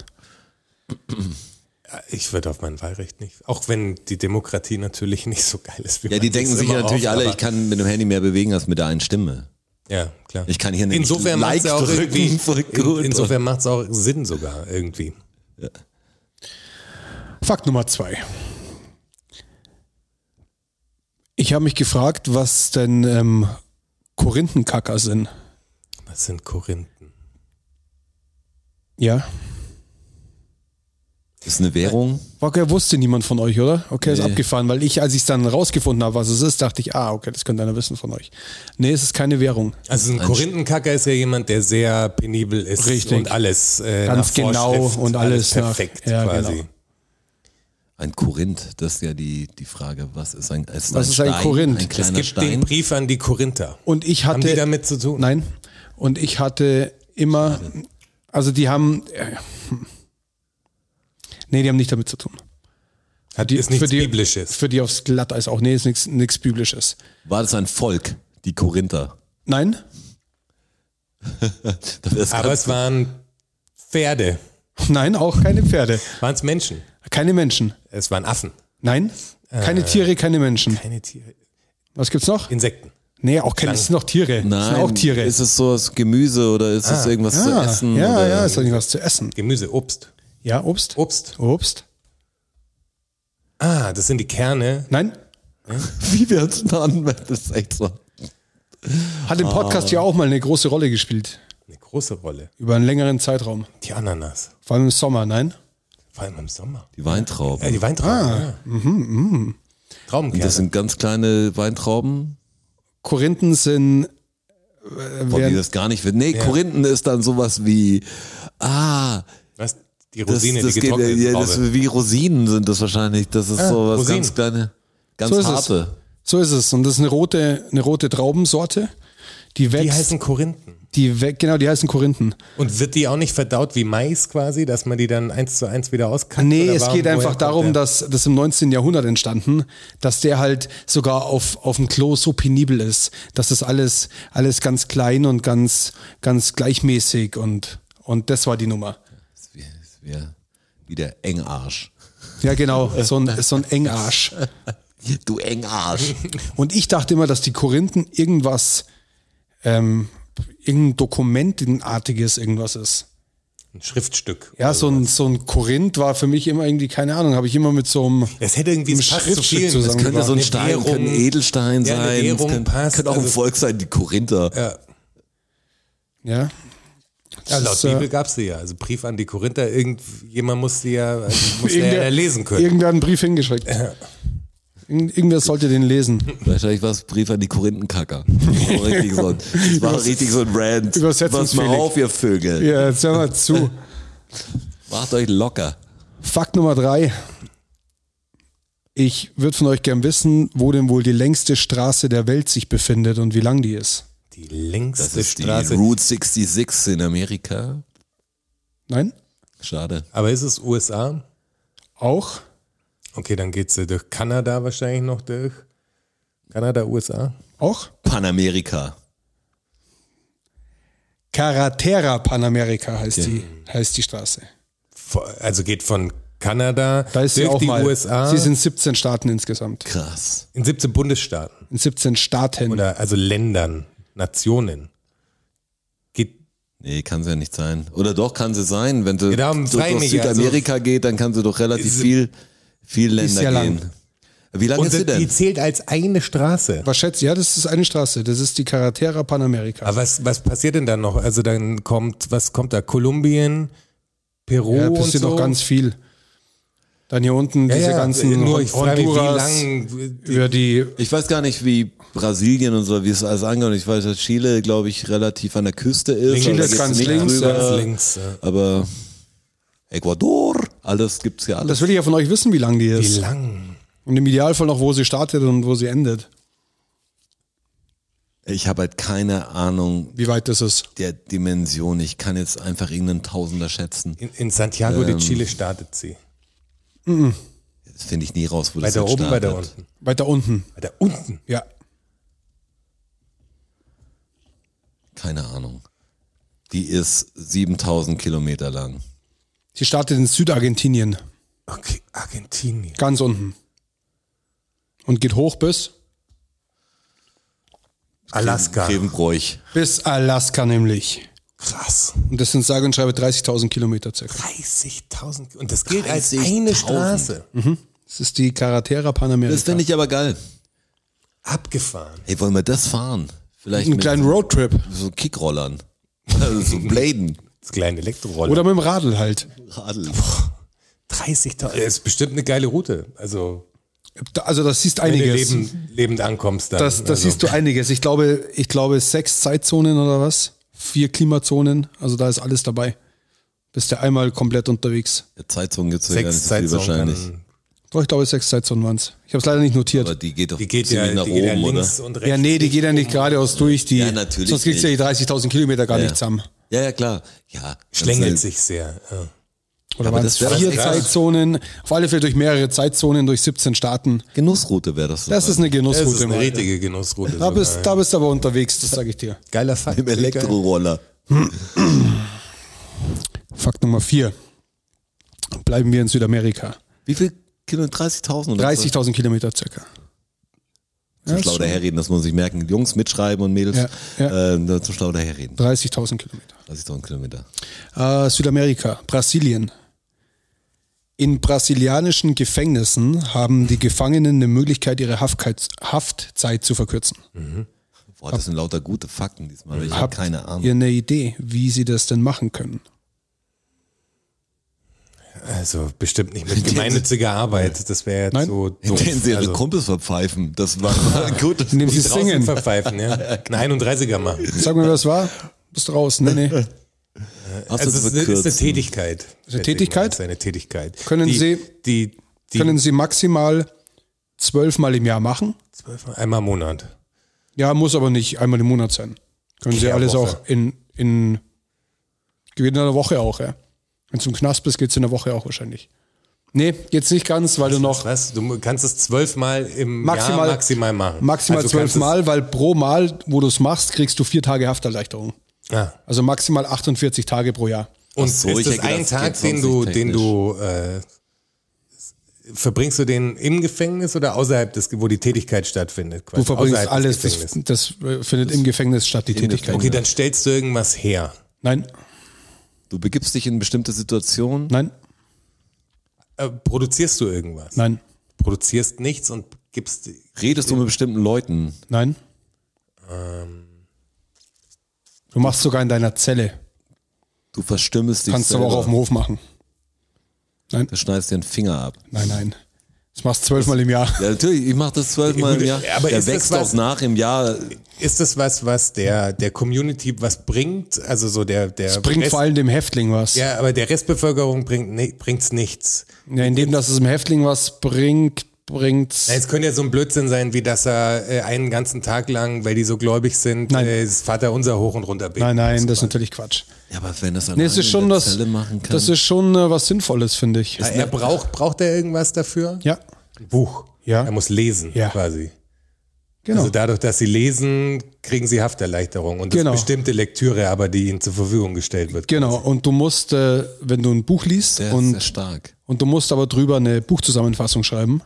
S3: Ich würde auf mein Wahlrecht nicht. Auch wenn die Demokratie natürlich nicht so geil ist wie
S4: Ja, die
S3: man
S4: denken
S3: das
S4: sich
S3: immer
S4: natürlich
S3: hofft,
S4: alle,
S3: aber-
S4: ich kann mit dem Handy mehr bewegen als mit der einen Stimme.
S3: Ja, klar.
S4: Ich kann hier nicht
S3: insofern macht's
S4: Like
S3: ja auch
S4: drücken,
S3: irgendwie.
S4: voll
S3: In,
S4: gut.
S3: insofern macht es auch Sinn sogar irgendwie.
S2: Fakt Nummer zwei. Ich habe mich gefragt, was denn ähm, Korinthenkacker sind.
S3: Was sind Korinthen?
S2: Ja.
S4: Das ist eine Währung.
S2: Okay, wusste niemand von euch, oder? Okay, ist
S4: Nee.
S2: abgefahren, weil ich, als ich dann rausgefunden habe, was es ist, dachte ich, ah, okay, das könnte einer wissen von euch. Nee, es ist keine Währung.
S3: Also ein Korinthenkacker ist ja jemand, der sehr penibel ist
S2: Richtig.
S3: und alles äh,
S2: Ganz
S3: nach
S2: genau
S3: Vorschrift,
S2: und alles nach-
S3: perfekt
S2: ja,
S3: quasi.
S2: genau.
S4: Ein Korinth, das ist ja die, die Frage, was ist ein, ist
S2: Was
S4: ein
S2: ist ein
S4: Stein,
S2: Korinth?
S4: Ein
S2: Es
S4: kleiner
S3: Es gibt den
S4: Stein.
S3: Brief an die Korinther.
S2: Und ich
S3: Haben
S2: hatte.
S3: die damit zu tun?
S2: Nein. Und ich hatte immer, also die haben, äh, nee, die haben nicht damit zu tun.
S3: Hat, ist nichts
S2: für die,
S3: Biblisches.
S2: Für die aufs Glatteis auch. Nee, ist nichts nichts Biblisches.
S4: War das ein Volk, die Korinther?
S2: Nein?
S4: Da wär's
S3: Aber
S4: ganz-
S3: es waren Pferde.
S2: Nein, auch keine Pferde.
S3: Waren es Menschen?
S2: Keine Menschen.
S3: Es waren Affen.
S2: Nein?
S4: Äh.
S2: Keine Tiere, keine Menschen.
S3: Keine Tiere.
S2: Was gibt's noch?
S3: Insekten.
S2: Nee, auch keine. Es sind noch Tiere. es
S4: Nein,
S2: sind auch Tiere.
S4: Ist es so das Gemüse oder ist
S3: Ah.
S4: es irgendwas zu
S2: ja,
S4: essen?
S2: ja,
S4: oder?
S2: ja, ist doch nicht was zu essen.
S3: Gemüse, Obst.
S2: Ja, Obst?
S3: Obst.
S2: Obst?
S3: Ah, das sind die Kerne.
S2: Nein?
S4: Wie wir uns da anmelden, das ist echt so.
S2: Hat
S4: Ah.
S2: im Podcast ja auch mal eine große Rolle gespielt.
S3: Eine große Rolle.
S2: Über einen längeren Zeitraum.
S3: Die Ananas.
S2: Vor allem im Sommer, nein?
S3: Vor allem im Sommer.
S4: Die Weintrauben.
S3: Ja, die Weintrauben. ja. Traubenkerne.
S4: das sind ganz kleine Weintrauben,
S2: Korinthen sind. Äh,
S4: von die
S2: wären-
S4: das gar nicht wird. Nee, Korinthen ist dann sowas wie, ah,
S3: Was? Die
S4: das,
S3: Rosine,
S4: das
S3: die
S4: geht,
S3: getrocknete
S4: ja,
S3: Traube.
S4: das, wie Rosinen sind das wahrscheinlich. Das ist sowas
S3: Ah, Rosinen.
S4: ganz kleine, ganz
S2: So ist es.
S4: harte.
S2: so ist es. Und das ist eine rote, eine rote Traubensorte. Die
S3: Die
S2: wächst.
S3: heißen Korinthen.
S2: Die, we genau, die heißen Korinthen.
S3: Und wird die auch nicht verdaut wie Mais quasi, dass man die dann eins zu eins wieder auskackt?
S2: Nee,
S3: Oder
S2: es
S3: warum-
S2: geht
S3: woher
S2: einfach
S3: kommt
S2: darum,
S3: der?
S2: dass das im 19. Jahrhundert entstanden, dass der halt sogar auf, auf dem Klo so penibel ist, dass das alles, alles ganz klein und ganz, ganz gleichmäßig und, und das war die Nummer.
S4: Das ist wie- das ist wie, wie der Engarsch.
S2: Ja, genau, so ein, so ein Engarsch.
S4: Du Engarsch.
S2: Und ich dachte immer, dass die Korinthen irgendwas, ähm, irgendein Dokumentartiges irgendwas ist.
S3: ein Schriftstück.
S2: Ja, so ein, so ein Korinth war für mich immer irgendwie, keine Ahnung, habe ich immer mit so einem.
S3: Es hätte irgendwie
S2: Im
S3: es passt zu
S2: Schriftstück
S3: vielen.
S2: zusammen.
S3: Es
S4: Könnte so ein
S3: eine
S4: Stein,
S3: Währung-
S4: könnte ein Edelstein
S3: Ja, eine
S4: sein, es
S3: Währung
S4: könnte,
S3: passt,
S4: könnte auch ein
S3: also-
S4: Volk sein, die Korinther.
S3: Ja,
S2: Ja.
S3: ja, laut
S2: Das, äh,
S3: Bibel gab es die ja. Also Brief an die Korinther, irgendjemand muss die ja, also muss der ja
S2: irgendwer-
S3: lesen können.
S2: Irgendwer hat einen Brief hingeschickt. Irgend- Irgendwer sollte den lesen.
S4: Wahrscheinlich war es Brief an die Korinthenkacker. Das war richtig so ein, das war richtig so ein Rant.
S2: Übersetzt
S4: Passt
S2: uns
S4: mal
S2: Felix.
S4: auf, ihr Vögel.
S2: Ja, jetzt hör mal zu.
S4: Macht euch locker.
S2: Fakt Nummer drei. Ich würde von euch gern wissen, wo denn wohl die längste Straße der Welt sich befindet und wie lang die ist.
S3: Die längste
S4: Das ist die
S3: Straße.
S4: Route 66 in Amerika.
S2: Nein?
S4: Schade.
S3: Aber ist es USA?
S2: Auch?
S3: Okay, dann geht's äh, durch Kanada wahrscheinlich noch durch. Kanada, USA.
S2: Auch?
S4: Panamerika.
S2: Carretera Panamerika heißt, die, heißt die Straße.
S3: Vo- Also geht von Kanada
S2: Da ist sie
S3: durch
S2: auch
S3: die
S2: mal.
S3: USA
S2: Sie sind 17 Staaten insgesamt.
S4: Krass.
S3: in 17 Bundesstaaten.
S2: In 17 Staaten.
S3: Oder also Ländern, Nationen. Geht
S4: Nee, kann es ja nicht sein. Oder doch, kann sie sein. Wenn du
S3: Ja, darum
S4: du-
S3: frag ich
S4: durch
S3: mich, also-
S4: Südamerika geht, dann kann sie doch relativ
S3: Ist-
S4: viel, viel Länder
S2: ja lang.
S4: gehen. Wie lange ist sie
S3: und die
S4: denn?
S3: zählt als eine Straße.
S2: Was schätzt? Ja, das ist eine Straße. Das ist die Carretera Panamerika.
S3: Aber was, was passiert denn dann noch? Also dann kommt, was kommt da? Kolumbien, Peru
S2: ja,
S3: und
S2: passiert
S3: so?
S2: noch ganz viel. Dann hier unten
S3: ja,
S2: diese
S3: ja,
S2: ganzen
S3: nur ich frage mich, wie
S2: Honduras
S3: lang
S2: über die
S4: Ich weiß gar nicht, wie Brasilien und so, wie es alles angeht. Und Ich weiß, dass Chile, glaube ich, relativ an der Küste ist.
S3: Links.
S4: aber da
S3: Chile
S2: ist
S4: geht's
S2: ganz
S4: nicht
S2: links,
S4: drüber.
S2: ja.
S3: ganz links. ja.
S4: Aber Ecuador, alles gibt's ja alles.
S2: Das will ich ja von euch wissen, wie lang die
S3: Wie
S2: ist.
S3: lang?
S2: Und im Idealfall noch, wo sie startet und wo sie endet.
S4: Ich habe halt keine Ahnung
S2: Wie weit das ist.
S4: der Dimension. Ich kann jetzt einfach irgendeinen Tausender schätzen.
S3: In, in Santiago de Chile startet sie.
S4: Das finde ich nie raus, wo das
S3: Weiter
S4: jetzt
S3: oben, weiter
S4: startet.
S3: unten.
S2: Weiter unten.
S3: Weiter unten.
S2: Ja.
S4: Keine Ahnung. Die ist 7000 Kilometer lang.
S2: Sie startet in Südargentinien.
S3: Okay, Argentinien.
S2: Ganz unten. Und geht hoch bis?
S3: Alaska.
S4: Grevenbräuch.
S2: Bis Alaska nämlich.
S3: Krass.
S2: Und das sind sage und schreibe 30.000 Kilometer circa.
S3: 30.000. Und das gilt als
S4: 30.000.
S3: eine Straße.
S2: Das ist die Carretera Panamerika.
S4: Das finde ich aber geil.
S3: Abgefahren.
S4: Hey, wollen wir das fahren? Vielleicht
S2: Einen
S4: mit
S2: kleinen Roadtrip.
S4: so Kickrollern. Also so Bladen.
S3: Das kleine Elektroroller.
S2: Oder mit dem Radl halt.
S4: Radl.
S3: 30.000. Das ist bestimmt eine geile Route. Also,
S2: Da- Also das siehst
S3: wenn du
S2: einiges.
S3: lebend, lebend ankommst, dann.
S2: Das, das
S3: also,
S2: siehst du einiges. Ich glaube, ich glaube sechs Zeitzonen oder was? Vier Klimazonen. Also da ist alles dabei. Bist du einmal komplett unterwegs.
S4: Ja, Zeitzonen gibt's ja gar nicht
S3: Sechs
S4: so viel
S3: Zeitzonen.
S4: wahrscheinlich.
S3: dann-
S2: Doch, ich glaube, sechs Zeitzonen waren es. Ich habe es leider nicht notiert.
S4: Aber die geht doch
S3: Die geht
S4: ziemlich
S3: ja,
S4: nach
S3: die geht ja
S4: oben, oder?
S3: links und rechts.
S2: ja, nee, die geht ja nicht geradeaus durch. Die,
S4: Ja, natürlich
S2: Sonst kriegst du ja die 30.000 Kilometer gar
S4: Ja.
S2: nicht zusammen.
S4: Ja, ja, klar. Ja,
S3: Schlängelt
S4: das ist-
S3: sich sehr. Ja.
S2: Oder
S4: Aber
S2: waren es
S4: das wäre
S2: vier
S4: doch krass.
S2: Zeitzonen? Auf alle Fälle durch mehrere Zeitzonen, durch 17 Staaten.
S4: Genussroute wäre das. so
S2: Das ist eine
S3: Das ist
S2: Genussroute.
S3: eine
S2: Mann.
S3: richtige Genussroute.
S2: Da
S3: sogar,
S2: bist,
S3: ja.
S2: da bist du aber unterwegs, das sage ich dir.
S3: Geiler Fakt.
S4: Im Elektroroller.
S2: Fakt Nummer vier. Bleiben wir in Südamerika.
S4: Wie viel Kilometer? 30.000 oder
S2: 30.000 Kilometer circa.
S4: Zum
S2: Ja,
S4: schlau
S2: ist
S4: daherreden, das muss man sich merken. Jungs mitschreiben und Mädels
S2: Ja, ja.
S4: Äh, zum schlau daherreden.
S2: 30.000 Kilometer.
S4: 30.000 Kilometer.
S2: Äh, Südamerika, Brasilien. In brasilianischen Gefängnissen haben die Gefangenen eine Möglichkeit, ihre Haftkeiz- Haftzeit zu verkürzen.
S4: Boah, das sind lauter gute Fakten diesmal. aber Ich habe
S2: Habt
S4: keine Ahnung.
S2: ihr eine Idee, wie sie das denn machen können?
S3: Also bestimmt nicht mit gemeinnütziger Arbeit. Das wäre jetzt
S2: Nein.
S3: so doof.
S4: Indem sie ihre
S3: also,
S4: Kumpels verpfeifen. Das war gut.
S2: Indem sie
S3: draußen
S2: singen.
S3: verpfeifen, ja. Einen 31er machen.
S2: Sag mal, was war? Bist raus. Nee, nee.
S4: Hast also
S3: Also es ist, eine-
S4: du
S3: ist eine
S4: ist eine
S3: Tätigkeit.
S2: eine Tätigkeit?
S3: Es ist eine Tätigkeit.
S2: Können
S3: die,
S2: Sie-
S3: die, die
S2: Können sie maximal zwölfmal im Jahr machen?
S3: zwölf, einmal im Monat?
S2: Ja, muss aber nicht einmal im Monat sein. Können sie
S3: Ja,
S2: alles
S3: Woche.
S2: auch in, in, geht in einer Woche auch, ja. Wenn du im Knast bist, geht's in einer Woche auch wahrscheinlich. Nee, geht's nicht ganz, weil du
S3: Also,
S2: noch
S3: Was? Du kannst es zwölfmal im
S2: maximal,
S3: Jahr maximal machen.
S2: Maximal
S3: Also du kannst
S2: zwölfmal, weil pro Mal, wo du es machst, kriegst du vier Tage Hafterleichterung.
S3: Es, ah.
S2: Also maximal 48 Tage pro Jahr.
S3: Und
S4: so, ich
S3: ist das
S4: hätte gedacht,
S3: ein
S4: es
S3: Tag,
S4: geht
S3: den du,
S4: 20
S3: den du äh, verbringst du den im Gefängnis oder außerhalb des, wo die Tätigkeit stattfindet?
S2: Du verbringst
S3: Also Außerhalb
S2: alles,
S3: des
S2: das,
S3: Gefängnisses.
S2: das äh, findet im Gefängnis statt, die Tätigkeit.
S3: Okay, dann stellst du irgendwas her.
S2: Nein,
S4: Du begibst dich in bestimmte Situationen.
S2: Nein,
S3: Äh, produzierst du irgendwas?
S2: nein,
S3: Produzierst nichts und gibst.
S4: Redest du mit bestimmten Leuten?
S2: nein.
S3: Ähm.
S2: Du machst sogar in deiner Zelle.
S4: Du verstümmelst dich
S2: Kannst du
S4: selber.
S2: aber auch auf dem Hof machen.
S4: du schneidest dir einen Finger ab.
S2: Nein, nein. Das machst du zwölfmal im Jahr.
S4: Ja, natürlich, ich mache das zwölfmal im
S3: Gut,
S4: Jahr.
S3: aber
S4: der
S3: ist das
S4: wächst
S3: was-
S4: auch nach im Jahr.
S3: Ist das was, was der, der Community was bringt? Also so der, der
S2: Das bringt
S3: Rest-
S2: vor allem dem Häftling was.
S3: Ja, aber der Restbevölkerung bringt ni- bringt's nichts.
S2: Ja, indem, dass es dem Häftling was bringt, bringt's.
S3: Es könnte ja so ein Blödsinn sein, wie dass er äh, einen ganzen Tag lang, weil die so gläubig sind,
S2: Nein.
S3: äh, das Vater unser hoch und runter betet.
S2: Nein, nein, das ist natürlich Quatsch.
S4: Ja, aber wenn das
S2: Nee, es ist schon
S4: der
S2: das,
S4: Zelle machen kann.
S2: das ist schon äh, was Sinnvolles, finde ich.
S3: Ja, Ah, Er braucht, braucht er irgendwas dafür?
S2: Ja,
S3: ne Ein Buch.
S2: Ja.
S3: Er muss lesen,
S2: Ja.
S3: quasi.
S2: genau.
S3: Also dadurch, dass sie lesen, kriegen sie Hafterleichterung und das
S2: Genau.
S3: ist bestimmte Lektüre, aber die ihnen zur Verfügung gestellt wird.
S2: genau. Und du musst, äh, wenn du ein Buch liest
S4: sehr, sehr
S2: und,
S4: stark.
S2: und du musst aber drüber eine Buchzusammenfassung schreiben,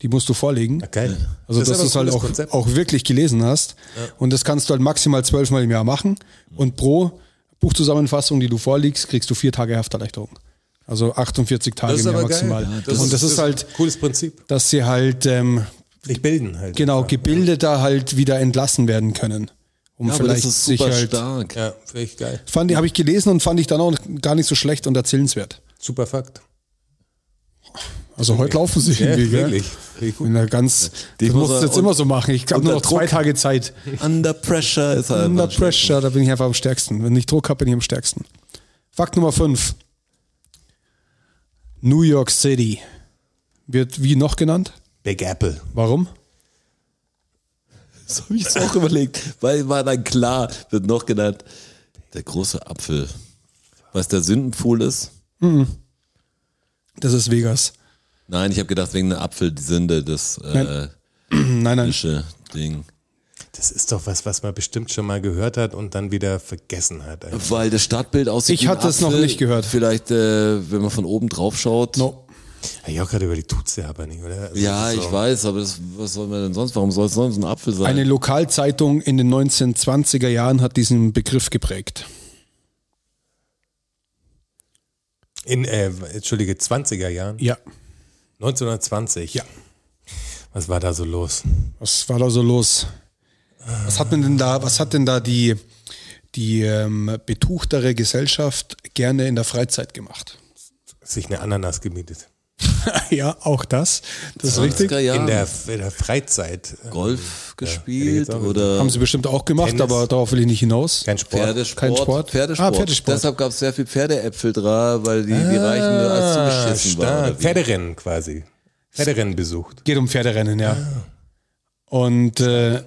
S2: die musst du vorlegen.
S3: Geil.
S2: Also,
S3: Das
S2: dass du
S3: ist aber ein
S2: es halt
S3: cooles
S2: auch,
S3: Konzept.
S2: auch wirklich gelesen hast. Und das kannst du halt maximal zwölfmal im Jahr machen. Und pro Buchzusammenfassung, die du vorliegst, kriegst du vier Tage Hafterleichterung. Also 48 Tage
S3: Das ist
S2: im Jahr
S3: aber geil.
S2: maximal. und das ist halt,
S3: ein cooles Prinzip.
S2: dass sie halt ähm,
S3: Sich bilden halt.
S2: genau gebildeter halt wieder entlassen werden können. Um
S4: Ja, aber
S2: vielleicht
S4: das ist
S2: sich
S4: super
S2: halt.
S4: stark.
S3: Ja, finde ich geil.
S2: Fand ich, habe ich gelesen und fand ich dann auch gar nicht so schlecht und erzählenswert.
S3: Super Fakt.
S2: Also heute laufen sie
S3: Ja,
S2: irgendwie, gell?
S3: wirklich. Finde ich gut.
S2: In der ganz,
S4: Die
S2: das
S4: muss
S2: musst
S4: er
S2: du jetzt
S4: un-
S2: immer so machen. Ich habe nur noch
S4: unter
S2: zwei
S4: Druck.
S2: Tage Zeit.
S4: Under Pressure ist halt
S2: Under
S4: einfach-
S2: Pressure, da bin Äh, ich einfach am stärksten. Wenn ich Druck habe, bin ich am stärksten. Fakt Nummer 5. New York City wird wie noch genannt?
S3: Big Apple.
S2: Warum?
S4: Das habe ich so auch überlegt, weil war dann klar, wird noch genannt, der große Apfel. Was der Sündenpfuhl ist?
S2: Das ist Vegas.
S4: Nein, ich habe gedacht, wegen der Apfel die Sünde, das äh,
S2: Nein, nein.
S4: jüdische Ding.
S3: Das ist doch was, was man bestimmt schon mal gehört hat und dann wieder vergessen hat. Also,
S4: Weil das Stadtbild aussieht.
S2: Ich
S4: wie ein
S2: hatte es noch
S4: Apfel.
S2: nicht gehört.
S4: Vielleicht, äh, wenn man von oben drauf schaut.
S2: No.
S3: hab ich auch gerade über die Tutze aber nicht, oder? Also,
S4: Ja,
S3: so.
S4: ich weiß, aber das, was soll man denn sonst? Warum soll es sonst ein Apfel sein?
S2: Eine Lokalzeitung in den 1920er Jahren hat diesen Begriff geprägt.
S3: In, äh, entschuldige, 20er Jahren.
S2: Ja.
S3: 1920.
S2: Ja.
S3: Was war da so los?
S2: Was war da so los? Was hat man denn da, was hat denn da die, die ähm, betuchtere Gesellschaft gerne in der Freizeit gemacht?
S3: Sich eine Ananas gemietet.
S2: ja, auch das. Das ist richtig.
S4: 20er Jahren
S3: In, der, in der Freizeit.
S4: Golf
S3: hätte
S4: gespielt
S3: ich jetzt auch
S4: oder
S2: Haben sie bestimmt auch gemacht,
S3: Tennis.
S2: aber darauf will ich nicht hinaus.
S3: Kein Sport.
S4: Pferdesport.
S2: Kein Sport?
S4: Pferdesport.
S2: Ah, Pferdesport.
S4: Deshalb gab es sehr viel Pferdeäpfel dran, weil die,
S1: Ah.
S4: die Reichen nur als zu beschissen waren.
S3: Ah, Stark.
S4: oder wie?
S3: Pferderennen quasi. Pferderennen besucht.
S2: Geht um Pferderennen, ja.
S3: Ah.
S2: Und äh,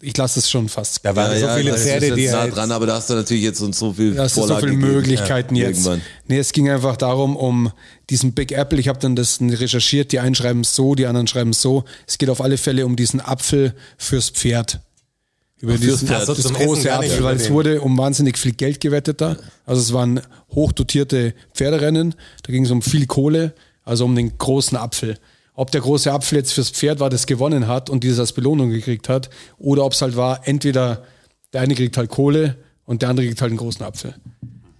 S2: ich lasse es schon fast.
S3: Da waren so viele
S4: das
S3: Pferde,
S4: ist
S3: die
S4: jetzt nah
S3: halt,
S4: dran, aber da hast du natürlich jetzt uns so viel
S2: Da hast du so
S4: Vorlage
S2: viele
S4: gegeben.
S2: Möglichkeiten
S4: Ja,
S2: jetzt.
S4: Irgendwann.
S2: Nee, es ging einfach darum, um diesen Big Apple. Ich habe dann das recherchiert. Die einen schreiben es so, die anderen schreiben es so. Es geht auf alle Fälle um diesen Apfel fürs Pferd. Über
S4: fürs
S2: diesen
S4: Pferd.
S2: Apfel,
S4: Ach so,
S2: das
S3: zum Essen
S2: große
S3: gar nicht
S2: Apfel,
S3: über
S2: weil es
S3: den-
S2: wurde um wahnsinnig viel Geld gewettet da. Also es waren hochdotierte Pferderennen. Da ging es um viel Kohle, also um den großen Apfel. Ob der große Apfel jetzt fürs Pferd war, das gewonnen hat und dieses als Belohnung gekriegt hat, oder ob es halt war, entweder der eine kriegt halt Kohle und der andere kriegt halt einen großen Apfel.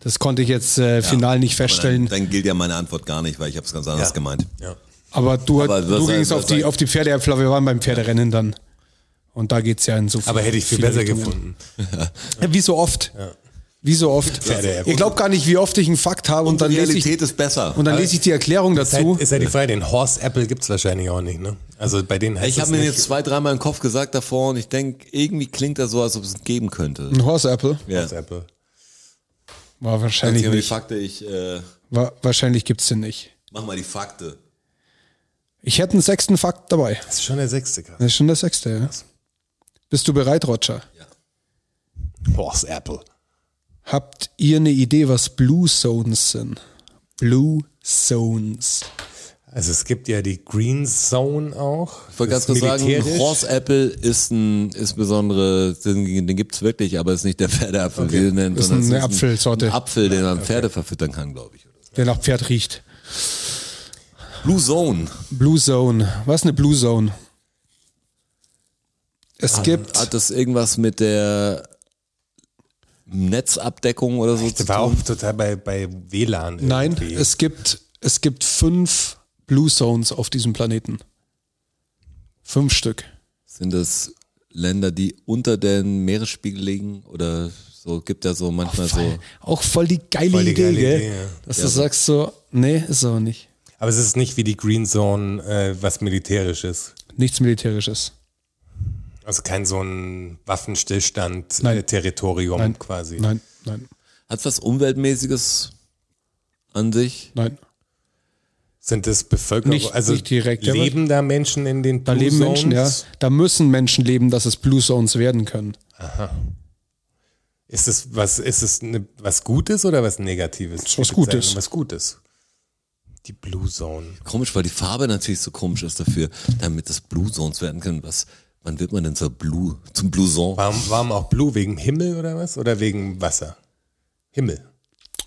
S2: Das konnte ich jetzt äh, final nicht feststellen.
S4: Dann, dann gilt ja meine Antwort gar nicht, weil ich habe es ganz anders
S3: Ja.
S4: gemeint.
S3: ja.
S2: Aber du,
S4: Aber das
S2: du
S4: sei-
S2: gingst
S4: das
S2: auf die,
S4: sei-
S2: auf die Pferdeäpfel, wir waren beim Pferderennen dann. Und da geht's ja in so viel.
S3: Aber hätte ich viel
S2: viele
S3: besser
S2: Richtungen.
S3: gefunden.
S2: Ja, wie so oft. Wie so oft.
S3: Pferdeäpfel.
S2: Ihr glaubt gar nicht, wie oft ich einen Fakt habe und, dann lese ich,
S4: Realität ist besser.
S2: und dann lese ich die Erklärung dazu.
S3: Zeit ist ja die Frage, den Horse Apple gibt's wahrscheinlich auch nicht, ne? Also bei denen heißt
S4: ich
S3: es
S4: habe mir
S3: nicht-
S4: jetzt zwei, dreimal im Kopf gesagt davor und ich denke, irgendwie klingt das so, als ob es geben könnte.
S2: Ein Horse Apple
S4: Ja.
S3: Horse Apple.
S2: war
S4: Jetzt
S2: wahrscheinlich
S4: gehen wir die
S2: nicht.
S4: Fakte, ich äh,
S2: War, wahrscheinlich gibt's den nicht.
S4: mach mal die Fakte.
S2: Ich hätte einen sechsten Fakt dabei.
S3: Das ist schon der sechste Grad.
S2: Das ist schon der sechste, ja. Bist du bereit, Roger?
S3: Horse Apple.
S2: Habt ihr eine Idee, was Blue Zones sind? Blue Zones.
S3: Also es gibt ja die Green Zone auch.
S4: Ich wollte ganz kurz sagen, Horse Apple ist ein ist besondere, den, den gibt's wirklich, aber ist nicht der Pferdeapfel. wie wir ihn nennen,
S2: Ist
S4: sondern es
S2: eine
S4: ist ein
S2: Apfelsorte.
S4: Ein Apfel, den man Pferde verfüttern kann, glaube ich.
S2: der nach Pferd riecht.
S4: Blue Zone.
S2: Blue Zone. Was ist eine Blue Zone? Es gibt
S4: ah, Hat das irgendwas mit der Netzabdeckung oder so zu
S3: war auch
S4: tun?
S3: total bei, bei WLAN.
S2: Nein,
S3: irgendwie.
S2: es gibt, es gibt fünf Blue Zones auf diesem Planeten. Fünf Stück.
S4: Sind das Länder, die unter den Meeresspiegel liegen oder so? Gibt ja so manchmal so.
S2: Oh, Voll, auch voll die geile
S3: Voll die
S2: Idee,
S3: geile
S2: gell?
S3: Idee, ja.
S2: Dass du sagst so, nee, ist aber nicht.
S3: aber es ist nicht wie die Green Zone äh, was militärisches.
S2: Nichts Militärisches.
S3: Also kein so ein
S2: Nein.
S3: Waffenstillstand-Territorium
S2: Nein,
S3: quasi.
S2: Nein, nein,
S4: Hat was Umweltmäßiges an sich?
S2: nein.
S3: Sind das Bevölkerung?
S2: Nicht-
S3: also
S2: nicht direkt, ja,
S3: leben da Menschen in den
S2: Da
S3: Blue
S2: leben Menschen, ja.
S3: Zones?
S2: Da müssen Menschen leben, dass es Blue Zones werden können.
S3: Ist es was, ist es ne, was Gutes oder was Negatives?
S2: ist was
S3: Die Bezeichnung,
S2: Gutes.
S3: Was Gutes. Die Blue Zone.
S4: Komisch, weil die Farbe natürlich so komisch ist dafür, damit das Blue Zones werden können. Was, wann wird man denn zur Blue, zum Blue Zone?
S3: Warum, warum auch Blue? Wegen Himmel oder was? Oder wegen Wasser? Himmel.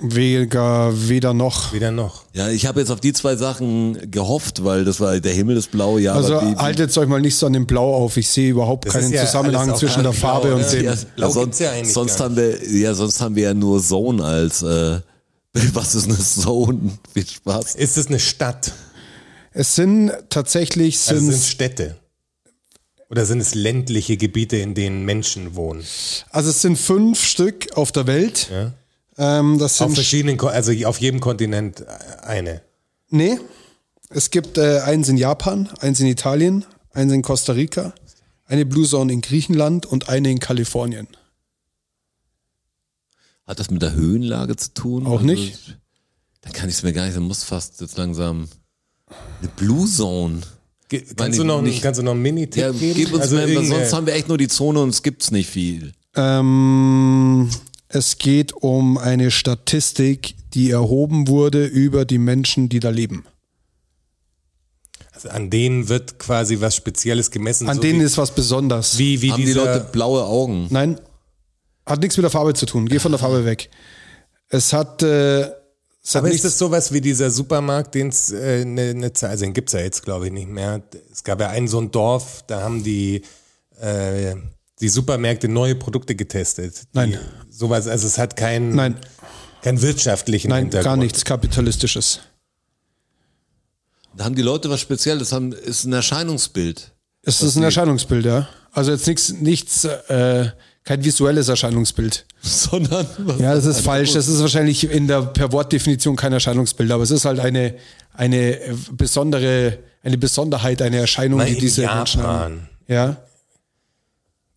S2: Weder, weder noch.
S3: Weder noch.
S4: Ja, ich habe jetzt auf die zwei Sachen gehofft, weil das war der Himmel ist blau, ja.
S2: Also
S4: aber die,
S2: haltet euch mal nicht so an dem Blau auf. Ich sehe überhaupt
S3: Das
S2: keinen
S3: ist ja
S2: Zusammenhang
S3: alles auch
S2: zwischen der
S3: alles blau,
S2: Farbe und
S3: oder?
S2: dem.
S4: ja,
S3: Blau
S4: sonst,
S3: gibt's ja eigentlich
S4: sonst
S3: gar
S4: haben wir ja sonst haben wir ja nur Zone als äh, was ist eine Zone? Viel Spaß.
S3: Ist es eine Stadt?
S2: Es sind tatsächlich
S3: Also sind es
S2: sind's,
S3: Städte? Oder sind es ländliche Gebiete, in denen Menschen wohnen?
S2: also es sind fünf Stück auf der Welt.
S3: Ja.
S2: Ähm, das
S3: Auf
S2: sind
S3: verschiedenen, Ko- also auf jedem Kontinent eine.
S2: Nee. Es gibt äh, eins in Japan, eins in Italien, eins in Costa Rica, eine Blue Zone in Griechenland und eine in Kalifornien.
S4: Hat das mit der Höhenlage zu tun? Also,
S2: Auch nicht.
S4: Dann kann ich es mir gar nicht, dann muss fast jetzt langsam eine Blue Zone.
S3: Ge-
S4: Meine,
S3: Kannst du, noch,
S4: nicht-
S3: nicht, kannst du noch einen Minitipp
S4: Ja,
S3: geben?
S4: gib uns
S3: also
S4: mehr, weil
S3: irgendeine-
S4: sonst haben wir echt nur die Zone und es gibt's nicht viel.
S2: Ähm, es geht um eine Statistik, die erhoben wurde über die Menschen, die da leben.
S3: also an denen wird quasi was Spezielles gemessen.
S2: An
S3: so
S2: denen
S3: Also wie,
S2: ist was Besonderes.
S3: wie, wie
S4: Haben die
S3: dieser,
S4: Leute blaue Augen?
S2: Nein, hat nichts mit der Farbe zu tun. Geh von der Farbe weg. Es hat, äh, es hat
S3: Aber ist
S2: nichts.
S3: es sowas wie dieser Supermarkt, den es äh, ne, ne, Zeit- also den gibt's ja jetzt, glaube ich, nicht mehr. Es gab ja einen so ein Dorf, da haben die, äh, die Supermärkte neue Produkte getestet. Die,
S2: Nein.
S3: Sowas, also es hat keinen,
S2: Nein,
S3: keinen wirtschaftlichen
S2: nein,
S3: Hintergrund.
S2: gar nichts kapitalistisches.
S4: Da haben die Leute was Spezielles, haben, ist ein Erscheinungsbild.
S2: Es ist ein Erscheinungsbild, ja. Also jetzt nichts, nichts, äh, kein visuelles Erscheinungsbild. Also
S4: Sondern was
S2: Ja, das ist falsch. Das ist wahrscheinlich in der per Wortdefinition kein Erscheinungsbild, aber es ist halt eine, eine äh, besondere, eine Besonderheit, eine Erscheinung,
S3: Na,
S2: die
S3: in
S2: diese Menschen haben.
S3: Japan.
S2: Ja.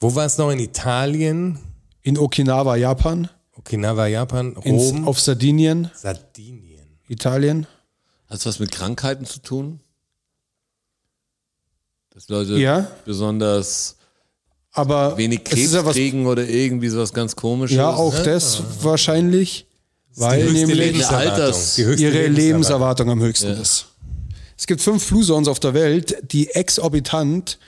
S3: Wo war es noch? In Italien,
S2: In Okinawa, Japan,
S3: Okinawa, Japan,
S2: ins,
S3: Rom,
S2: auf Sardinien,
S3: Sardinien.
S2: Italien.
S4: Hat's was mit Krankheiten zu tun? Dass Leute
S2: Ja.
S4: besonders
S2: Aber
S4: wenig
S2: es
S4: Krebs
S2: ist ja was,
S4: kriegen oder irgendwie sowas ganz komisches.
S2: ja auch das wahrscheinlich, weil
S3: höchste
S2: nämlich
S3: Lebenserwartung.
S4: Alters-
S3: Die höchste
S2: ihre
S3: Lebenserwartung.
S2: Lebenserwartung am höchsten ist. Es gibt fünf Blue Zones auf der Welt, die exorbitant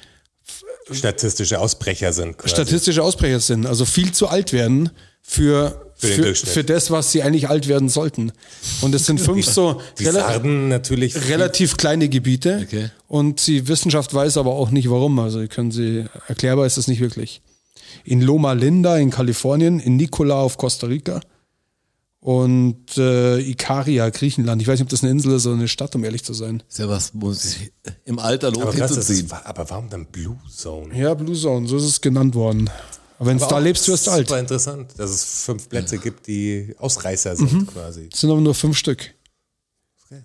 S3: Statistische Ausbrecher sind quasi.
S2: statistische Ausbrecher sind, also viel zu alt werden für,
S3: Für den
S2: für,
S3: Durchschnitt.
S2: für das, was sie eigentlich alt werden sollten. Und es sind fünf so
S3: die
S2: rela
S3: Sarden natürlich
S2: relativ kleine Gebiete
S4: Okay.
S2: und die Wissenschaft weiß aber auch nicht warum. Also können sie, erklärbar ist es nicht wirklich. In Loma Linda in Kalifornien, in Nicola auf Costa Rica und äh, Ikaria, Griechenland. Ich weiß nicht, ob das eine Insel ist oder eine Stadt, um ehrlich zu sein.
S4: Ist ja was, muss ich im Alter
S3: Aber,
S4: lohnt
S3: krass, das
S4: hinzuziehen.
S3: ist, aber warum dann Blue Zone?
S2: Ja, Blue Zone, so ist es genannt worden. Aber wenn du da
S3: auch
S2: lebst, wirst du alt.
S3: Super interessant, dass es fünf Plätze gibt, die Ausreißer sind
S2: Mhm.
S3: quasi.
S2: Es sind aber nur fünf Stück.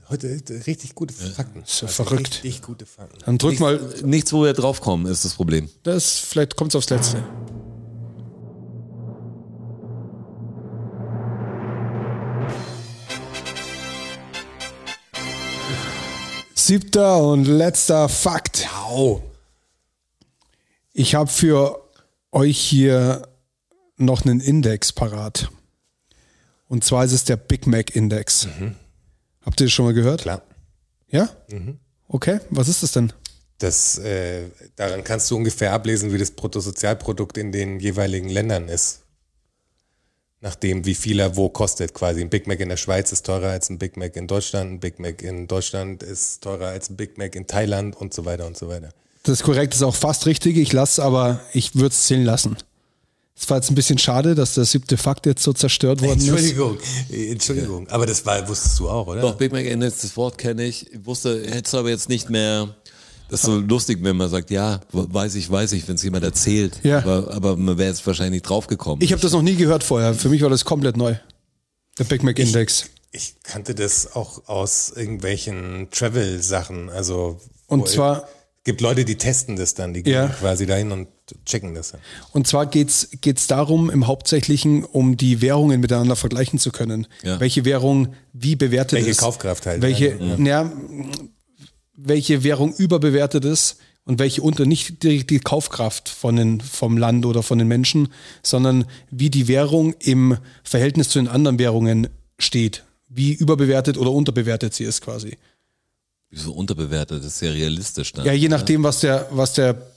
S3: Heute äh, richtig gute Fakten. Also
S2: ist ja verrückt.
S3: Richtig gute Fakten.
S2: Dann drück mal,
S4: Nichts, wo wir draufkommen, ist das Problem.
S2: das, vielleicht kommt's aufs Letzte. Siebter und letzter Fakt.
S3: Au.
S2: Ich habe für euch hier noch einen Index parat. Und zwar ist es der Big Mac Index. Habt ihr das schon mal gehört?
S3: Klar.
S2: Ja? Okay, was ist das denn?
S3: Das, äh, daran kannst du ungefähr ablesen, wie das Bruttosozialprodukt in den jeweiligen Ländern ist. Nachdem, wie viel er wo kostet, quasi. Ein Big Mac in der Schweiz ist teurer als ein Big Mac in Deutschland, ein Big Mac in Deutschland ist teurer als ein Big Mac in Thailand und so weiter und so weiter.
S2: Das ist korrekt, ist auch fast richtig. Ich lasse aber, ich würde es zählen lassen. Es war jetzt ein bisschen schade, dass der siebte Fakt jetzt so zerstört worden ist.
S3: Entschuldigung, äh, Entschuldigung. Aber das war, wusstest du auch, oder?
S4: Doch, Big Mac Index, das Wort kenne ich. Ich wusste, hättest du aber jetzt nicht mehr. Das ist so lustig, wenn man sagt, ja, we- weiß ich, weiß ich, wenn es jemand erzählt.
S2: Ja.
S4: Aber, aber man wäre jetzt wahrscheinlich nicht draufgekommen.
S2: Ich habe das noch nie gehört vorher. Für mich war das komplett neu. Der Big Mac Index.
S3: Ich kannte das auch aus irgendwelchen Travel-Sachen. Also
S2: Und
S3: wo-
S2: zwar-
S3: gibt Leute, die testen das dann, die gehen
S2: Ja.
S3: quasi dahin und checken das dann.
S2: Und zwar geht's geht's darum, im Hauptsächlichen, um die Währungen miteinander vergleichen zu können.
S4: Ja.
S2: Welche Währung wie bewertet
S3: Welche
S2: ist.
S3: Kaufkraft halt.
S2: Welche, ja. welche Währung überbewertet ist und welche unter nicht die, die Kaufkraft von den, vom Land oder von den Menschen, sondern wie die Währung im Verhältnis zu den anderen Währungen steht. Wie überbewertet oder unterbewertet sie ist quasi.
S4: Wieso unterbewertet? Das ist ja realistisch dann.
S2: Ja, je nachdem, was der, was der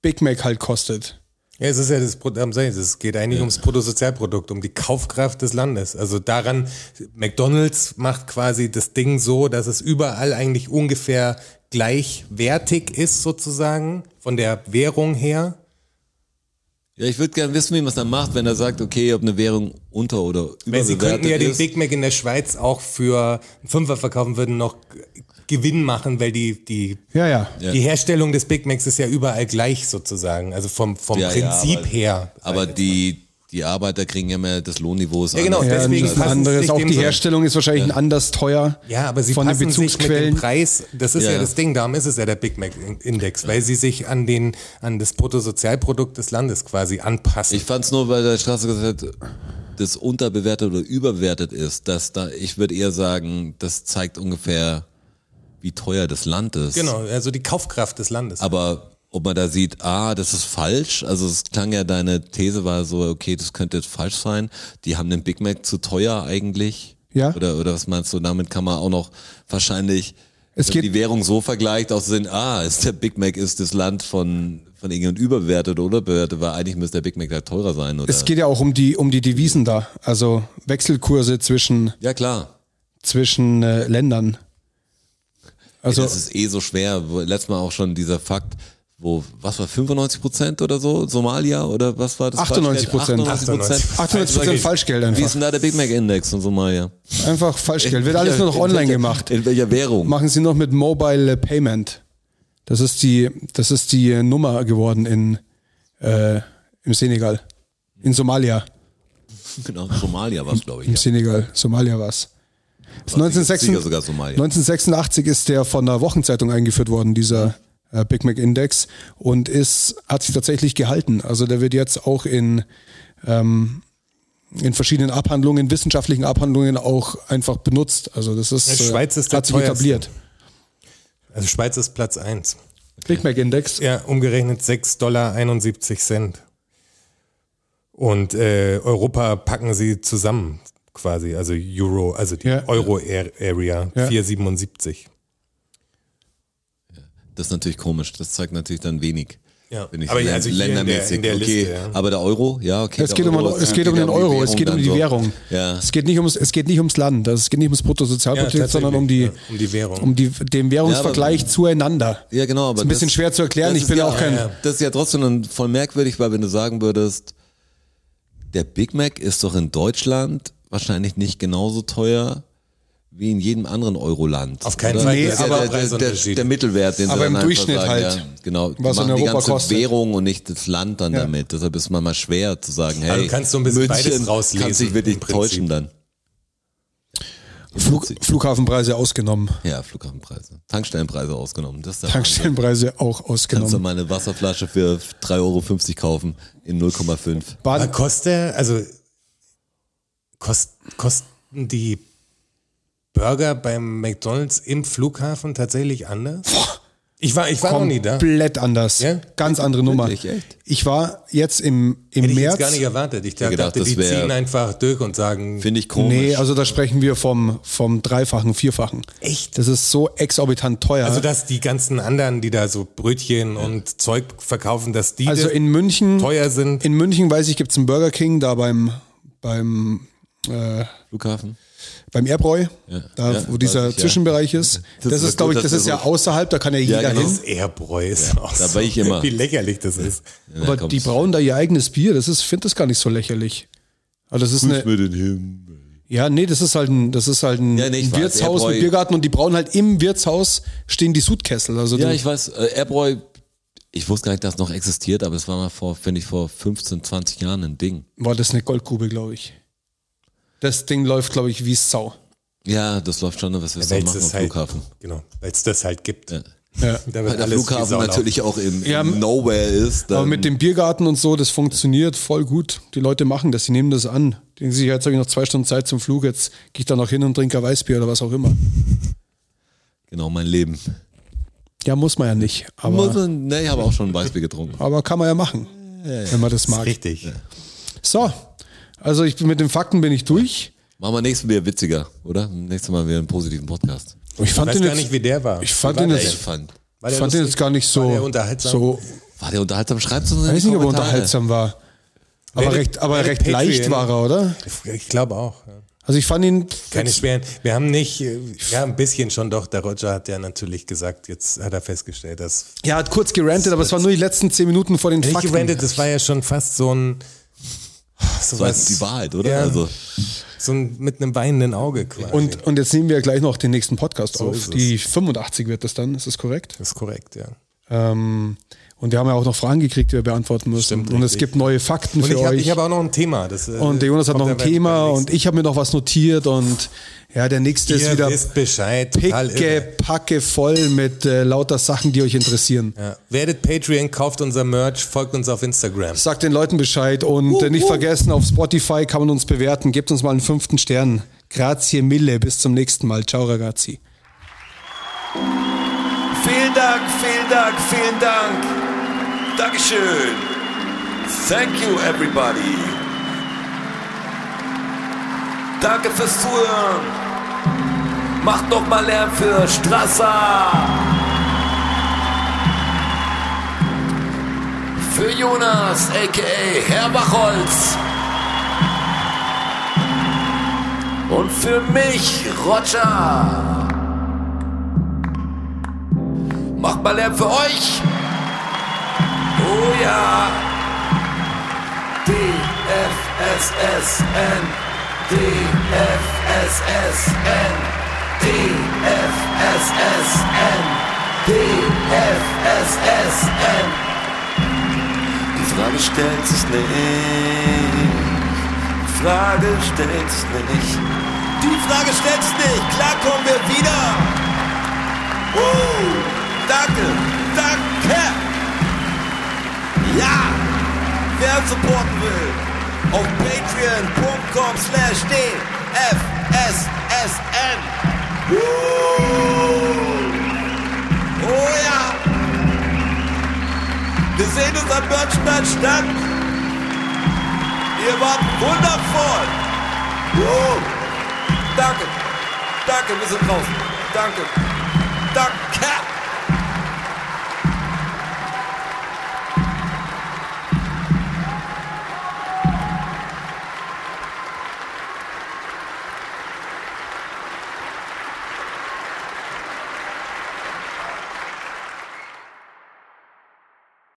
S2: Big Mac halt kostet.
S3: Ja, es ist ja das, Pro- am Sinn, es geht eigentlich ums Bruttosozialprodukt, um die Kaufkraft des Landes. Also daran, McDonalds macht quasi das Ding so, dass es überall eigentlich ungefähr gleichwertig ist sozusagen von der Währung her.
S4: Ja, ich würde gerne wissen, wie man es dann macht, wenn er sagt, okay, ob eine Währung unter oder
S3: Weil sie
S4: überbewertet
S3: könnten ja den
S4: Also ist.
S3: Big Mac in der Schweiz auch für einen Fünfer verkaufen, würden noch Gewinn machen, weil die, die,
S2: Ja, ja.
S3: die Herstellung des Big Macs ist ja überall gleich sozusagen. Also vom, vom
S4: Ja, ja,
S3: Prinzip
S4: aber-
S3: her.
S4: aber die, die Arbeiter kriegen ja mehr das Lohnniveau. ist
S3: Ja, genau,
S4: anders.
S2: Ja,
S3: deswegen
S2: ein
S3: passen sie
S2: anderes,
S3: sich
S2: auch
S3: dem
S2: die
S3: so.
S2: Herstellung ist wahrscheinlich ein anders teuer.
S3: Ja, aber sie
S2: von den
S3: passen sich mit dem
S2: Bezugsquellen.
S3: Preis, das ist ja,
S4: Ja.
S3: das Ding, darum ist es ja der Big Mac Index, weil sie sich an den an das Bruttosozialprodukt des Landes quasi anpassen.
S4: Ich fand's nur, weil der Straße gesagt hat, das unterbewertet oder überbewertet ist, dass da, ich würde eher sagen, das zeigt ungefähr, wie teuer das Land ist.
S3: genau, also die Kaufkraft des Landes.
S4: Aber ob man da sieht, ah, das ist falsch, also es klang ja, deine These war so, okay, das könnte jetzt falsch sein, die haben den Big Mac zu teuer eigentlich.
S2: Ja.
S4: Oder, oder was meinst du, damit kann man auch noch wahrscheinlich
S2: Es
S4: wenn man
S2: geht-
S4: die Währung so vergleicht, auch Sinn, ah, ist der Big Mac ist das Land von, von irgendjemand überbewertet oder bewertet, weil eigentlich müsste der Big Mac da teurer sein, oder?
S2: Es geht ja auch um die, um die Devisen da, also Wechselkurse zwischen,
S4: ja, klar.
S2: zwischen äh, Ländern. Also,
S4: das ist eh so schwer. Wo- Letztes Mal auch schon dieser Fakt, wo, was war 95 Prozent oder so? Somalia oder was war das?
S2: 98%.
S4: 98 Prozent.
S2: 98 Prozent Falschgeld
S4: Wie
S2: einfach.
S4: ist denn da der Big Mac Index von Somalia?
S2: Einfach Falschgeld. Wird alles Äh, nur noch
S4: In
S2: online
S4: welcher-
S2: gemacht.
S4: In welcher Währung?
S2: Machen sie noch mit Mobile äh, Payment. Das ist die, das ist die äh, Nummer geworden in, äh, im Senegal. In Somalia.
S4: Genau, Somalia war es, glaube ich.
S2: Im
S4: Ja.
S2: Senegal. Somalia war's. Das
S4: Sicher
S2: 1986,
S4: sogar Somalia.
S2: 1986 ist der von der Wochenzeitung eingeführt worden, dieser äh, Big Mac Index, und ist, hat sich tatsächlich gehalten. Also der wird jetzt auch in, ähm, in verschiedenen Abhandlungen, wissenschaftlichen Abhandlungen auch einfach benutzt. Also das ist,
S3: Ja, Schweiz ist der
S2: hat sich
S3: teuerste.
S2: etabliert.
S3: Also Schweiz ist Platz eins.
S2: Big Mac Index.
S3: Ja, umgerechnet 6,71 Dollar. Und äh, Europa packen sie zusammen quasi, also Euro, also die
S2: Ja.
S3: Euro-Area
S2: Ja.
S3: 4,77.
S4: Das ist natürlich komisch. Das zeigt natürlich dann wenig.
S3: Ja.
S4: Wenn ich
S3: Aber
S4: aber
S3: ja, also hier in der-
S4: ländermäßig.
S3: in der
S4: okay,
S3: Liste, ja.
S4: aber der Euro, ja, okay.
S2: Es
S4: der
S2: geht, um,
S4: Euro ist-
S2: es geht um den
S4: die
S2: Euro, es geht um
S4: dann
S2: die
S4: so.
S2: Währung.
S4: Ja.
S2: Es, geht nicht ums, es geht nicht ums Land, es geht nicht ums Bruttosozialprodukt,
S3: Ja,
S2: sondern um die,
S3: tatsächlich, ja, um die Währung.
S2: um die, den Währungsvergleich zueinander.
S4: Ja, genau. Aber
S2: Ist ein bisschen
S4: das-
S2: schwer zu erklären,
S4: das
S2: ich
S4: ist
S2: bin
S4: ja,
S2: auch kein-
S4: ja. Das ist ja trotzdem dann voll merkwürdig, weil wenn du sagen würdest, der Big Mac ist doch in Deutschland wahrscheinlich nicht genauso teuer wie in jedem anderen Euroland.
S3: Auf keinen
S4: oder?
S3: Fall.
S4: Nee,
S3: Das ist ja
S4: aber
S3: der
S4: der, der, der,
S3: Preisunterschied.
S4: der Mittelwert, den sie
S2: Aber
S4: dann
S2: im
S4: einfach
S2: Durchschnitt
S4: sagen,
S2: halt,
S4: ja, genau, die
S2: was in
S4: machen die
S2: Europa
S4: ganze
S2: kostet.
S4: Währung und nicht das Land dann
S2: Ja.
S4: damit. Deshalb ist man mal schwer zu sagen, hey,
S3: Also du kannst so ein bisschen
S4: München
S3: beides rauslesen
S4: Kannst dich wirklich
S3: im Prinzip.
S4: täuschen dann.
S2: Flug, Flughafenpreise ausgenommen,
S4: Ja, Flughafenpreise. Tankstellenpreise ausgenommen. Das ist der Wahnsinn.
S2: Tankstellenpreise auch
S4: Kannst du
S2: ausgenommen.
S4: mal eine Wasserflasche für 3,50 Euro kaufen in 0,5.
S3: Aber
S2: Baden,
S3: kostet, also kost, kosten die Burger beim McDonalds im Flughafen tatsächlich anders? Ich war, ich war noch nie da. Hätte
S2: komplett anders.
S3: Ja?
S2: Ganz andere Nummer.
S4: Wirklich, echt?
S2: Ich war jetzt im, im
S3: ich
S2: März.
S3: jetzt gar nicht erwartet. Ich dachte,
S4: gedacht, das
S3: die
S4: wär-
S3: ziehen einfach durch und sagen,
S4: Finde ich komisch.
S2: Nee, also da sprechen wir vom, vom Dreifachen, Vierfachen.
S3: Echt?
S2: Das ist so exorbitant teuer.
S3: also dass die ganzen anderen, die da so Brötchen und Zeug verkaufen, dass die
S2: Also
S3: das
S2: in München,
S3: teuer sind.
S2: in München weiß ich, gibt's einen Burger King da beim, beim
S4: Flughafen?
S2: beim Airbräu, da
S4: ja,
S2: wo dieser
S4: weiß ich, ja.
S2: Zwischenbereich ist.
S4: Das
S2: Das,
S4: ist
S2: ist,
S4: gut,
S2: glaube
S4: dass
S2: ich, das
S4: du
S2: ist ja
S4: so-
S2: außerhalb, da kann ja jeder
S4: genau.
S2: hin.
S3: Das Airbräu ist auch
S4: da
S3: so,
S4: war ich immer.
S3: Wie lächerlich das ist.
S2: Aber
S4: kommt's.
S2: die brauen da ihr eigenes Bier. Das ist, finde das gar nicht so lächerlich. Aber das ist eine,
S4: mit den Himmel.
S2: ja, nee, das ist halt ein, das ist halt ein,
S4: Ja, nee, ich
S2: ein
S4: weiß,
S2: Wirtshaus
S4: Airbräu-
S2: mit Biergarten und die brauen halt im Wirtshaus stehen die Sudkessel. Also
S4: Ja,
S2: du-
S4: ich weiß, äh, Airbräu, ich wusste gar nicht, dass es noch existiert, aber es war mal vor, finde ich, vor 15, 20 Jahren ein Ding.
S2: war das eine Goldgrube, glaube ich. Das Ding läuft, glaube ich, wie Sau.
S4: Ja, das läuft schon, was wir so
S3: Weil's
S4: machen am
S3: das halt,
S4: Flughafen.
S3: Genau, weil es das halt gibt.
S4: Ja.
S2: Ja.
S3: Da
S4: Weil
S3: wird
S4: der
S3: alles wie
S4: Flughafen
S3: Sau laufen.
S4: natürlich auch in,
S2: Ja,
S4: in Nowhere ist. Dann,
S2: Aber mit dem Biergarten und so, das funktioniert voll gut. Die Leute machen das, sie nehmen das an. Die Denken sich, jetzt habe ich noch zwei Stunden Zeit zum Flug, jetzt gehe ich da noch hin und trinke ein Weißbier oder was auch immer.
S4: genau, mein Leben.
S2: Ja, muss man ja nicht.
S4: Muss
S2: Aber,
S4: man- Ne, ich habe auch schon Weißbier getrunken.
S2: aber kann man ja machen, wenn man das mag.
S3: Richtig.
S2: So, also ich bin mit den Fakten bin ich durch.
S4: Machen wir nächstes Mal wieder witziger, oder? Nächstes Mal wieder einen positiven Podcast.
S2: Ich fand
S3: Ich weiß
S2: den
S3: gar nicht,
S2: jetzt,
S3: wie der war.
S2: ich fand
S3: Wie war
S2: den
S3: der
S2: jetzt-
S4: Ich
S3: denn?
S4: fand.
S3: War
S2: ich
S3: der
S2: fand den
S3: lustig?
S2: jetzt gar nicht
S3: War der
S2: so,
S3: unterhaltsam?
S2: so
S4: War der unterhaltsam? Schreibt es uns in
S2: weiß
S4: die
S2: nicht, ob er
S4: Kommentare.
S2: unterhaltsam war. Aber
S3: Werdet-
S2: recht, aber
S3: werdet
S2: recht leicht war
S3: Patreon.
S2: er, oder?
S3: Ich glaube auch. Ja.
S2: Also ich fand ihn,
S3: Keine schweren. Wir haben nicht, äh, ja, ein bisschen schon doch. Der Roger hat ja natürlich gesagt, jetzt hat er festgestellt, dass.
S2: ja, hat kurz gerantet, aber es waren nur die letzten zehn Minuten vor den
S3: Nicht
S2: Fakten.
S3: gerantet, das war ja schon fast so ein. So
S4: So
S3: was,
S4: heißt die Wahrheit, oder?
S3: Ja,
S4: Also,
S3: so ein, mit einem weinenden Auge quasi.
S2: Und, und jetzt nehmen wir gleich noch den nächsten Podcast
S3: So
S2: auf.
S3: ist es.
S2: Die 85 wird das dann, ist das korrekt?
S3: das ist korrekt, ja.
S2: Ähm, und wir haben ja auch noch Fragen gekriegt, die wir beantworten müssen.
S3: Stimmt,
S2: und es
S3: richtig.
S2: gibt neue Fakten
S3: Und
S2: für
S3: ich habe
S2: euch.
S3: hab auch noch ein Thema. Das, äh,
S2: und der Jonas hat
S3: kommt
S2: noch
S3: ja
S2: ein
S3: bei-
S2: Thema
S3: beim
S2: und ich habe mir noch was notiert und ja, der nächste
S3: nächsten.
S2: ist
S3: Ihr
S2: wieder
S3: wisst Bescheid. Total irre.
S2: picke, packe voll mit äh, lauter Sachen, die euch interessieren.
S3: Ja. Werdet Patreon, kauft unser Merch, folgt uns auf Instagram.
S2: Sagt den Leuten Bescheid und äh, nicht vergessen, auf Spotify kann man uns bewerten. Gebt uns mal einen fünften Stern. Grazie mille, bis zum nächsten Mal. Ciao ragazzi.
S1: Vielen Dank, vielen Dank, vielen Dank. Dankeschön. Thank you, everybody. Danke fürs Zuhören. Macht noch mal Lärm für Strasser. Für Jonas, a.k.a. Herr Bachholz. Und für mich, Roger. Macht mal Lärm für euch. Oh ja. DFSSN. DFSSN. DFSSN. DFSSN. Die Frage stellt sich nicht. Die Frage stellt sich nicht. Die Frage stellt sich nicht. Klar kommen wir wieder. Uh, danke, danke. Ja, wer supporten will, auf patreon.com slash dfssn. Uh, oh ja. Wir sehen uns am Börnstein statt. Ihr wart wundervoll. Uh, danke, danke, wir sind draußen. Danke, danke.